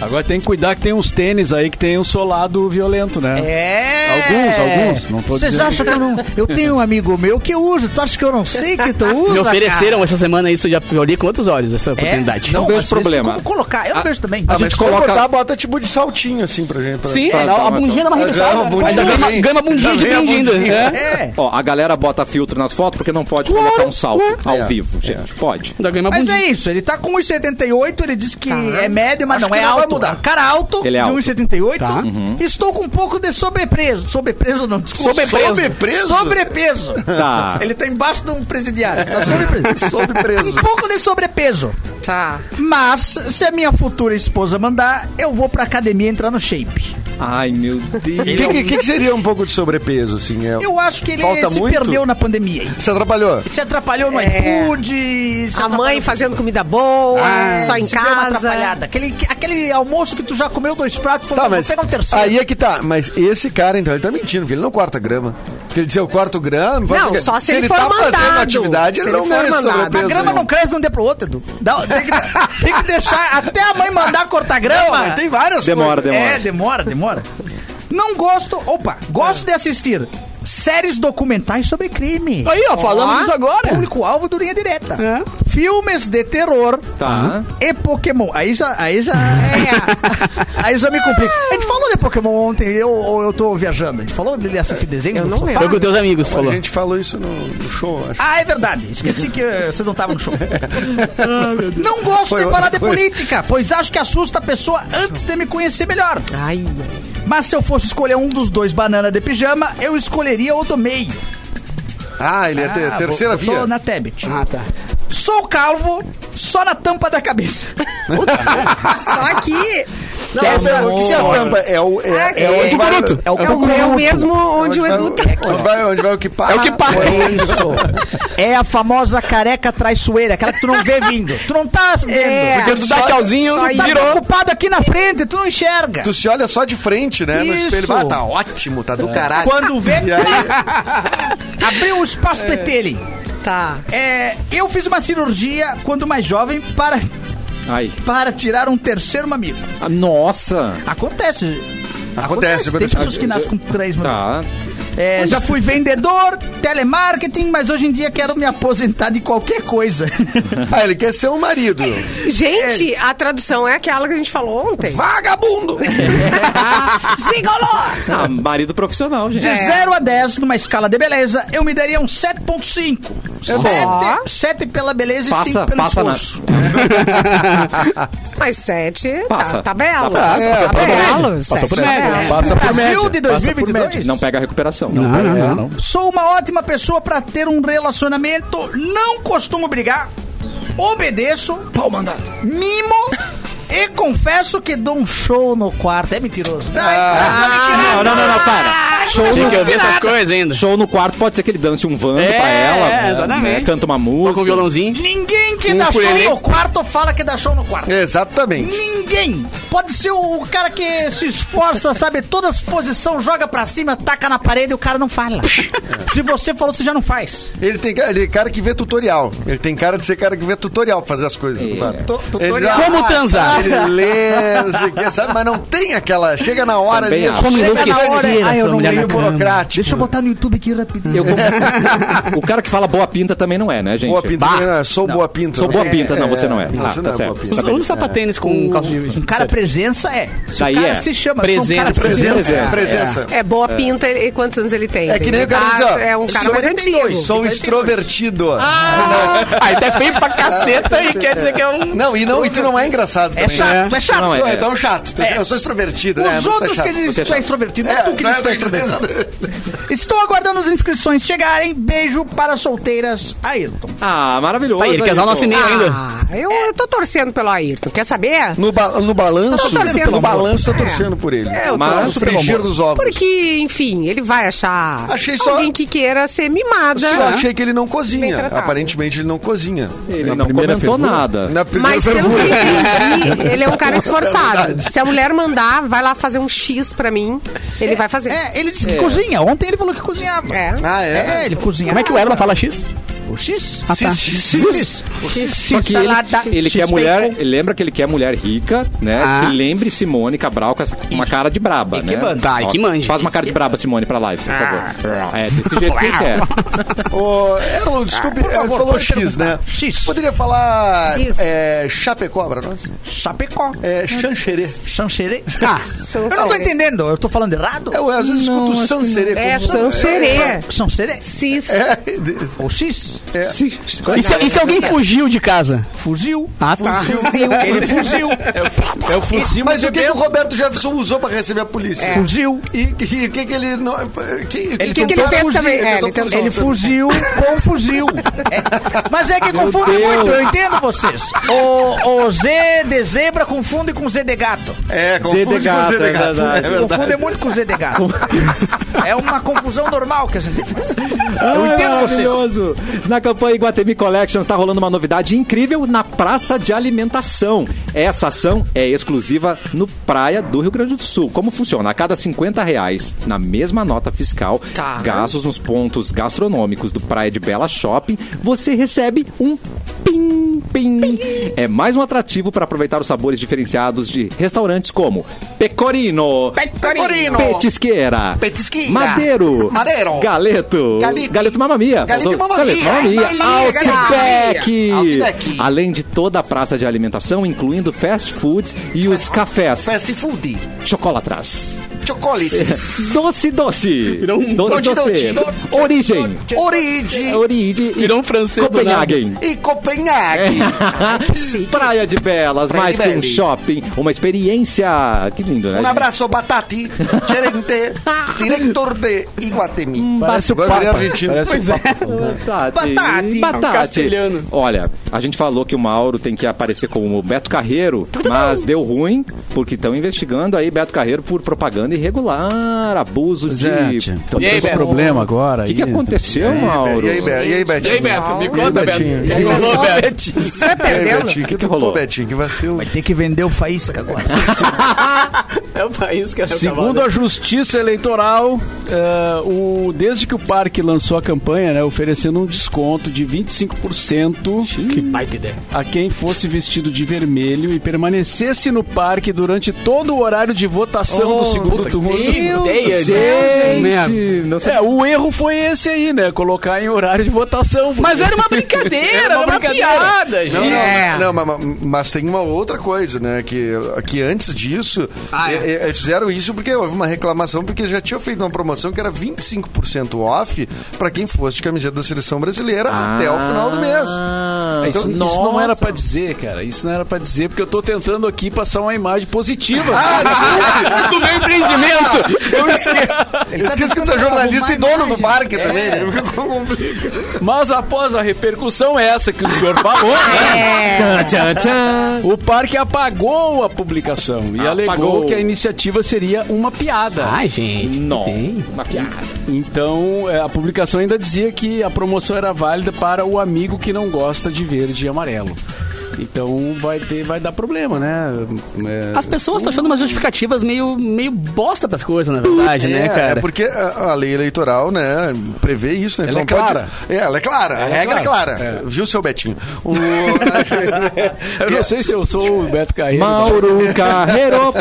Speaker 7: Agora tem que cuidar que tem uns tênis aí que tem um solado violento, né?
Speaker 6: É.
Speaker 7: Alguns, alguns, não tô
Speaker 6: Vocês
Speaker 7: dizendo
Speaker 6: acham que eu não. Eu tenho um amigo meu que usa. Tu acha que eu não sei que [LAUGHS] tu usa?
Speaker 2: Me
Speaker 6: Ah, cara? É?
Speaker 2: ofereceram essa semana isso, eu já eu li com outros olhos essa oportunidade.
Speaker 1: Não
Speaker 6: Não,
Speaker 1: vejo
Speaker 6: mas vocês
Speaker 1: problema.
Speaker 6: têm Como colocar? Eu não
Speaker 1: Ah,
Speaker 6: vejo também.
Speaker 1: ah,
Speaker 5: Mas
Speaker 1: mas
Speaker 5: se
Speaker 1: coloca-
Speaker 5: for botar, bota tipo de saltinho, assim, pra gente. pra- [LAUGHS]
Speaker 2: Sim,
Speaker 1: Tá,
Speaker 2: a-
Speaker 1: tá,
Speaker 2: a
Speaker 1: mas
Speaker 2: bundinha dá uma
Speaker 5: tá. Já é uma
Speaker 2: arrebentada.
Speaker 5: bundinha,
Speaker 2: Ainda ganha uma-
Speaker 5: hein?
Speaker 2: ganha uma bundinha
Speaker 5: Já
Speaker 2: de
Speaker 5: ganha a
Speaker 2: brinde ainda.
Speaker 5: bundinha.
Speaker 2: é.
Speaker 6: É.
Speaker 1: Ó, a galera bota filtro nas fotos porque não pode colocar um salto ao
Speaker 5: É.
Speaker 1: vivo, gente. Pode.
Speaker 2: Ainda ganha uma
Speaker 6: Mas
Speaker 2: bundinha.
Speaker 6: é isso, ele tá com 1,78, ele diz que é médio, mas
Speaker 5: Acho
Speaker 6: não
Speaker 5: que
Speaker 6: é
Speaker 5: não vai
Speaker 6: alto.
Speaker 5: mudar.
Speaker 6: Cara alto,
Speaker 1: Ele é alto.
Speaker 6: de 1,78.
Speaker 2: Tá.
Speaker 6: Estou com um pouco de sobrepreso. Sobrepreso não, desculpa.
Speaker 5: Sobrepreso. Sobrepreso?
Speaker 6: Sobrepeso.
Speaker 1: Tá.
Speaker 6: Ele tá embaixo de um presidiário. Tá sobrepreso.
Speaker 5: Sobrepreso.
Speaker 6: Um pouco de sobrepeso.
Speaker 4: Tá.
Speaker 6: Mas, se a minha futura esposa mandar, eu vou pra academia entrar no shape.
Speaker 1: Ai, meu Deus.
Speaker 2: é
Speaker 5: O que, que- que que seria um pouco de sobrepeso, assim? É...
Speaker 6: Eu acho que ele
Speaker 5: Falta
Speaker 6: se
Speaker 5: muito?
Speaker 6: perdeu na pandemia. aí.
Speaker 5: Se atrapalhou.
Speaker 6: Se atrapalhou no
Speaker 4: É.
Speaker 6: iFood. se
Speaker 4: A mãe
Speaker 6: atrapalhou-
Speaker 4: fazendo comida boa, só em
Speaker 6: Se Ah, deu uma
Speaker 4: casa.
Speaker 6: atrapalhada. Aquele, aquele almoço que tu já comeu dois pratos e falou,
Speaker 5: Tá,
Speaker 6: "Não, vou
Speaker 5: mas
Speaker 6: pegar um terceiro.
Speaker 5: aí é que tá. Mas esse cara, então, ele tá mentindo, porque ele não corta grama. Porque ele disse, eu corto grama. faço
Speaker 4: Não,
Speaker 5: o quê?
Speaker 4: só se ele for
Speaker 5: tá fazendo
Speaker 4: mandado.
Speaker 5: atividade,
Speaker 4: Se
Speaker 5: ele
Speaker 4: ele
Speaker 5: não
Speaker 4: for
Speaker 5: fez
Speaker 4: mandado.
Speaker 6: A
Speaker 5: sobrepeso.
Speaker 6: grama
Speaker 5: nenhum.
Speaker 6: não cresce de um dia pro outro, Edu. Dá- tem, que, tem que deixar até a mãe mandar cortar grama.
Speaker 5: Tem várias
Speaker 1: Demora,
Speaker 5: coisas.
Speaker 1: demora.
Speaker 6: É, demora, demora. Não gosto, opa, gosto de assistir séries documentais sobre crime.
Speaker 2: Aí, ó, falamos isso agora. É.
Speaker 6: Público-alvo do Linha Direta. Filmes de terror
Speaker 1: Tá.
Speaker 6: e Pokémon. Aí já, aí já, é.
Speaker 1: [LAUGHS]
Speaker 6: aí já me complica. A gente falou de Pokémon ontem, eu, ou eu tô viajando. A gente falou dele
Speaker 1: É,
Speaker 6: assistir desenho no sofá?
Speaker 2: Foi com teus amigos, tu
Speaker 5: A
Speaker 2: falou.
Speaker 5: gente falou isso no, no show, acho.
Speaker 6: Ah, é verdade. Esqueci que eh, vocês não estavam
Speaker 5: [LAUGHS]
Speaker 6: no show.
Speaker 5: Ah,
Speaker 6: não gosto de falar de política, pois acho que assusta a pessoa antes de me conhecer melhor.
Speaker 4: Ai,
Speaker 6: Mas se eu fosse escolher um dos dois banana de pijama, eu escolheria o do meio.
Speaker 5: Ah, ele é ter-
Speaker 6: Ah,
Speaker 5: terceira
Speaker 6: vou-
Speaker 5: via.
Speaker 6: Tô na Tebet.
Speaker 2: Ah, tá.
Speaker 6: Sou calvo, só na tampa da cabeça.
Speaker 4: só aqui
Speaker 5: Não, mas é o que se atampa, é o... É, é,
Speaker 4: É
Speaker 5: onde
Speaker 4: o
Speaker 5: vai-
Speaker 2: Baruto.
Speaker 6: É o
Speaker 4: é o, é o mesmo onde o Edu tá.
Speaker 5: Onde vai, onde vai o que pá?
Speaker 2: É o que pá.
Speaker 6: É isso. É a famosa careca traiçoeira, aquela que tu não vê vindo. Tu não tá vendo.
Speaker 4: É.
Speaker 6: Porque
Speaker 2: Tu dá tchauzinho,
Speaker 4: só
Speaker 6: tu tá
Speaker 2: virou.
Speaker 6: ocupado aqui na frente, tu não enxerga.
Speaker 5: Tu se olha só de frente, né?
Speaker 6: Isso.
Speaker 5: No espelho. Ah, tá ótimo, tá do caralho.
Speaker 6: Quando vê,
Speaker 5: E aí,
Speaker 6: abriu o espaço
Speaker 5: É.
Speaker 6: petele.
Speaker 4: Tá.
Speaker 6: É, eu fiz uma cirurgia quando mais jovem para,
Speaker 1: Ai.
Speaker 6: para tirar um terceiro mamilo.
Speaker 1: Ah, Nossa.
Speaker 6: Acontece.
Speaker 5: Acontece,
Speaker 6: Tem
Speaker 5: acontece.
Speaker 6: pessoas que nascem com três mamilos.
Speaker 1: Tá.
Speaker 6: É, já fui vendedor, telemarketing, mas hoje em dia quero me aposentar de
Speaker 5: [LAUGHS]
Speaker 6: qualquer coisa.
Speaker 5: Ah, ele quer ser um marido.
Speaker 4: Gente, a tradução é aquela que a gente falou ontem.
Speaker 5: Vagabundo!
Speaker 4: Zigolô!
Speaker 1: Ah, marido profissional, gente.
Speaker 6: De
Speaker 5: É.
Speaker 6: 0 a 10, numa escala de beleza, eu me daria um 7.5.
Speaker 5: É bom.
Speaker 6: 7 pela beleza e 5
Speaker 1: Passa,
Speaker 6: pelo
Speaker 1: passa na.
Speaker 6: esforço.
Speaker 4: Mas sete,
Speaker 1: Passa.
Speaker 4: tá, tá belo.
Speaker 1: Tá,
Speaker 4: É,
Speaker 5: passa
Speaker 4: tá
Speaker 5: por
Speaker 4: belo.
Speaker 7: Passa por
Speaker 4: Sete,
Speaker 7: média.
Speaker 4: tá belo.
Speaker 7: Passa por média.
Speaker 6: Brasil de
Speaker 7: Passa por
Speaker 6: 2022?
Speaker 1: Não pega a recuperação.
Speaker 7: média. Não, não, não.
Speaker 6: Sou uma ótima pessoa pra ter um relacionamento, não costumo brigar, obedeço, pau mandado, mimo e confesso que dou um show no quarto. É mentiroso.
Speaker 1: Ah, Não, não, não, não, para. Show
Speaker 2: Tem que
Speaker 1: no,
Speaker 2: ouvir essas coisas ainda.
Speaker 1: show no quarto pode ser que ele dance um vando
Speaker 2: É,
Speaker 1: pra ela. né,
Speaker 2: exatamente.
Speaker 1: né, Canta uma
Speaker 2: Toca um
Speaker 1: música.
Speaker 2: violãozinho.
Speaker 6: Ninguém que
Speaker 2: Um
Speaker 6: dá
Speaker 2: ukulele.
Speaker 6: show no quarto fala que dá show no quarto.
Speaker 5: É. Exatamente.
Speaker 6: Ninguém! Pode ser o cara que se esforça, sabe? Toda as posições, joga pra cima, taca na parede e o cara não fala. Se você falou, você já não faz.
Speaker 5: Ele tem cara, ele é cara que vê tutorial. Ele tem cara de ser cara que vê tutorial pra fazer as coisas. sabe? Ele, ah,
Speaker 2: Como transar?
Speaker 5: Ele lê, não sei o quê, é, sabe? Mas não tem aquela. Chega na hora
Speaker 1: Também
Speaker 5: ali.
Speaker 1: acho. né,
Speaker 5: chega
Speaker 6: Chega na hora,
Speaker 5: ali,
Speaker 6: "Ah, eu não
Speaker 5: meio
Speaker 6: leio
Speaker 5: burocrático.
Speaker 6: Deixa eu botar Tá no YouTube aqui rapidinho.
Speaker 1: Eu com- o cara que fala boa pinta também não é, né, gente?
Speaker 5: Boa pinta, também não é. sou boa pinta.
Speaker 1: Sou
Speaker 5: não
Speaker 1: boa
Speaker 5: é?
Speaker 1: pinta, não, você não é.
Speaker 5: Você
Speaker 1: Ah, tá
Speaker 5: não é
Speaker 1: certo.
Speaker 5: boa pinta.
Speaker 1: Tá
Speaker 2: Usa,
Speaker 1: bem.
Speaker 2: usa sapatênis com calça de
Speaker 6: Um cara presença é. Se
Speaker 1: Daí
Speaker 6: o cara
Speaker 1: é.
Speaker 6: se chama,
Speaker 2: Presença.
Speaker 6: eu sou um cara
Speaker 5: Presença.
Speaker 6: presença.
Speaker 5: Presença.
Speaker 4: É boa pinta e quantos anos ele tem?
Speaker 5: É que nem o cara diz, ó.
Speaker 4: Ah, É um cara
Speaker 5: sou-
Speaker 4: mais antigo.
Speaker 5: Sou extrovertido.
Speaker 4: Ah.
Speaker 2: Aí tá feio pra caceta e quer dizer que é um.
Speaker 5: Não, e, não, e tu não é engraçado também.
Speaker 6: É chato, é chato.
Speaker 1: Não, é-
Speaker 5: Sou, então chato. Eu sou extrovertido. né?
Speaker 6: Os
Speaker 5: Muito
Speaker 6: outros
Speaker 5: chato.
Speaker 6: que dizem que tu é extrovertido, não
Speaker 5: É,
Speaker 6: é tu que
Speaker 5: não
Speaker 6: diz
Speaker 5: é
Speaker 6: que tu é extrovertido. Estou aguardando as inscrições chegarem. Beijo para solteiras. Ayrton.
Speaker 1: Ah, maravilhoso.
Speaker 2: Aí, ele quer
Speaker 1: aí,
Speaker 2: usar o
Speaker 1: pô.
Speaker 2: nosso e-mail ainda.
Speaker 4: Ah, eu, eu tô torcendo pelo Ayrton. Quer saber?
Speaker 5: No, ba- no balanço,
Speaker 4: Tô torcendo
Speaker 5: no
Speaker 4: pelo
Speaker 5: balanço, tô
Speaker 4: amor.
Speaker 5: Tá torcendo por ele.
Speaker 4: É, eu
Speaker 1: Mas-
Speaker 5: Mas
Speaker 1: torço
Speaker 5: o
Speaker 1: pelo
Speaker 5: frigir
Speaker 1: amor.
Speaker 5: dos ovos.
Speaker 4: Porque, enfim, ele vai achar
Speaker 5: Achei só-
Speaker 4: alguém que queira ser mimada.
Speaker 5: Só
Speaker 4: né?
Speaker 5: achei que ele não cozinha.
Speaker 4: tratado.
Speaker 5: Aparentemente ele não cozinha.
Speaker 1: Ele
Speaker 5: Na
Speaker 1: não
Speaker 5: primeira
Speaker 1: comentou
Speaker 5: fervura.
Speaker 1: nada.
Speaker 5: Na primeira Ah,
Speaker 4: Mas pelo que eu
Speaker 5: fervura.
Speaker 4: entendi, ele é um cara esforçado.
Speaker 5: verdade.
Speaker 4: Se a mulher mandar, vai lá fazer um X pra mim, ele vai fazer.
Speaker 6: É, ele disse que cozinha. Ontem ele falou que cozinhava.
Speaker 4: É.
Speaker 5: Ah, é?
Speaker 6: É, ele cozinha.
Speaker 2: Como é que o Erma fala X?
Speaker 6: O X?
Speaker 5: Sim, tá. sim, sim.
Speaker 1: Só que ele, ele quer mulher, ele lembra que ele quer mulher rica, né?
Speaker 2: Ah.
Speaker 1: Que lembre Simone Cabral com essa- com uma cara de braba, né?
Speaker 2: mande. Tá, e que mande.
Speaker 1: Faz uma cara de braba, Simone, pra live, por favor. É, desse jeito que ele quer.
Speaker 5: Ô, Erlon, desculpe, ele
Speaker 6: favor,
Speaker 5: falou
Speaker 6: pode
Speaker 5: X, né?
Speaker 6: perguntar. X.
Speaker 5: Poderia falar
Speaker 4: X.
Speaker 5: é, Chapecó pra nós?
Speaker 6: Chapecó.
Speaker 5: É, Xanxerê.
Speaker 6: Sancherê. Ah, eu não tô
Speaker 4: Sancherê.
Speaker 6: entendendo. Eu tô falando errado?
Speaker 5: Eu às vezes escuto Sanserê.
Speaker 4: É
Speaker 5: como-
Speaker 4: Sanserê.
Speaker 6: Sancherê.
Speaker 4: Cis.
Speaker 5: É,
Speaker 6: Ou X.
Speaker 2: E se, e se alguém fugiu de casa?
Speaker 6: Fugiu.
Speaker 2: Ah, tá.
Speaker 6: Fugiu. Ele fugiu.
Speaker 7: É o fuzil,
Speaker 5: Mas
Speaker 7: mas
Speaker 5: o
Speaker 7: eu
Speaker 5: que, que o Roberto Jefferson usou pra receber a polícia?
Speaker 6: Fugiu.
Speaker 5: E e o que, que ele não. Que,
Speaker 6: É. Ele
Speaker 5: que
Speaker 6: tentou
Speaker 5: ele
Speaker 4: fugir,
Speaker 5: também?
Speaker 4: ele
Speaker 5: É,
Speaker 4: tentou fugir.
Speaker 6: Ele fugiu com fuzil. É. Mas é que confunde muito, eu entendo vocês. O, o Z de zebra confunde com Z de gato.
Speaker 5: É, confunde com
Speaker 1: gato,
Speaker 5: Z de
Speaker 1: é
Speaker 5: gato. É
Speaker 1: verdade.
Speaker 5: verdade.
Speaker 6: Confunde muito com Z de gato. É uma confusão normal que a gente faz. Eu entendo vocês.
Speaker 1: Ah, Maravilhoso. Na campanha Iguatemi Collections está rolando uma novidade incrível na praça de alimentação. Essa ação é exclusiva no Praia do Rio Grande do Sul. Como funciona? A cada 50 reais, na mesma nota fiscal,
Speaker 4: Tá.
Speaker 1: gastos nos pontos gastronômicos do Praia de Bela Shopping, você recebe um pim, pim. É mais um atrativo para aproveitar os sabores diferenciados de restaurantes como Pecorino,
Speaker 5: Pecorino.
Speaker 1: Petisqueira,
Speaker 5: Petisqueira.
Speaker 1: Madeiro,
Speaker 5: Madeiro.
Speaker 1: Galeto,
Speaker 5: Galite.
Speaker 1: Galeto Mamamia,
Speaker 5: Galite
Speaker 1: faltou.
Speaker 5: Mamma Mia.
Speaker 1: Galeto Mamamia,
Speaker 4: Galite
Speaker 1: Outback.
Speaker 5: Outback.
Speaker 1: Além de toda a praça de alimentação, incluindo fast foods e os cafés.
Speaker 5: Fast food.
Speaker 1: Chocolatras. É,
Speaker 5: Chocolate.
Speaker 1: Doce Doce.
Speaker 2: Virou um
Speaker 1: Doce
Speaker 5: doce,
Speaker 1: Doce.
Speaker 5: doce.
Speaker 1: Origem. É
Speaker 5: Origem.
Speaker 1: Origem e
Speaker 2: Virou um francês do
Speaker 1: Copenhagen. É.
Speaker 5: E Copenhague.
Speaker 1: Praia de Belas,
Speaker 5: Praia
Speaker 1: mais
Speaker 5: de
Speaker 1: que um
Speaker 5: Belas.
Speaker 1: shopping, uma experiência. Que lindo, né?
Speaker 5: Um
Speaker 1: gente?
Speaker 5: abraço, Batati, gerente,
Speaker 2: [LAUGHS]
Speaker 5: diretor
Speaker 2: Hum.
Speaker 5: de Iguatemi.
Speaker 7: Parece o
Speaker 5: Agora ele é
Speaker 7: Papa.
Speaker 5: argentino.
Speaker 7: Parece um o Papa.
Speaker 1: Batate.
Speaker 4: Batate.
Speaker 1: Batate.
Speaker 2: É um castelhano.
Speaker 1: Olha, a gente falou que o Mauro tem que aparecer como o Beto Carreiro, mas deu ruim, porque estão investigando aí Beto Carreiro por propaganda irregular, abuso
Speaker 7: Pois
Speaker 1: de.
Speaker 7: é, tia. Então
Speaker 2: E aí,
Speaker 7: tem esse
Speaker 2: Beto?
Speaker 7: problema agora.
Speaker 1: O que, que
Speaker 7: aí.
Speaker 1: aconteceu, Mauro?
Speaker 5: É, E aí, Beto? E aí,
Speaker 2: E aí,
Speaker 5: Betinho?
Speaker 2: Beto, me
Speaker 5: E aí,
Speaker 2: conta, Beto.
Speaker 5: Betinho?
Speaker 2: E aí,
Speaker 5: Olha
Speaker 2: rolou,
Speaker 5: só.
Speaker 2: Beto?
Speaker 4: Você
Speaker 5: E aí,
Speaker 4: perdeu?
Speaker 5: Betinho? Que tu
Speaker 1: rolou?
Speaker 5: rolou, Betinho? Que vacilo.
Speaker 6: Vai ter que vender o faísca agora.
Speaker 2: É o país que é o
Speaker 7: Segundo a Justiça Eleitoral, eh, o, desde que o parque lançou a campanha, né, oferecendo um desconto de 25%
Speaker 2: baita ideia.
Speaker 7: a quem fosse vestido de vermelho e permanecesse no parque durante todo o horário de votação do segundo turno.
Speaker 2: Oh, Ideia,
Speaker 1: Gente, não sei.
Speaker 7: É, o erro foi esse aí, né? Colocar em horário de votação.
Speaker 2: Mas era uma brincadeira, era uma, piada,
Speaker 5: Não,
Speaker 2: gente.
Speaker 5: não,
Speaker 6: É.
Speaker 5: não, mas, mas tem uma outra coisa, né? Que, que antes disso,
Speaker 2: Ah, é.
Speaker 5: eh, eh, eles fizeram isso porque houve uma reclamação, porque já tinha feito uma promoção que era 25% off pra quem fosse de camiseta da seleção brasileira até o final do mês.
Speaker 7: Ah, Isso,
Speaker 5: Então,
Speaker 7: isso não era pra dizer, cara. Isso não era pra dizer, porque eu tô tentando aqui passar uma imagem positiva.
Speaker 2: Ah,
Speaker 7: [LAUGHS]
Speaker 2: Do meu empreendimento.
Speaker 5: Eu esqueci, eu
Speaker 7: tá
Speaker 5: esqueci que tu é jornalista e dono do parque
Speaker 7: É.
Speaker 5: também,
Speaker 7: [LAUGHS]
Speaker 5: né?
Speaker 7: Mas após a repercussão essa que o senhor falou, né,
Speaker 1: Tchan, tchan.
Speaker 7: o parque apagou a publicação e alegou que a iniciativa seria uma piada.
Speaker 2: Ai, gente.
Speaker 1: Não.
Speaker 2: Tem.
Speaker 1: Uma piada.
Speaker 7: Então, é, a publicação ainda dizia que a promoção era válida para o amigo que não gosta de verde e amarelo. Então vai ter, vai dar problema, né? É,
Speaker 2: As pessoas estão achando umas justificativas meio, meio bosta pras coisas, na verdade, né, cara?
Speaker 5: é porque a, a lei eleitoral, né, prevê isso, né? Tu
Speaker 7: Ela é
Speaker 5: não pode-
Speaker 7: clara.
Speaker 5: É, ela é clara, a
Speaker 7: Ela é
Speaker 5: regra é
Speaker 7: clara.
Speaker 5: clara.
Speaker 7: É.
Speaker 5: Viu, seu Betinho? O...
Speaker 7: [LAUGHS] eu não sei se eu sou o Beto Carreiro.
Speaker 1: Mauro Carreiro.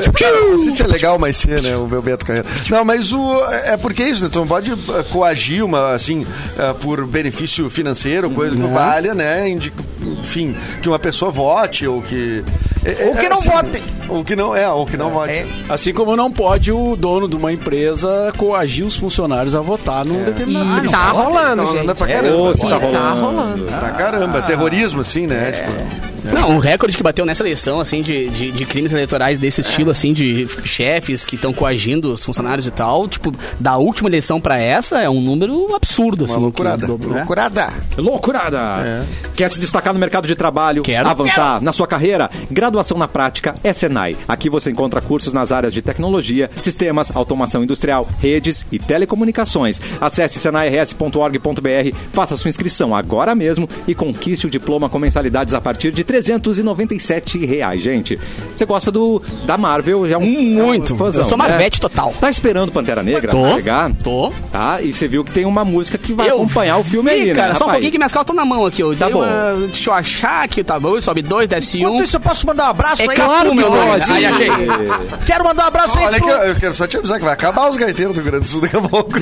Speaker 5: Não sei se é legal, mas ser, né? O Beto Carreiro. Não, mas o. É porque é isso, né? Tu não pode eh, coagir uma, assim, eh, por benefício financeiro, coisa que valha, né? indi- Enfim, que uma pessoa vote ou que. é-
Speaker 6: Ou
Speaker 5: é
Speaker 6: que não vote.
Speaker 5: Ou que não. É, ou que não vote.
Speaker 6: é.
Speaker 7: Assim como não pode o dono de uma empresa coagir os funcionários a votar num determinado.
Speaker 5: Ah, não,
Speaker 4: Tá
Speaker 5: vote,
Speaker 4: rolando,
Speaker 5: tá
Speaker 4: gente.
Speaker 5: Pra
Speaker 1: Ô,
Speaker 5: caramba, assim,
Speaker 1: se tá rolando.
Speaker 5: pra caramba. Terrorismo, assim, né? Tipo,
Speaker 2: Não, o recorde que bateu nessa eleição, assim, de, de, de crimes eleitorais desse estilo, assim, de chefes que estão coagindo os funcionários e tal, tipo, da última eleição pra essa, é um número absurdo, assim.
Speaker 5: uma loucurada.
Speaker 2: que- né?
Speaker 5: Loucurada.
Speaker 1: Loucurada! Quer se destacar no mercado de trabalho?
Speaker 2: Quero.
Speaker 1: Avançar na sua carreira? Graduação na prática é Senai. Aqui você encontra cursos nas áreas de tecnologia, sistemas, automação industrial, redes e telecomunicações. Acesse senairs.org.br, faça sua inscrição agora mesmo e conquiste o diploma com mensalidades a partir de R$ 397 reais, gente. Você gosta do da Marvel? Já é um
Speaker 2: Muito.
Speaker 1: é um fãzão,
Speaker 2: Eu sou
Speaker 1: né?
Speaker 2: Marvete total.
Speaker 1: Tá esperando Pantera Negra
Speaker 2: Tô,
Speaker 1: chegar?
Speaker 2: tô.
Speaker 1: Tá? E você viu que tem uma música que vai
Speaker 2: Eu
Speaker 1: acompanhar o filme
Speaker 2: vi,
Speaker 1: aí, né?
Speaker 2: cara, só um
Speaker 1: rapaz?
Speaker 2: pouquinho que minhas calças estão na mão aqui. Eu
Speaker 1: Tá
Speaker 2: dei
Speaker 1: bom.
Speaker 2: uma- deixa eu achar aqui, tá bom? Sobe dois, desce um.
Speaker 6: Enquanto isso, eu posso mandar um abraço
Speaker 2: É
Speaker 6: aí?
Speaker 2: claro
Speaker 6: Pô,
Speaker 2: que
Speaker 6: meu
Speaker 2: pode.
Speaker 6: Deus.
Speaker 2: Aí, achei.
Speaker 6: Quero mandar um abraço aí
Speaker 5: Olha que
Speaker 6: pro...
Speaker 5: eu, eu quero só te avisar que vai acabar os gaiteiros do Rio Grande do Sul daqui a pouco.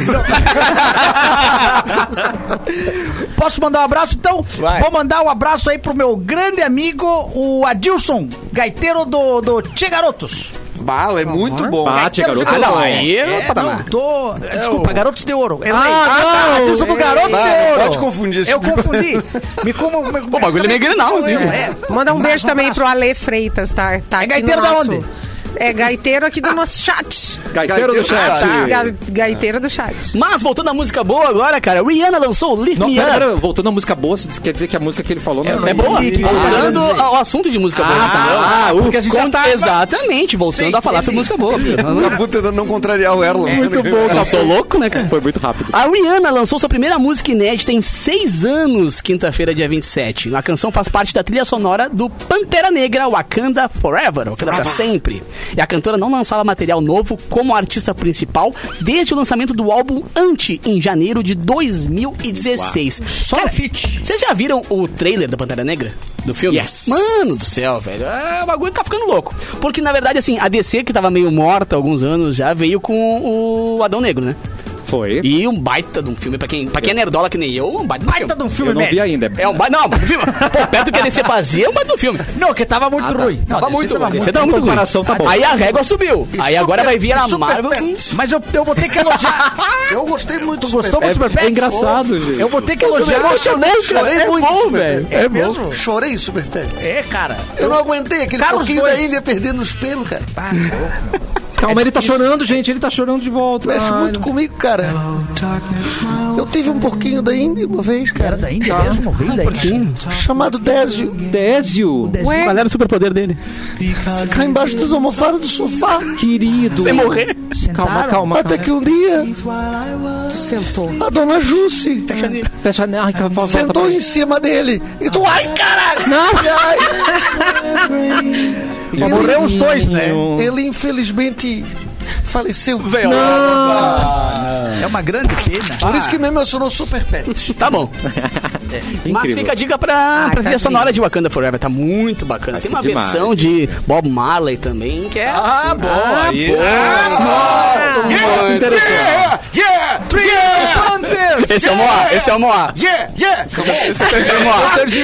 Speaker 6: Posso mandar um abraço? Então,
Speaker 2: Vai.
Speaker 6: vou mandar um abraço aí pro meu grande amigo, o Adilson, gaiteiro do, do Tchê Garotos.
Speaker 5: Bah, é muito bom.
Speaker 1: Bate, garoto.
Speaker 2: Ah, não,
Speaker 1: Bom.
Speaker 2: aí é,
Speaker 6: não,
Speaker 2: patamar.
Speaker 6: tô... Desculpa,
Speaker 1: É
Speaker 2: o-
Speaker 6: Garotos de Ouro. Ah, Eu
Speaker 1: não,
Speaker 6: Adilson do Garotos
Speaker 5: Ah,
Speaker 6: de
Speaker 5: não
Speaker 6: Ouro.
Speaker 5: pode confundir esse
Speaker 6: Eu
Speaker 5: tipo.
Speaker 6: confundi. Me como... Me,
Speaker 2: O bagulho é meio grenal, assim.
Speaker 6: É.
Speaker 4: Manda um
Speaker 6: Mas
Speaker 4: beijo
Speaker 6: um
Speaker 4: também
Speaker 6: abraço.
Speaker 4: pro Ale Freitas, tá? tá
Speaker 6: É
Speaker 4: aqui
Speaker 6: gaiteiro
Speaker 4: no
Speaker 6: da
Speaker 4: nosso-
Speaker 6: onde?
Speaker 4: É gaiteiro aqui do nosso chat.
Speaker 1: Gaiteiro do
Speaker 5: Gaiteiro do
Speaker 1: chat.
Speaker 5: chat.
Speaker 4: Ga- Gaiteiro do chat.
Speaker 2: Mas voltando à música boa agora, cara, Rihanna lançou Lift
Speaker 1: Não,
Speaker 2: Me
Speaker 1: pera,
Speaker 2: Up.
Speaker 1: pera, voltando à música boa, você quer dizer que a música que ele falou não
Speaker 2: É boa?
Speaker 6: Lift Me Up.
Speaker 2: Voltando ao assunto de música boa. tá entendeu?
Speaker 1: Ah, ah, o
Speaker 6: Porque a gente já
Speaker 2: Com-
Speaker 6: tá...
Speaker 2: Exatamente, voltando
Speaker 6: Sim,
Speaker 2: a falar sobre música boa.
Speaker 5: A puta tentando não contrariar o Erlon. [LAUGHS] Muito bom.
Speaker 2: Eu sou louco, né, cara?
Speaker 1: Foi muito rápido.
Speaker 2: A Rihanna lançou sua primeira música inédita em seis anos, quinta-feira, dia 27. A canção faz parte da trilha sonora do Pantera Negra Wakanda Forever, Wakanda pra sempre. E a cantora não lançava material novo como artista principal desde o lançamento do álbum Anti, em janeiro de 2016. Só
Speaker 1: é
Speaker 2: Cara, Vocês já viram o trailer da Pantera Negra? Do filme? Yes. Mano do céu, velho. É, o bagulho tá ficando louco. Porque, na verdade, assim, a DC, que tava meio morta há alguns anos, já veio com o Adão Negro, né?
Speaker 1: Foi.
Speaker 2: E um baita de um filme, pra quem, pra quem é nerdola que nem eu, um baita,
Speaker 6: Baita de um filme,
Speaker 1: Eu não vi
Speaker 6: velho.
Speaker 1: ainda.
Speaker 2: É um baita, não, um filme, pô, perto do que a DC fazia, é um baita de um filme.
Speaker 6: Não, que tava muito
Speaker 2: Ah, tá.
Speaker 6: ruim. Não,
Speaker 2: tava
Speaker 6: desse
Speaker 2: muito ruim,
Speaker 6: muito
Speaker 2: DC tava muito
Speaker 1: Em
Speaker 2: ruim.
Speaker 1: comparação, tá bom.
Speaker 2: Aí a régua subiu, aí agora vai vir a Marvel...
Speaker 6: Mas eu, eu vou ter que elogiar.
Speaker 1: [LAUGHS]
Speaker 5: Eu gostei muito.
Speaker 6: Tu gostou do Super
Speaker 1: É, é engraçado, gente.
Speaker 6: Eu vou ter que
Speaker 2: Eu me
Speaker 6: elogiar.
Speaker 2: emocionei, cara,
Speaker 5: Chorei
Speaker 2: é
Speaker 5: muito,
Speaker 2: bom,
Speaker 5: Superman.
Speaker 2: velho,
Speaker 6: É
Speaker 2: é bom.
Speaker 6: mesmo?
Speaker 5: Chorei, Super Pets.
Speaker 6: É, cara.
Speaker 5: Eu não aguentei aquele
Speaker 6: Cara, os
Speaker 5: pouquinho
Speaker 6: dois.
Speaker 5: da Índia perdendo os pelos, cara.
Speaker 1: Calma, ele tá chorando, gente. Ele tá chorando de volta.
Speaker 5: Mexe
Speaker 1: Ai,
Speaker 5: muito comigo, cara. Eu tive um pouquinho da Índia uma vez, cara.
Speaker 6: Era da Índia mesmo?
Speaker 3: Ah, um
Speaker 6: Veio da Índia.
Speaker 5: Chamado Désio.
Speaker 1: Désio,
Speaker 2: Qual era o superpoder dele?
Speaker 5: Ficar embaixo das almofadas do sofá.
Speaker 1: querido. Você
Speaker 2: morrer.
Speaker 1: Calma, calma.
Speaker 5: Até que um dia,
Speaker 4: Tu sentou.
Speaker 5: a dona Jusce
Speaker 1: Fecha... Ai, calma, volta
Speaker 5: sentou
Speaker 1: pra-
Speaker 5: em cima dele. E tu, ai, caralho! E
Speaker 6: [LAUGHS]
Speaker 5: aí- Ele- é,
Speaker 6: Morreu os dois, né?
Speaker 5: Ele, infelizmente, faleceu.
Speaker 6: É uma grande pena.
Speaker 5: Por isso que me emocionou Super Pets.
Speaker 2: [LAUGHS] Tá bom. Mas
Speaker 1: Incrível.
Speaker 2: fica a dica pra, pra trilha
Speaker 4: tadinho.
Speaker 2: sonora de Wakanda Forever, tá muito bacana.
Speaker 1: Vai
Speaker 2: Tem
Speaker 1: ser
Speaker 2: uma
Speaker 1: demais.
Speaker 2: versão de Bob Marley também, que é...
Speaker 7: Ah, bom, aí.
Speaker 6: é
Speaker 1: Nossa, interessante.
Speaker 5: Ah. Yeah! Yeah!
Speaker 2: Esse é o Moá, esse é o
Speaker 5: [LAUGHS]
Speaker 2: Moá.
Speaker 5: Yeah! Yeah!
Speaker 2: Esse é o Moá.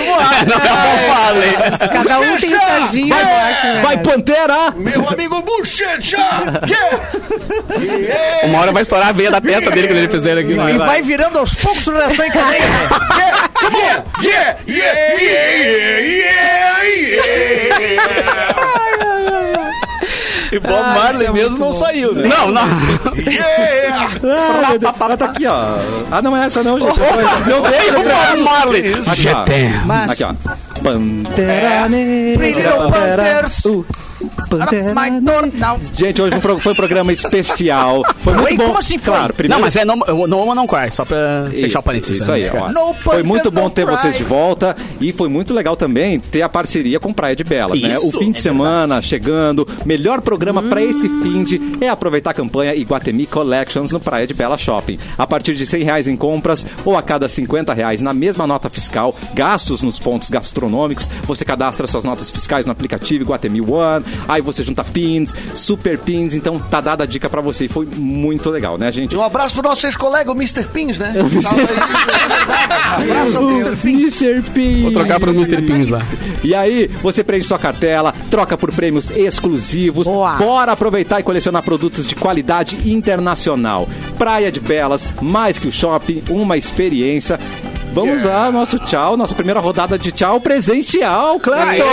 Speaker 2: [LAUGHS] Não, é o Bob Marley.
Speaker 4: Cada um tem o Serginho. Vai,
Speaker 1: Vai, Pantera!
Speaker 5: Meu amigo
Speaker 6: [LAUGHS]
Speaker 5: Buchecha! Yeah!
Speaker 2: Uma hora vai estourar a veia da testa dele quando ele fizer aqui.
Speaker 6: E vai virando aos poucos o reação em cadeia.
Speaker 1: [LAUGHS]
Speaker 5: Yeah! Yeah! Yeah! Yeah! Yeah!
Speaker 7: E
Speaker 1: Ah,
Speaker 7: Bob
Speaker 1: é
Speaker 7: Marley mesmo não saiu, né?
Speaker 2: Não, não.
Speaker 5: Yeah!
Speaker 1: Ah, meu Deus. Ela tá aqui, ó. Ah, não é essa não, gente. Não veio,
Speaker 2: O Bob Marley.
Speaker 1: Aqui, ó. Aqui, ó. Pantera
Speaker 6: Pretty Little Panthers.
Speaker 1: Uh, Pantera
Speaker 6: My door now.
Speaker 1: Gente, hoje um pro- foi um programa especial. Foi muito
Speaker 6: Oi,
Speaker 1: bom.
Speaker 6: como assim foi?
Speaker 1: Claro,
Speaker 2: Não,
Speaker 1: primeiro...
Speaker 2: mas é não não, não cry, só pra fechar o parênteses.
Speaker 1: Isso
Speaker 2: né,
Speaker 1: aí,
Speaker 2: música.
Speaker 1: ó.
Speaker 6: No
Speaker 1: Foi muito
Speaker 6: Panther,
Speaker 1: bom
Speaker 6: no
Speaker 1: ter
Speaker 6: Pride.
Speaker 1: vocês de volta e foi muito legal também ter a parceria com Praia de Bela, né?
Speaker 2: Isso,
Speaker 1: O fim de
Speaker 2: é Hum.
Speaker 1: semana chegando, melhor programa pra esse fim de é aproveitar a campanha Iguatemi Collections no Praia de Bela Shopping. A partir de 100 reais em compras ou a cada 50 reais na mesma nota fiscal, gastos nos pontos gastronômicos, você cadastra suas notas fiscais no aplicativo Iguatemi One, aí você junta pins, super pins, então tá dada a dica pra você e foi muito legal, né, gente?
Speaker 5: Um abraço pro nosso ex-colega, o Mr. Pins, né? Tava aí.
Speaker 1: Mr. Pins.
Speaker 2: Vou trocar pro Mr. Pins lá.
Speaker 1: E aí, você preenche sua cartela, troca por prêmios exclusivos.
Speaker 4: Boa.
Speaker 1: Bora aproveitar e colecionar produtos de qualidade internacional. Praia de Belas, mais que o shopping, uma experiência. Vamos lá, nosso tchau, nossa primeira rodada de tchau presencial, Clepton!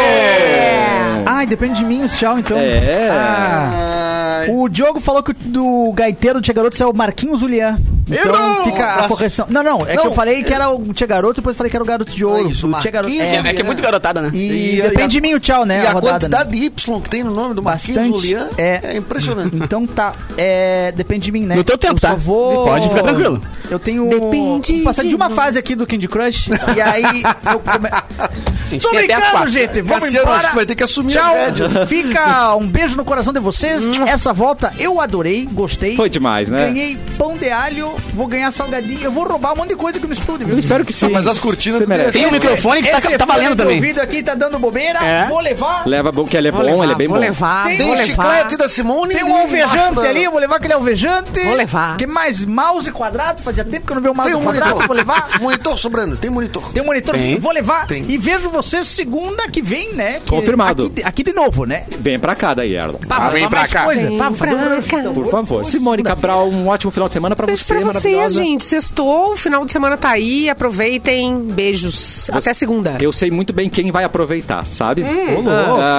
Speaker 6: Ai, Ah, depende de mim o tchau, então.
Speaker 1: É.
Speaker 6: Ah, o Diogo falou que o do gaiteiro do Tia Garoto é o Marquinhos Julian. Então fica a
Speaker 5: Abraço.
Speaker 6: correção. Não, não, é que
Speaker 5: Não.
Speaker 6: eu falei que era o Tia Garoto, depois falei que era o Garoto de Ouro.
Speaker 5: É isso,
Speaker 6: o Tia Garoto.
Speaker 5: Marquinhos
Speaker 6: É.
Speaker 2: É que é muito garotada, né?
Speaker 6: E,
Speaker 5: E a-
Speaker 6: depende de mim o tchau, né?
Speaker 5: E a,
Speaker 6: rodada, né?
Speaker 5: quantidade de Y que tem no nome do Marquinhos
Speaker 6: Bastante.
Speaker 5: Julian
Speaker 6: É.
Speaker 5: é impressionante.
Speaker 6: Então tá, é, depende de mim, né?
Speaker 2: No teu tempo,
Speaker 6: eu só
Speaker 2: tá?
Speaker 6: Vou...
Speaker 2: Pode ficar tranquilo.
Speaker 6: Eu tenho.
Speaker 4: Depende
Speaker 6: Passando de
Speaker 4: de
Speaker 6: uma
Speaker 4: nós.
Speaker 6: fase aqui do Candy Crush. E aí eu come...
Speaker 2: A [LAUGHS] gente
Speaker 6: Tô
Speaker 2: tem até é as
Speaker 6: brincando,
Speaker 2: quatro.
Speaker 6: gente. Vamos
Speaker 5: Cassiano,
Speaker 6: embora.
Speaker 5: acho que vai ter que assumir
Speaker 6: Tchau.
Speaker 5: as rédeas.
Speaker 6: Fica um beijo no coração de vocês. Essa volta eu adorei, gostei.
Speaker 1: Foi demais, né?
Speaker 6: Ganhei pão de alho, vou ganhar salgadinho. Eu vou roubar um monte de coisa aqui no estúdio.
Speaker 1: Eu espero que sim.
Speaker 5: Mas as cortinas
Speaker 1: Você
Speaker 5: do
Speaker 1: merece.
Speaker 2: Tem um microfone que tá,
Speaker 6: Esse
Speaker 2: tá
Speaker 6: fone
Speaker 2: valendo
Speaker 6: do
Speaker 2: também.
Speaker 6: ouvido aqui tá dando bobeira.
Speaker 2: É.
Speaker 6: Vou levar.
Speaker 1: Leva bom, que ele é bom,
Speaker 4: Vou levar,
Speaker 1: ele é bem
Speaker 4: vou
Speaker 1: bom.
Speaker 4: levar,
Speaker 6: Tem- um-
Speaker 4: vou
Speaker 5: Tem um
Speaker 4: levar.
Speaker 5: chiclete da Simone.
Speaker 6: Tem um alvejante ali, eu vou levar aquele alvejante.
Speaker 4: Vou levar.
Speaker 6: Que mais? Mouse quadrado, fazia tempo que eu não vejo mouse
Speaker 5: Tem um
Speaker 6: quadrado,
Speaker 5: monitor.
Speaker 6: vou levar.
Speaker 5: Monitor sobrando, tem monitor.
Speaker 6: Tem um monitor, vou levar.
Speaker 5: Tem.
Speaker 6: E vejo você segunda que vem, né? Que-
Speaker 1: Confirmado.
Speaker 6: Aqui, de- aqui de novo, né?
Speaker 1: Vem pra cá daí, Erlon.
Speaker 6: Pá,
Speaker 4: Tá
Speaker 8: Ah,
Speaker 6: falar
Speaker 8: vem pra
Speaker 6: mais
Speaker 8: cá.
Speaker 6: coisa.
Speaker 4: Vem
Speaker 6: Pá, fazer
Speaker 4: pra
Speaker 6: um-
Speaker 4: cá.
Speaker 6: Então,
Speaker 1: Por favor. Simone Cabral, um ótimo final de semana pra
Speaker 4: Beijo
Speaker 7: é
Speaker 1: você,
Speaker 4: pra vocês,
Speaker 1: maravilhosa.
Speaker 4: gente. Sextou, o final de semana tá aí. Aproveitem. Beijos. Até segunda.
Speaker 1: Eu sei muito bem quem vai aproveitar, sabe? Ah,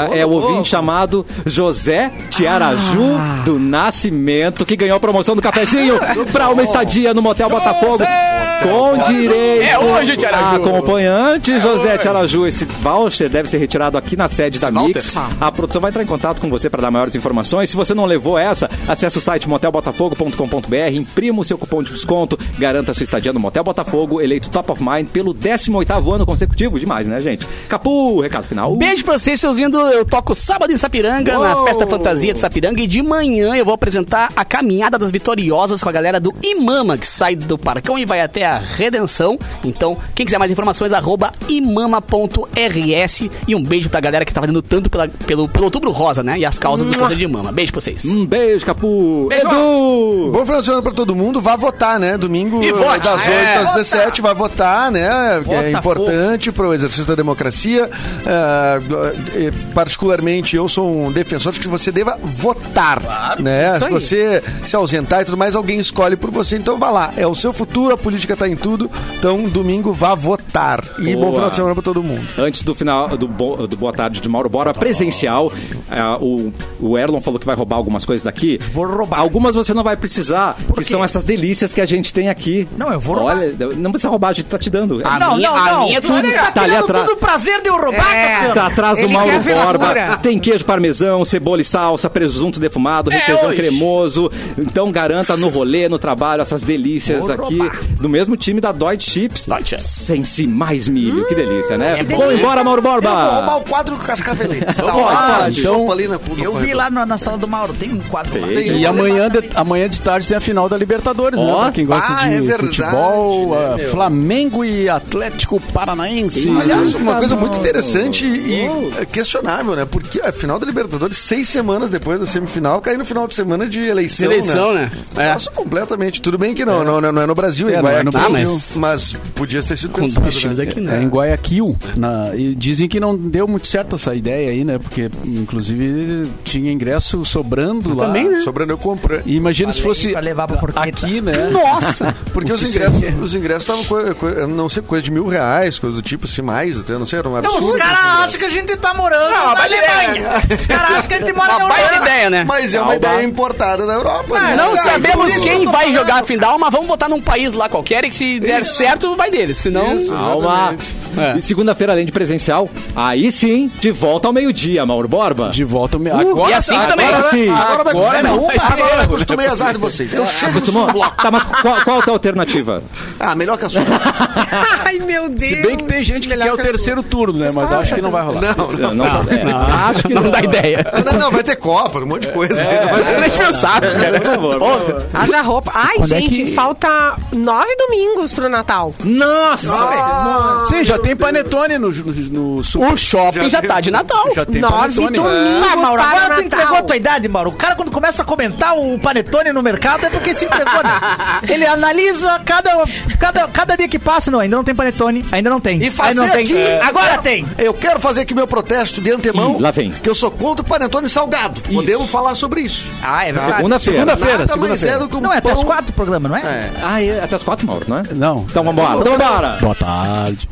Speaker 5: louco,
Speaker 1: é
Speaker 5: ô
Speaker 1: o ouvinte
Speaker 5: louco.
Speaker 1: chamado José Tiaraju do Nascimento, que ganhou a promoção do cafezinho para uma estadia no Motel Botafogo. Com direito
Speaker 8: É hoje, Tiaraju.
Speaker 1: a acompanhante, José Tiaraju. Esse voucher deve ser retirado aqui na sede da
Speaker 8: voucher.
Speaker 1: Mix. A produção vai entrar em contato com você para dar maiores informações. Se você não levou essa, acesse o site motelbotafogo.com.br, imprima o seu cupom de desconto, garanta sua estadia no Motel Botafogo, eleito Top of Mind pelo 18º ano consecutivo. Demais, né, gente? Capu, recado final.
Speaker 2: Beijo pra vocês, seus lindos. Eu toco sábado em Sapiranga, na
Speaker 1: Uou!
Speaker 2: Festa Fantasia de Sapiranga. E de manhã eu vou apresentar a Caminhada das Vitoriosas com a galera do Imama, que sai do Parcão e vai até a Redenção. Então, quem quiser mais informações, arroba imama.rs. E um beijo pra galera que tá fazendo tanto pela- pelo, pelo Outubro Rosa, né? E as causas do Conselho de Imama. Beijo pra vocês.
Speaker 1: Um beijo, Capu.
Speaker 2: Beijo.
Speaker 1: Edu!
Speaker 5: Bom final de semana pra todo mundo. Vá votar, né? Domingo
Speaker 2: E
Speaker 5: eh,
Speaker 2: vote.
Speaker 5: das 8
Speaker 8: É.
Speaker 5: às 17. Vai votar, né? Que
Speaker 6: Vota,
Speaker 5: é importante para o exercício da democracia. Ah, eh, particularmente, eu sou um defensor de que você deva votar. né? Se você se ausentar e tudo mais, alguém escolhe por você. Então vá lá. É o seu futuro, a política tá em tudo. Então, domingo, vá votar. E
Speaker 1: Boa.
Speaker 5: bom final de semana pra todo mundo.
Speaker 1: Antes do final do, bo- do Boa Tarde de Mauro Bora, presencial, ah, o, o Erlon falou que vai roubar algumas coisas daqui.
Speaker 6: Vou roubar.
Speaker 1: Algumas você não vai precisar, que
Speaker 6: quê?
Speaker 1: são essas delícias que a gente tem aqui.
Speaker 6: Não, eu vou roubar. Ah,
Speaker 1: Olha, não precisa roubar, a gente tá te dando.
Speaker 8: A
Speaker 6: Não,
Speaker 8: minha-
Speaker 6: não,
Speaker 8: a
Speaker 6: não.
Speaker 2: é
Speaker 8: minha
Speaker 6: Tu
Speaker 8: tudo
Speaker 6: tá
Speaker 1: tá ali
Speaker 6: tirando
Speaker 1: atrás.
Speaker 6: todo o prazer de eu roubar,
Speaker 4: É.
Speaker 6: Cassiano.
Speaker 1: Tá atrás do
Speaker 4: Ele
Speaker 1: Mauro
Speaker 4: quer ver
Speaker 1: Borba.
Speaker 4: loucura.
Speaker 1: Tem queijo parmesão, cebola e salsa, presunto defumado, requeijão
Speaker 8: hoje.
Speaker 1: cremoso. Então garanta no rolê, no trabalho, essas delícias aqui. Do mesmo time da Deutsche Chips.
Speaker 2: é.
Speaker 1: Sem se mais milho. que delícia, né? Vamos embora, Mauro Borba.
Speaker 5: Eu vou roubar o quadro com Cascaveletes. Tá
Speaker 1: Ah,
Speaker 5: lá,
Speaker 7: então-
Speaker 5: ali na
Speaker 6: Eu vi lá na, na sala do Mauro, tem um quadro lá.
Speaker 5: Tem.
Speaker 7: E
Speaker 5: Eu
Speaker 7: amanhã de, amanhã de tarde tem a final da Libertadores, né?
Speaker 1: Ó.
Speaker 7: Pra quem gosta
Speaker 5: Ah,
Speaker 7: de
Speaker 5: é verdade,
Speaker 7: futebol,
Speaker 5: né,
Speaker 7: ah,
Speaker 5: meu?
Speaker 7: Flamengo e Atlético Paranaense.
Speaker 5: Aliás, uma coisa muito interessante e questionável, né? Porque a final da Libertadores, seis semanas depois da semifinal, cai no final de semana de eleição.
Speaker 8: Eleição, né? É.
Speaker 5: Nossa, completamente. Tudo bem que não, não, não é no Brasil,
Speaker 7: É,
Speaker 5: é,
Speaker 7: não é no Brasil.
Speaker 5: mas... podia ter sido
Speaker 2: Com
Speaker 5: pensado,
Speaker 2: dois times
Speaker 5: né?
Speaker 2: aqui,
Speaker 7: É,
Speaker 2: né?
Speaker 7: em Guayaquil. na- e dizem que não deu muito certo essa ideia aí, né? Porque, inclusive, tinha ingresso sobrando lá.
Speaker 2: também, né?
Speaker 5: Sobrando eu compro.
Speaker 7: E imagina se
Speaker 6: Falei
Speaker 7: fosse
Speaker 6: pra levar pra Portugal.
Speaker 7: aqui, né?
Speaker 2: Nossa!
Speaker 5: Porque
Speaker 7: O
Speaker 5: os
Speaker 7: que
Speaker 5: ingressos,
Speaker 7: seria?
Speaker 5: os ingressos estavam, coi- coi- eu não sei, coisa de mil reais, coisa do tipo, assim, mais, até, não sei, era um
Speaker 6: Não,
Speaker 5: absurdo.
Speaker 6: os caras acham que a gente tá morando na
Speaker 8: mas
Speaker 6: Alemanha. Os caras acham que a gente mora na
Speaker 2: Uma baita
Speaker 6: Europa.
Speaker 2: ideia, né?
Speaker 5: Mas é uma ideia importada da Europa. né?
Speaker 2: Não
Speaker 5: Cara,
Speaker 2: sabemos
Speaker 5: isso
Speaker 2: quem
Speaker 5: eu tô
Speaker 2: vai
Speaker 5: falando.
Speaker 2: jogar a final, mas vamos botar num país lá qualquer e que se der
Speaker 5: Isso.
Speaker 2: certo, vai deles. Senão.
Speaker 5: Isso,
Speaker 1: Calma.
Speaker 5: exatamente.
Speaker 1: E segunda-feira, além de presencial, aí sim, de volta ao meio-dia, Mauro Borba. Uh,
Speaker 7: De volta ao me- agora, tá,
Speaker 2: e assim
Speaker 7: agora,
Speaker 2: também.
Speaker 1: né? Agora sim.
Speaker 5: Agora vai
Speaker 7: Agora
Speaker 5: custar
Speaker 7: não,
Speaker 5: um,
Speaker 7: vai
Speaker 5: agora
Speaker 7: ter.
Speaker 5: acostumei azar de vocês. Eu chego no
Speaker 1: Acostumou?
Speaker 5: bloco.
Speaker 1: Tá, mas qual, qual a tua alternativa?
Speaker 5: Ah, melhor que a sua.
Speaker 4: [LAUGHS] Ai, meu Deus.
Speaker 7: Se bem que tem gente que
Speaker 4: Melhor
Speaker 7: quer o
Speaker 4: a sua.
Speaker 7: terceiro turno, né? Mas
Speaker 4: qual é
Speaker 7: acho
Speaker 4: essa
Speaker 7: que não vai rolar.
Speaker 5: Não, não.
Speaker 1: Não, é, Acho que
Speaker 2: Não dá
Speaker 7: [LAUGHS]
Speaker 2: ideia.
Speaker 5: Ah, Não, não, vai ter Copa, um monte de
Speaker 6: É,
Speaker 5: coisa.
Speaker 2: Não enche meu saco, cara.
Speaker 1: Por favor, por favor.
Speaker 4: Haja roupa. Ai,
Speaker 7: Quando é
Speaker 4: gente,
Speaker 7: que-
Speaker 4: falta nove domingos pro Natal.
Speaker 1: Nossa!
Speaker 7: Sim, já tem panetone no, no, no super.
Speaker 2: O shopping já tá de Natal.
Speaker 7: Já tem
Speaker 4: nove
Speaker 7: panetone.
Speaker 4: domingos
Speaker 6: Ah, Mauro,
Speaker 4: para
Speaker 6: agora tu
Speaker 4: o
Speaker 6: entregou a
Speaker 4: Natal.
Speaker 6: tua idade, Mauro. O cara, quando começa a comentar o panetone no mercado, é porque se entregou, né?
Speaker 4: [LAUGHS]
Speaker 6: Ele analisa cada, cada, cada dia que passa. Não, ainda não tem panetone, ainda não tem.
Speaker 5: E fazer
Speaker 6: ainda não tem. É.
Speaker 5: aqui-
Speaker 6: Agora tem.
Speaker 5: Eu quero fazer aqui meu protesto de antemão.
Speaker 1: Ih, lá vem.
Speaker 5: Que eu sou contra o panetone salgado. Podemos falar sobre isso.
Speaker 6: Ah, é verdade.
Speaker 1: Segunda-feira.
Speaker 7: Segunda-feira,
Speaker 5: Nada mais
Speaker 7: segunda-feira.
Speaker 5: é do que um
Speaker 6: Não, é até
Speaker 5: pão-
Speaker 6: as quatro o programa, não é?
Speaker 5: É.
Speaker 1: Ah, é até as quatro, Mauro, não é?
Speaker 7: Não.
Speaker 1: Então vambora, então vambora.
Speaker 7: Boa tarde.